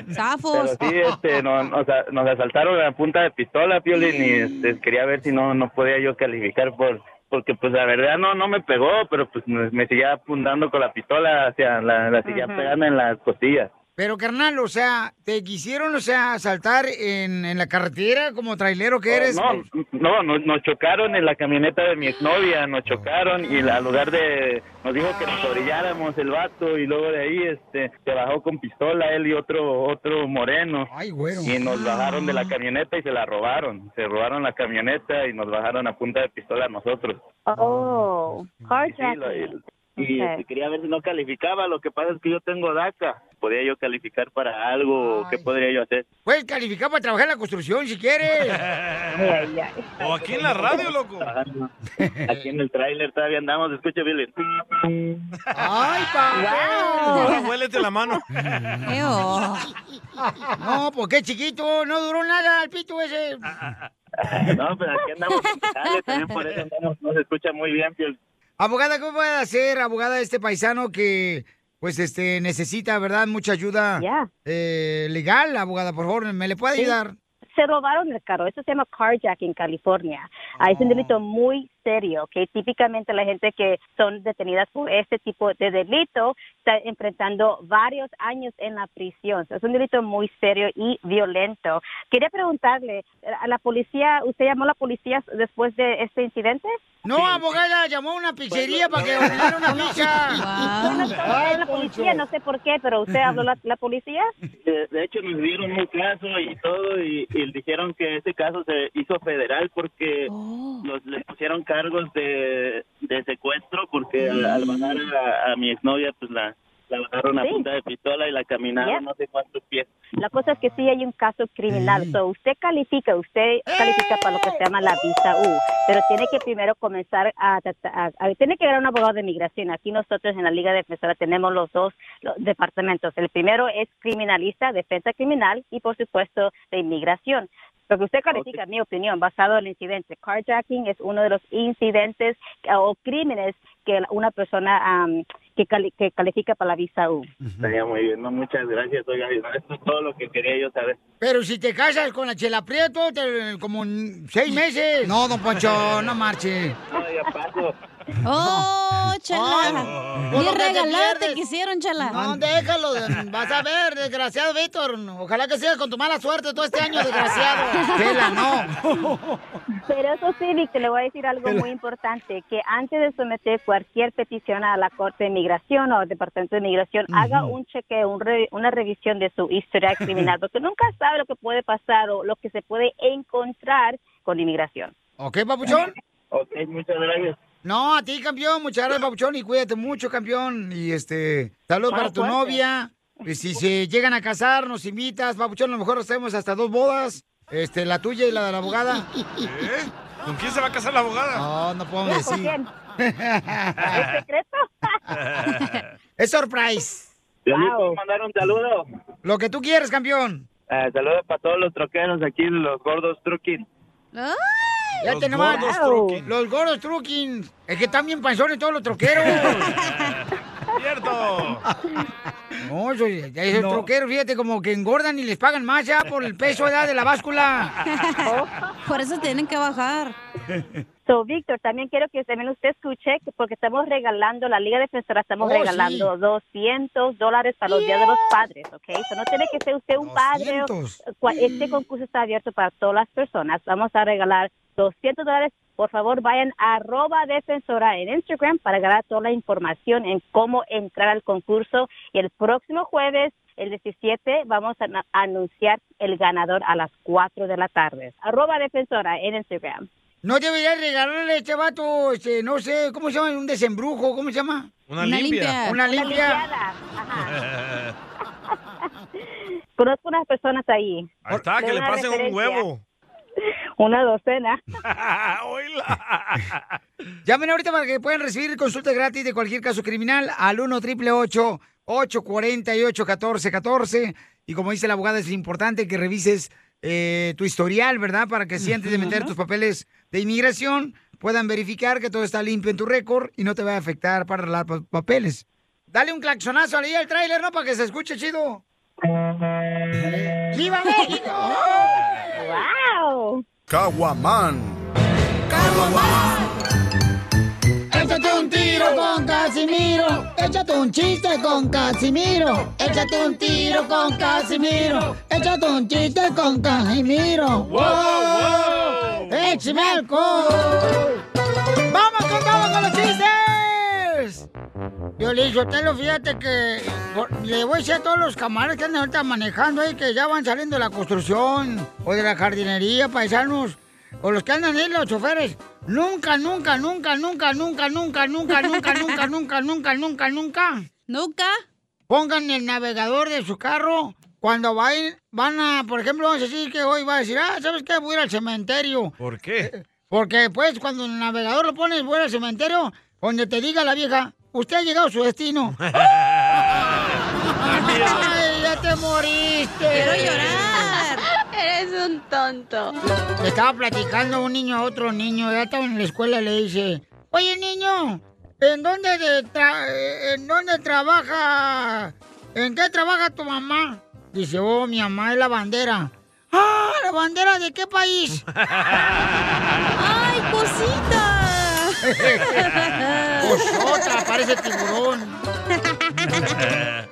[SPEAKER 1] Pero sí, este, no- nos, a- nos asaltaron a punta de pistola, Piolín, y este, quería ver si no, no podía yo calificar por porque pues la verdad no no me pegó, pero pues me me seguía apuntando con la pistola hacia la, la seguía
[SPEAKER 2] Ajá.
[SPEAKER 1] pegando en las costillas.
[SPEAKER 2] Pero, carnal, o sea, te quisieron, o sea, asaltar en, en la carretera como trailero que eres.
[SPEAKER 1] Oh, No, no, no- nos chocaron en la camioneta de mi exnovia, nos chocaron y la- al lugar de nos dijo que nos orilláramos el vato y luego de ahí este se bajó con pistola él y otro otro moreno. Y nos bajaron de la camioneta y se la robaron, se robaron la camioneta y nos bajaron a punta de pistola a nosotros.
[SPEAKER 12] Oh,
[SPEAKER 1] carjacking. Y
[SPEAKER 12] Ok.
[SPEAKER 1] este, quería ver si no calificaba, lo que pasa es que yo tengo DACA. ¿Podría yo calificar para algo? o ¿Qué podría yo hacer?
[SPEAKER 2] Puedes calificar para trabajar en la construcción si quieres.
[SPEAKER 1] O aquí en la radio, loco. Aquí en el tráiler todavía andamos, escucha, Billy.
[SPEAKER 2] ¡Ay, papá!
[SPEAKER 4] Ahora huélete la mano.
[SPEAKER 2] No, porque chiquito, no duró nada el pito ese.
[SPEAKER 1] No, pero aquí andamos en Tales, también por eso andamos, no se escucha muy bien, Piel.
[SPEAKER 2] Abogada, ¿cómo puede hacer, abogada, este paisano que, pues, este, necesita, ¿verdad?, mucha ayuda eh, legal, abogada, por favor, ¿me le puede
[SPEAKER 13] Sí.
[SPEAKER 2] ayudar?
[SPEAKER 13] Se robaron el carro. Eso se llama carjacking en California. Ah, Es un delito muy serio, que típicamente la gente que son detenidas por este tipo de delito está enfrentando varios años en la prisión. Es un delito muy serio y violento. Quería preguntarle, ¿a la policía, usted llamó a la policía después de este incidente?
[SPEAKER 2] No, abogada, llamó a una pizzería para que ordenara una pizza.
[SPEAKER 13] Bueno, solo habló la policía, no sé por qué, pero usted habló la, la policía.
[SPEAKER 1] De, Eh, de hecho, nos dieron un caso y todo, y, y dijeron que ese caso se hizo federal porque los, les pusieron cargos de, de secuestro porque al, al bajar a, a mi exnovia, pues la, la bajaron a
[SPEAKER 13] Sí.
[SPEAKER 1] punta de pistola y la caminaron
[SPEAKER 13] Yeah.
[SPEAKER 1] no sé cuántos pies.
[SPEAKER 13] La cosa es que sí hay un caso criminal. So, usted califica, usted califica para lo que se llama la visa U, pero tiene que primero comenzar a, trata- a- a- tiene que haber un abogado de migración. Aquí nosotros en la Liga Defensora tenemos los dos los departamentos. El primero es criminalista, defensa criminal y por supuesto de inmigración. Lo que usted califica, en mi opinión, basado en el incidente, carjacking es uno de los incidentes eh, o crímenes que una persona am, que, cali- que califica para la visa U.
[SPEAKER 1] Estaría muy bien, no, muchas gracias, oiga, esto es todo lo que quería yo saber.
[SPEAKER 2] Pero si te casas con la Chela Prieto, te- como en seis meses. Mm. No, don Poncho, no marche.
[SPEAKER 3] ¡Oh,
[SPEAKER 2] Ay, Oh.
[SPEAKER 3] chela!
[SPEAKER 2] por
[SPEAKER 3] Bien
[SPEAKER 2] Pues lo que te
[SPEAKER 3] regalada
[SPEAKER 2] pierdes.
[SPEAKER 3] te quisieron, chela.
[SPEAKER 2] No, déjalo, vas a ver, desgraciado Víctor. Ojalá que sigas con tu mala suerte todo este año, desgraciado. Chela, no.
[SPEAKER 13] Pero eso sí, Víctor, le voy a decir algo muy importante, que antes de someter cualquier petición a la Corte de Migración o al Departamento de Migración,
[SPEAKER 16] Ujú.
[SPEAKER 13] haga un chequeo, un re- una revisión de su historia criminal, porque nunca sabe lo que puede pasar o lo que se puede encontrar con inmigración.
[SPEAKER 2] ¿Ok, papuchón?
[SPEAKER 1] Ok, muchas gracias.
[SPEAKER 2] No, a ti, campeón. Muchas gracias, papuchón. Y cuídate mucho, campeón. Y este, saludos
[SPEAKER 13] Buena
[SPEAKER 2] para tu
[SPEAKER 13] suerte.
[SPEAKER 2] novia. Y si se llegan a casar, nos invitas, papuchón. A lo mejor hacemos hasta dos bodas. Este, la tuya y la de la abogada.
[SPEAKER 4] ¿Eh? ¿Con quién se va a casar la abogada?
[SPEAKER 2] No, no podemos
[SPEAKER 4] ¿Con
[SPEAKER 2] Ah, decir.
[SPEAKER 4] quién?
[SPEAKER 2] ¿Es
[SPEAKER 13] secreto?
[SPEAKER 2] es surprise.
[SPEAKER 1] Piolín, ¿puedo mandar un saludo?
[SPEAKER 2] Lo que tú quieres, campeón.
[SPEAKER 1] Eh, saludos para todos los troqueros aquí, los gordos truquín.
[SPEAKER 2] Ya
[SPEAKER 1] Los
[SPEAKER 2] te nomás.
[SPEAKER 1] gordos
[SPEAKER 2] Los gordos truquín. Es que están bien panzones todos los troqueros.
[SPEAKER 4] ¡Cierto!
[SPEAKER 2] No, eso, ya esos
[SPEAKER 4] No.
[SPEAKER 2] troqueros, fíjate, como que engordan y les pagan más ya por el peso ya, de la báscula.
[SPEAKER 13] Por eso tienen que bajar. So, Víctor, también quiero que también usted escuche, que- porque estamos regalando, la Liga Defensora estamos
[SPEAKER 16] Oh, sí.
[SPEAKER 13] regalando 200 dólares para los días de los padres, ¿ok? So, no tiene que ser usted un padre. o-
[SPEAKER 16] 200.
[SPEAKER 13] cua- Este concurso está abierto para todas las personas. Vamos a regalar 200 dólares. Por favor, vayan a arroba defensora en Instagram para ganar toda la información en cómo entrar al concurso. Y el próximo jueves, el 17, vamos a na- anunciar el ganador a las 4 de la tarde. Arroba defensora en Instagram.
[SPEAKER 2] No debería regalarle a este vato, este, no sé, ¿cómo se llama? Un desembrujo, ¿cómo se llama?
[SPEAKER 4] Una Una limpia. limpia.
[SPEAKER 2] Una limpia.
[SPEAKER 13] Una limpiada. Conozco unas personas ahí.
[SPEAKER 4] Ahí está, que
[SPEAKER 13] De
[SPEAKER 4] le
[SPEAKER 13] una
[SPEAKER 4] pasen un
[SPEAKER 13] referencia.
[SPEAKER 4] huevo.
[SPEAKER 13] Una docena.
[SPEAKER 2] Llamen ahorita para que puedan recibir consulta gratis de cualquier caso criminal al 1 888 848 1414 Y como dice la abogada, es importante que revises
[SPEAKER 27] eh, tu historial, ¿verdad? Para que si antes de meter tus papeles de inmigración puedan verificar que todo está limpio en tu récord y no te va a afectar para arreglar pa- papeles. Dale un claxonazo ahí al tráiler, ¿no? Para que se escuche chido. ¡Viva México!
[SPEAKER 28] ¡Wow!
[SPEAKER 5] Caguaman.
[SPEAKER 2] Échate un tiro con Casimiro. Échate un chiste con Casimiro. Échate un tiro con Casimiro. Échate un chiste con Casimiro.
[SPEAKER 9] Wow, wow.
[SPEAKER 2] ¡Échame alcohol!
[SPEAKER 27] ¡Vamos con todo con los chistes!
[SPEAKER 2] Yo le dije, Telo, fíjate que por- le voy a decir a todos los camaradas que andan ahorita manejando ahí, que ya van saliendo de la construcción o de la jardinería, paisanos, o los que andan ahí, los choferes. Nunca, nunca, nunca, nunca, nunca, nunca, nunca, nunca, nunca, nunca, nunca, nunca, nunca.
[SPEAKER 3] Nunca.
[SPEAKER 2] Pongan el navegador de su carro cuando vayan, van a, por ejemplo, vamos a decir que hoy va a decir, ah, ¿sabes qué? Voy a ir al cementerio. Eh,
[SPEAKER 4] ¿Por qué?
[SPEAKER 2] Porque pues cuando el navegador lo pones fuera al cementerio, donde te diga la vieja, usted ha llegado a su destino. ¡Ay, ya te moriste!
[SPEAKER 9] Quiero
[SPEAKER 2] llorar! Eres un tonto. Le estaba platicando un niño a otro niño, ya estaba en la escuela, le dice, oye niño, ¿en dónde, de tra- eh, ¿en dónde trabaja? ¿En qué trabaja tu mamá? Dice, oh, mi mamá es la bandera. ¡Ah, la bandera de qué país! ¡Ay, cosita! Cosota, Pues parece tiburón.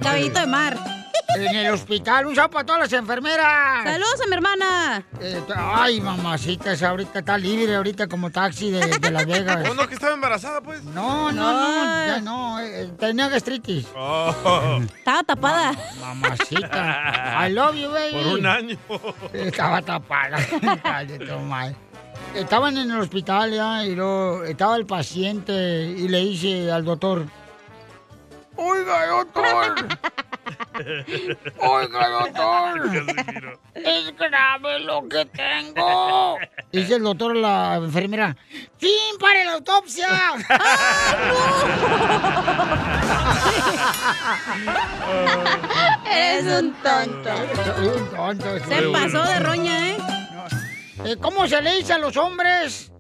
[SPEAKER 3] Caballito de mar.
[SPEAKER 2] En el hospital, un sapo a todas las enfermeras.
[SPEAKER 3] Saludos a mi hermana.
[SPEAKER 2] Eh, Ay, mamacita, esa ahorita está libre, ahorita como taxi de, de Las Vegas.
[SPEAKER 4] ¿O no que estaba embarazada, pues?
[SPEAKER 2] No, no, no, ya no, eh, eh, tenía gastritis. Estaba tapada. mamacita. I love you, baby.
[SPEAKER 4] Por un año.
[SPEAKER 2] Estaba tapada. Dale, toma. Estaban en el hospital ya y luego estaba el paciente y le dice al doctor, Oiga, doctor. Oiga, doctor. Es grave lo que tengo. Dice el doctor a la enfermera. ¡Fin para la autopsia!
[SPEAKER 9] Eres un tonto.
[SPEAKER 2] un tonto.
[SPEAKER 9] Se pasó de roña,
[SPEAKER 2] ¿eh? Eh, ¿Cómo se le dice a los hombres?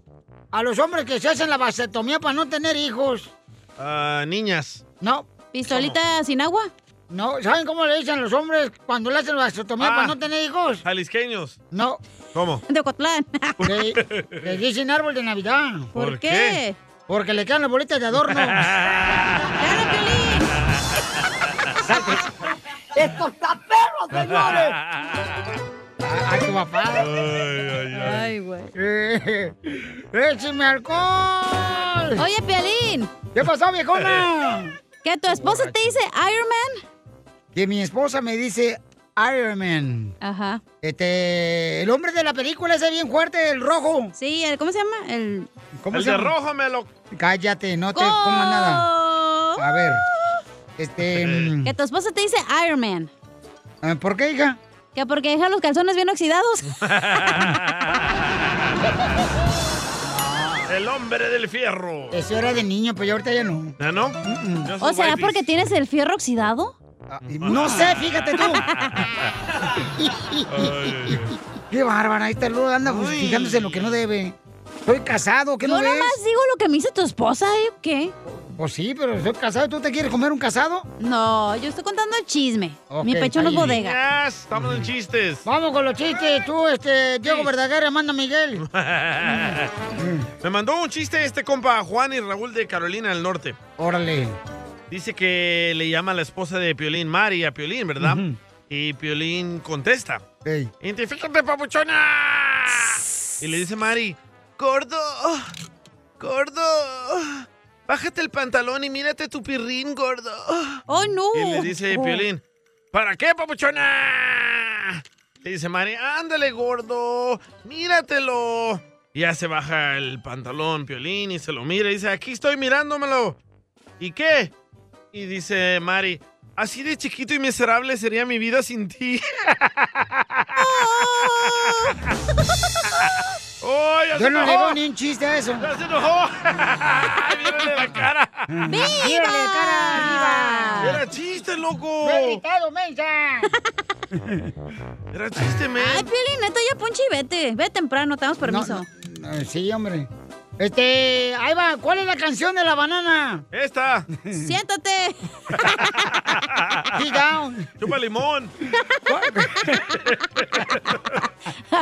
[SPEAKER 2] A los hombres que se hacen la vasectomía para no tener hijos.
[SPEAKER 4] Ah, niñas.
[SPEAKER 2] No.
[SPEAKER 3] ¿Pistolita sin agua?
[SPEAKER 2] No, ¿saben cómo le dicen los hombres cuando le hacen la vasectomía
[SPEAKER 4] Ah.
[SPEAKER 2] para no tener hijos?
[SPEAKER 4] Jalisqueños.
[SPEAKER 2] No.
[SPEAKER 4] ¿Cómo?
[SPEAKER 2] De Ocotlán. Le, le dicen árbol de Navidad.
[SPEAKER 4] ¿Por ¿Por qué? qué?
[SPEAKER 2] Porque le quedan las bolitas de adorno. ¡Esto está perro, señores! ¡Ay, tu papá!
[SPEAKER 9] ay, ay. Ay,
[SPEAKER 2] güey! ¡Écheme alcohol!
[SPEAKER 3] Oye, Pialín.
[SPEAKER 2] ¿Qué pasó, viejona?
[SPEAKER 3] Que tu esposa te dice Iron Man.
[SPEAKER 2] Que mi esposa me dice Iron Man.
[SPEAKER 3] Ajá.
[SPEAKER 2] Este, el hombre de la película ese bien fuerte, el rojo.
[SPEAKER 3] Sí, el, ¿cómo se llama? El.
[SPEAKER 4] El de rojo me lo...
[SPEAKER 2] Cállate, no te comas nada. A ver. Este. mm,
[SPEAKER 3] Que tu esposa te dice Iron Man.
[SPEAKER 2] ah, ¿Por qué, hija?
[SPEAKER 3] Que porque deja los calzones bien oxidados.
[SPEAKER 4] El hombre del fierro.
[SPEAKER 2] Eso era de niño, pero yo ahorita ya no.
[SPEAKER 4] ¿Ah, no? Ya sus
[SPEAKER 3] ¿O será
[SPEAKER 4] wifis.
[SPEAKER 3] porque tienes el fierro oxidado?
[SPEAKER 2] Ah, No sé, fíjate tú. Qué bárbara, ahí está el Lola, anda justificándose en lo que no debe. Soy casado, ¿qué
[SPEAKER 3] Yo
[SPEAKER 2] no ves?
[SPEAKER 3] nomás digo lo que me dice tu esposa, ¿eh? ¿Qué?
[SPEAKER 2] Pues sí, pero soy casado. ¿Tú te quieres comer un casado?
[SPEAKER 3] No, yo estoy contando el chisme.
[SPEAKER 2] Ok,
[SPEAKER 3] Mi pecho no es
[SPEAKER 2] está bien.
[SPEAKER 3] bodega.
[SPEAKER 4] Yes, estamos en chistes.
[SPEAKER 2] Vamos con los chistes, tú, este, Diego Verdaguer, Amanda Miguel. Mm.
[SPEAKER 4] Me mandó un chiste este compa Juan y Raúl de Carolina del Norte.
[SPEAKER 2] Órale.
[SPEAKER 4] Dice que le llama a la esposa de Piolín, Mari, a Piolín, ¿verdad? Y Piolín contesta.
[SPEAKER 2] Ey.
[SPEAKER 4] ¡Identifícate, papuchona! Y le dice Mari, Gordo, gordo, bájate el pantalón y mírate tu pirrín, gordo.
[SPEAKER 3] ¡Oh, no!
[SPEAKER 4] Y le dice Piolín, ¿para qué, papuchona? Le dice Mari, ándale, gordo, míratelo. Y ya se baja el pantalón, Piolín, y se lo mira y dice, aquí estoy mirándomelo. ¿Y qué? Y dice Mari, así de chiquito y miserable sería mi vida sin ti.
[SPEAKER 2] Yo no le veo ni un chiste a eso.
[SPEAKER 4] ¡Ya se enojó! ¡Mírale la cara!
[SPEAKER 9] ¡Viva!
[SPEAKER 3] Ah.
[SPEAKER 2] cara!
[SPEAKER 4] ¡Era
[SPEAKER 3] Este
[SPEAKER 4] chiste, loco!
[SPEAKER 2] ¡No he gritado, mensa!
[SPEAKER 4] Era chiste, men.
[SPEAKER 3] Ay, Piolín, neta, ya ponche y vete. Ve temprano, te damos permiso.
[SPEAKER 2] Ay, Sí, hombre. Este, ahí va, ¿cuál es la canción de la banana?
[SPEAKER 4] Esta.
[SPEAKER 3] Siéntate.
[SPEAKER 2] down.
[SPEAKER 4] Chupa limón.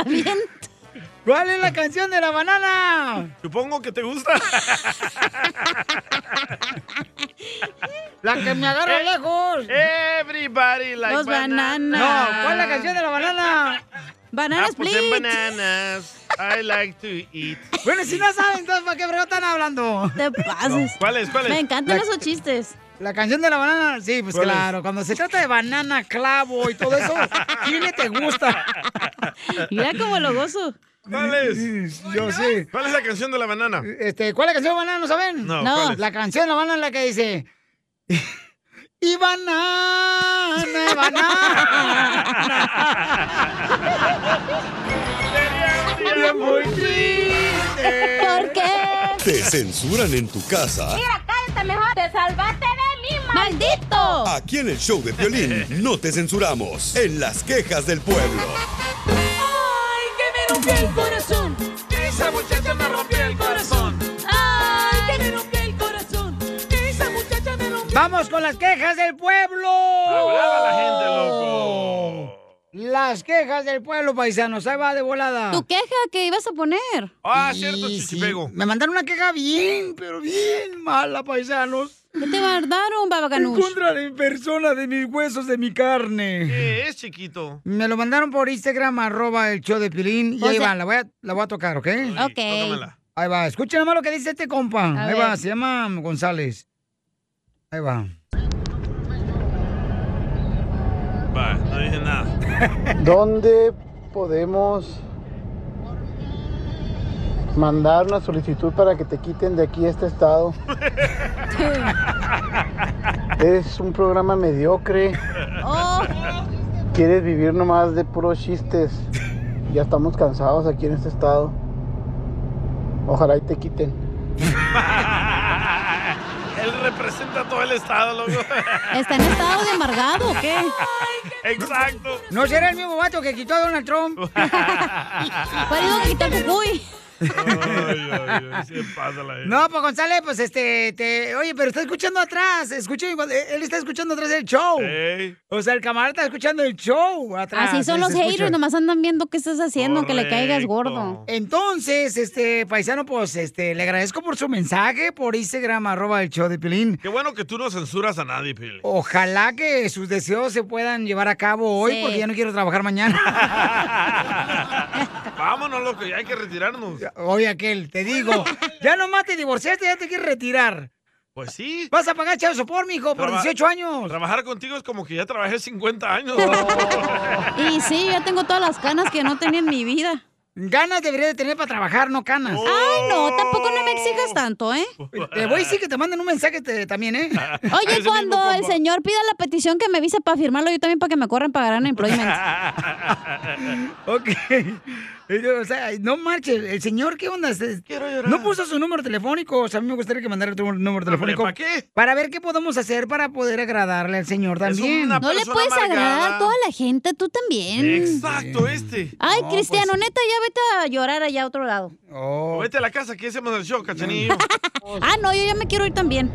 [SPEAKER 3] Bien.
[SPEAKER 2] ¿Cuál es la canción de la banana?
[SPEAKER 4] Supongo que te gusta.
[SPEAKER 2] La que me agarra
[SPEAKER 4] Eh,
[SPEAKER 2] lejos.
[SPEAKER 4] Everybody like
[SPEAKER 2] Los
[SPEAKER 4] banana.
[SPEAKER 2] bananas. No, ¿cuál es la canción de la banana?
[SPEAKER 3] Banana
[SPEAKER 4] Apples and Ah, pues, bananas. I like to eat.
[SPEAKER 2] Bueno, si no saben, entonces ¿para qué brego están hablando?
[SPEAKER 3] Te pases.
[SPEAKER 4] ¿Cuál es? ¿Cuál es?
[SPEAKER 3] Me encantan
[SPEAKER 2] La-
[SPEAKER 3] esos chistes.
[SPEAKER 2] La canción de la banana, sí, pues
[SPEAKER 4] ¿Cuál es?
[SPEAKER 2] claro. Cuando se trata de banana, clavo y todo eso, ¿quién le te gusta?
[SPEAKER 4] Mira cómo lo
[SPEAKER 3] gozo.
[SPEAKER 4] ¿Cuál es? Eh,
[SPEAKER 2] Yo sé.
[SPEAKER 4] ¿Cuál es la canción de la banana?
[SPEAKER 2] Este, ¿Cuál es la canción de banana? ¿No saben?
[SPEAKER 4] No, No. ¿cuál es?
[SPEAKER 2] La canción de la banana es la que dice... Y banana, banana.
[SPEAKER 9] ¿Por qué?
[SPEAKER 5] ¿Te censuran en tu casa?
[SPEAKER 9] Mira, cállate mejor. Te salvaste de mí, maldito.
[SPEAKER 5] Aquí en el show de violín no te censuramos. En las quejas del pueblo.
[SPEAKER 9] Ay, que me rompió el corazón. Esa muchacha me rompió el corazón. Ay, que me rompió el corazón. Esa muchacha me rompió.
[SPEAKER 2] ¡Vamos con las quejas del pueblo!
[SPEAKER 9] brava la
[SPEAKER 4] gente,
[SPEAKER 2] loco! Las quejas del pueblo, paisanos. Ahí va de volada.
[SPEAKER 3] ¿Tu queja que ibas a poner?
[SPEAKER 4] Ah,
[SPEAKER 2] cierto, chichipego. Me mandaron una queja bien, pero bien mala, paisanos.
[SPEAKER 3] ¿Qué te mandaron, babacanush?
[SPEAKER 2] En contra de mi persona, de mis huesos, de mi carne.
[SPEAKER 4] ¿Qué Eh, es, chiquito?
[SPEAKER 2] Me lo mandaron por Instagram, arroba el show de Pilín. Y
[SPEAKER 4] O
[SPEAKER 2] ahí
[SPEAKER 4] sea-
[SPEAKER 2] va, la voy, a, la voy a tocar, ¿ok?
[SPEAKER 3] Ok. tócamela.
[SPEAKER 2] Ahí va, escuchen nomás lo que dice este compa.
[SPEAKER 3] A
[SPEAKER 2] ahí
[SPEAKER 3] ver.
[SPEAKER 2] va, se llama González. Ahí va.
[SPEAKER 4] Va, no dije nada.
[SPEAKER 23] ¿Dónde podemos mandar una solicitud para que te quiten de aquí este estado? Es un programa mediocre.
[SPEAKER 9] Oh.
[SPEAKER 23] Quieres vivir nomás de puros chistes. Ya estamos cansados aquí en este estado. Ojalá y te quiten.
[SPEAKER 4] Él representa todo el estado, loco.
[SPEAKER 3] ¿Está en estado de amargado o qué?
[SPEAKER 4] Exacto.
[SPEAKER 2] ¿No será el mismo vato que quitó a Donald Trump?
[SPEAKER 3] ¿Cuál es lo Pues que quitó el cucuy?
[SPEAKER 4] Se pasa la
[SPEAKER 2] No, pues González, pues este, te... oye, pero está escuchando atrás, escucha, él está escuchando atrás del show.
[SPEAKER 4] Ey.
[SPEAKER 2] O sea, el camarada está escuchando el show atrás.
[SPEAKER 3] Así son
[SPEAKER 2] ahí
[SPEAKER 3] los
[SPEAKER 2] Ah, se
[SPEAKER 3] haters,
[SPEAKER 2] escucha.
[SPEAKER 3] nomás andan viendo qué estás haciendo, que le caigas gordo.
[SPEAKER 2] Entonces, este, paisano, pues, este, le agradezco por su mensaje, por Instagram, arroba el show de Pilín.
[SPEAKER 4] Qué bueno que tú no censuras a nadie, Pili.
[SPEAKER 2] Ojalá que sus deseos se puedan llevar a cabo hoy,
[SPEAKER 4] Sí.
[SPEAKER 2] porque ya no quiero trabajar mañana.
[SPEAKER 4] Vámonos, loco, ya hay que retirarnos.
[SPEAKER 2] Oye, aquel, te digo, ya nomás te divorciaste, ya te quieres retirar.
[SPEAKER 4] Pues sí.
[SPEAKER 2] Vas a pagar chavo por mi hijo, por
[SPEAKER 4] Traba-
[SPEAKER 2] 18 años.
[SPEAKER 4] Trabajar contigo es como que ya trabajé 50 años.
[SPEAKER 3] Y sí, ya tengo todas las canas que no tenía en mi vida.
[SPEAKER 2] Ganas debería de tener para trabajar, no canas.
[SPEAKER 3] Ay, no, tampoco no me exijas tanto, ¿eh?
[SPEAKER 2] Te voy a decir que te manden un mensaje te- también, ¿eh?
[SPEAKER 3] Oye, cuando el señor pida la petición que me avisa para firmarlo, yo también para que me corran para ganar employment.
[SPEAKER 2] Ok. O sea, no marches. El señor, ¿qué onda? Se- No puso su número telefónico. O sea, a mí me gustaría que mandara tu número telefónico.
[SPEAKER 4] ¿para qué?
[SPEAKER 2] Para ver qué podemos hacer para poder agradarle al señor también.
[SPEAKER 3] No le puedes agradar a toda la gente, tú también.
[SPEAKER 4] Exacto, este.
[SPEAKER 3] Ay, Cristiano, neta, ya vete a llorar allá a otro lado.
[SPEAKER 4] O
[SPEAKER 2] Oh.
[SPEAKER 4] Vete a la casa, que hacemos el show, cachanillo.
[SPEAKER 3] Ah, no, yo ya me quiero ir también.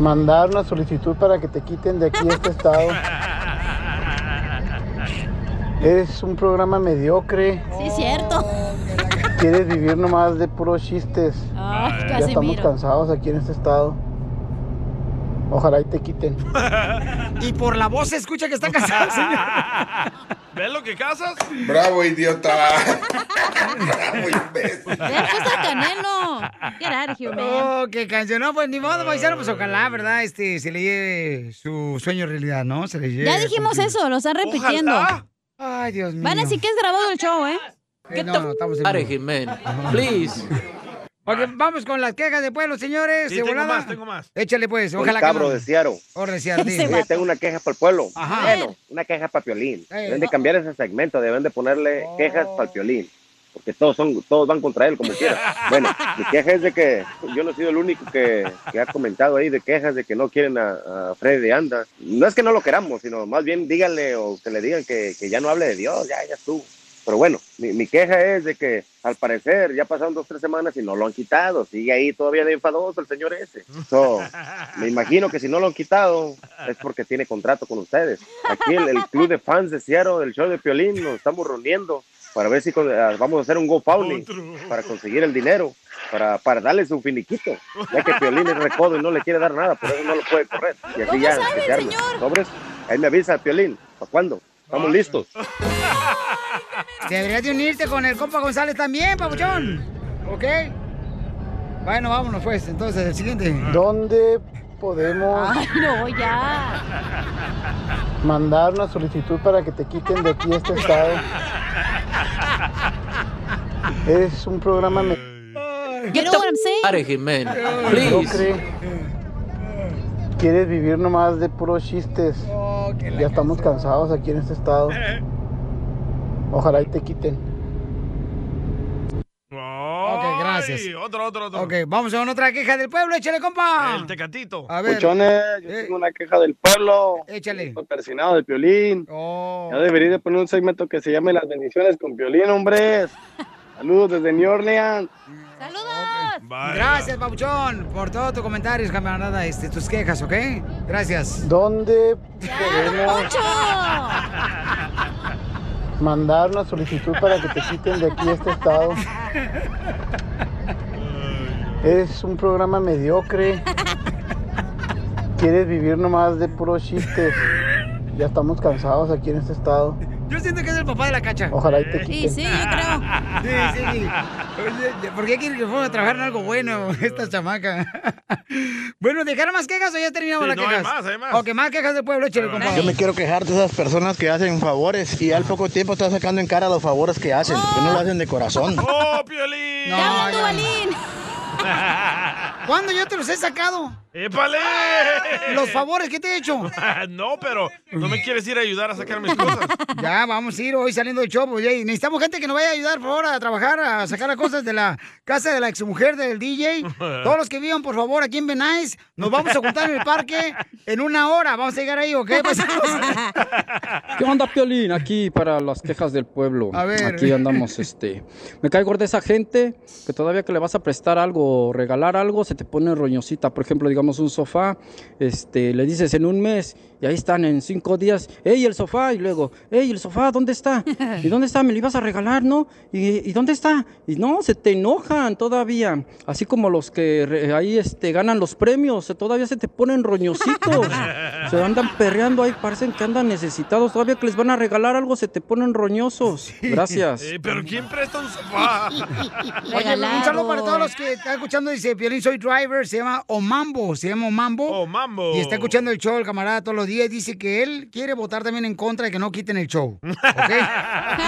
[SPEAKER 23] Mandar una solicitud para que te quiten de aquí este estado. Es un programa mediocre.
[SPEAKER 3] Sí, cierto.
[SPEAKER 23] Quieres vivir nomás de puros chistes.
[SPEAKER 9] Ah,
[SPEAKER 3] Ay,
[SPEAKER 23] ya estamos
[SPEAKER 3] Casimiro.
[SPEAKER 23] cansados aquí en este estado. Ojalá y te quiten.
[SPEAKER 2] Y por la voz se escucha que está casado, señor.
[SPEAKER 4] ¿Ves lo que casas?
[SPEAKER 29] Bravo, idiota.
[SPEAKER 3] Canelo. Get out of here, man. Oh,
[SPEAKER 2] Oh, qué canción. No, pues ni modo, paisano. Pues ojalá, ¿verdad? Este, se le lleve su sueño realidad, ¿no? Se le lleve.
[SPEAKER 3] Ya dijimos
[SPEAKER 2] cumplido.
[SPEAKER 3] eso, lo están repitiendo.
[SPEAKER 2] Ojalá. Ay, Dios mío.
[SPEAKER 3] Van a decir que es grabado el show, ¿eh?
[SPEAKER 2] Eh, no, no, estamos en vivo.
[SPEAKER 29] Please.
[SPEAKER 2] Ok, vamos con las quejas de pueblo, señores.
[SPEAKER 29] Sí,
[SPEAKER 2] de
[SPEAKER 29] tengo
[SPEAKER 2] volada.
[SPEAKER 29] más, tengo
[SPEAKER 4] más.
[SPEAKER 2] Échale pues, ojalá
[SPEAKER 29] Soy
[SPEAKER 2] que
[SPEAKER 29] cabro
[SPEAKER 2] no. Oh,
[SPEAKER 29] de Seattle.
[SPEAKER 2] Por desear, dime.
[SPEAKER 29] Oye, tengo una queja para el pueblo.
[SPEAKER 2] Ajá.
[SPEAKER 29] Bueno, una queja para Piolín.
[SPEAKER 2] Eh,
[SPEAKER 29] Deben de
[SPEAKER 2] no. Oh.
[SPEAKER 29] cambiar ese segmento, deben de ponerle quejas para el Piolín. porque todos son todos van contra él como quiera. Bueno, mi queja es de que yo no he sido el único que, que ha comentado ahí de quejas de que no quieren a, a Freddy de Anda. No es que no lo queramos, sino más bien díganle o que le digan que, que ya no hable de Dios, ya, ya estuvo. Pero bueno, mi, mi queja es de que al parecer ya pasaron dos, tres semanas y no lo han quitado. Sigue ahí todavía de enfadoso el señor ese. So, me imagino que si no lo han quitado es porque tiene contrato con ustedes. Aquí el, el club de fans de Seattle, del show de Piolín, nos estamos reuniendo para ver si con- ah, vamos a hacer un GoFundMe para conseguir el dinero, para, para darle su finiquito. Ya que Piolín es recodo y no le quiere dar nada, por eso no lo puede correr. Y así
[SPEAKER 18] ¿Cómo
[SPEAKER 29] ya,
[SPEAKER 18] sabe,
[SPEAKER 29] que se arme.
[SPEAKER 18] señor?
[SPEAKER 29] Sobres, ahí me avisa Piolín. ¿Para cuándo? Estamos listos.
[SPEAKER 2] Deberías de unirte con el compa González también, papuchón. ¿Ok? Bueno, vámonos pues. Entonces, el siguiente.
[SPEAKER 23] ¿Dónde podemos
[SPEAKER 9] Ay, no, ya.
[SPEAKER 23] mandar una solicitud para que te quiten de aquí este estado? Es un programa... me-
[SPEAKER 9] You know what I'm saying?
[SPEAKER 23] No cree. Quieres vivir nomás de puros chistes.
[SPEAKER 2] Oh,
[SPEAKER 23] ya estamos cansados aquí en este estado. Ojalá y te quiten.
[SPEAKER 2] Ok, gracias. Otro, otro, otro. Ok, vamos con otra queja del pueblo. Échale, compa. El
[SPEAKER 30] tecatito.
[SPEAKER 2] A ver. eh,
[SPEAKER 4] Muchones, yo tengo una queja del pueblo.
[SPEAKER 2] Échale.
[SPEAKER 4] Por persinado del Piolín.
[SPEAKER 2] Oh.
[SPEAKER 4] Ya debería de poner un segmento que se llame Las bendiciones con Piolín, hombres. Saludos desde New Orleans.
[SPEAKER 2] Gracias, papuchón, por todos tus comentarios, camarada, este, tus quejas, ¿ok? Gracias.
[SPEAKER 23] ¿Dónde
[SPEAKER 2] podemos...
[SPEAKER 23] Mandar una solicitud para que te quiten de aquí este estado. Es un programa mediocre. Quieres vivir nomás de puros chistes. Ya estamos cansados aquí en este estado.
[SPEAKER 2] Yo siento que es el papá de la cacha.
[SPEAKER 23] Ojalá y te quiten.
[SPEAKER 2] Sí, sí, yo creo. Sí, sí, sí. Oye, ¿Por qué quieren que fueron a trabajar en algo bueno esta chamaca? Bueno, ¿dejaron más quejas o ya terminamos
[SPEAKER 30] Sí,
[SPEAKER 2] las
[SPEAKER 30] no, hay
[SPEAKER 2] quejas?
[SPEAKER 30] más, hay más.
[SPEAKER 2] Ok, más quejas del pueblo, échale, compa.
[SPEAKER 16] Yo me quiero quejar de esas personas que hacen favores y al poco tiempo están sacando en cara los favores que hacen, que no lo hacen de corazón.
[SPEAKER 30] ¡Oh, Piolín!
[SPEAKER 2] No, hablan tú, ya. ¿Cuándo yo te los he sacado?
[SPEAKER 30] ¡Épale!
[SPEAKER 2] Los favores que te he hecho.
[SPEAKER 30] Ah, no, pero no me quieres ir a ayudar a sacar mis cosas.
[SPEAKER 2] Ya, vamos a ir hoy saliendo del show. pues, ya, y Necesitamos gente que nos vaya a ayudar, por favor, a trabajar, a sacar las cosas de la casa de la exmujer del DJ. Todos los que vivan, por favor, aquí en Benais, nos vamos a juntar en el parque en una hora. Vamos a llegar ahí, ¿ok? Pues, paisanos?
[SPEAKER 31] ¿Qué onda, Piolín? Aquí para las quejas del pueblo.
[SPEAKER 2] A ver.
[SPEAKER 31] Aquí andamos, este. Me cae gorda esa gente que todavía que le vas a prestar algo o regalar algo, se te pone roñosita. Por ejemplo, digamos un sofá, este, le dices en un mes y ahí están en cinco días. ¡Ey, el sofá! Y luego, ¡Ey, el sofá! ¿Dónde está? ¿Y dónde está? ¿Me lo ibas a regalar, no? ¿Y, y dónde está? Y no, se te enojan todavía. Así como los que re- ahí este, ganan los premios, se- todavía se te ponen roñositos. Se andan perreando ahí, parecen que andan necesitados. Todavía que les van a regalar algo, se te ponen roñosos. Gracias.
[SPEAKER 30] Eh, pero ¿quién presta un sofá?
[SPEAKER 2] Oye, un saludo para todos los que están escuchando. Dice, Piolín, soy driver. Se llama Omambo. Se llama Omambo. Omambo. Y está escuchando el show, el camarada, todos los días. Dice que él quiere votar también en contra de que no quiten el show. ¿Ok?
[SPEAKER 3] ¿eh?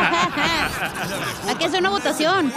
[SPEAKER 9] Hay que hacer una votación.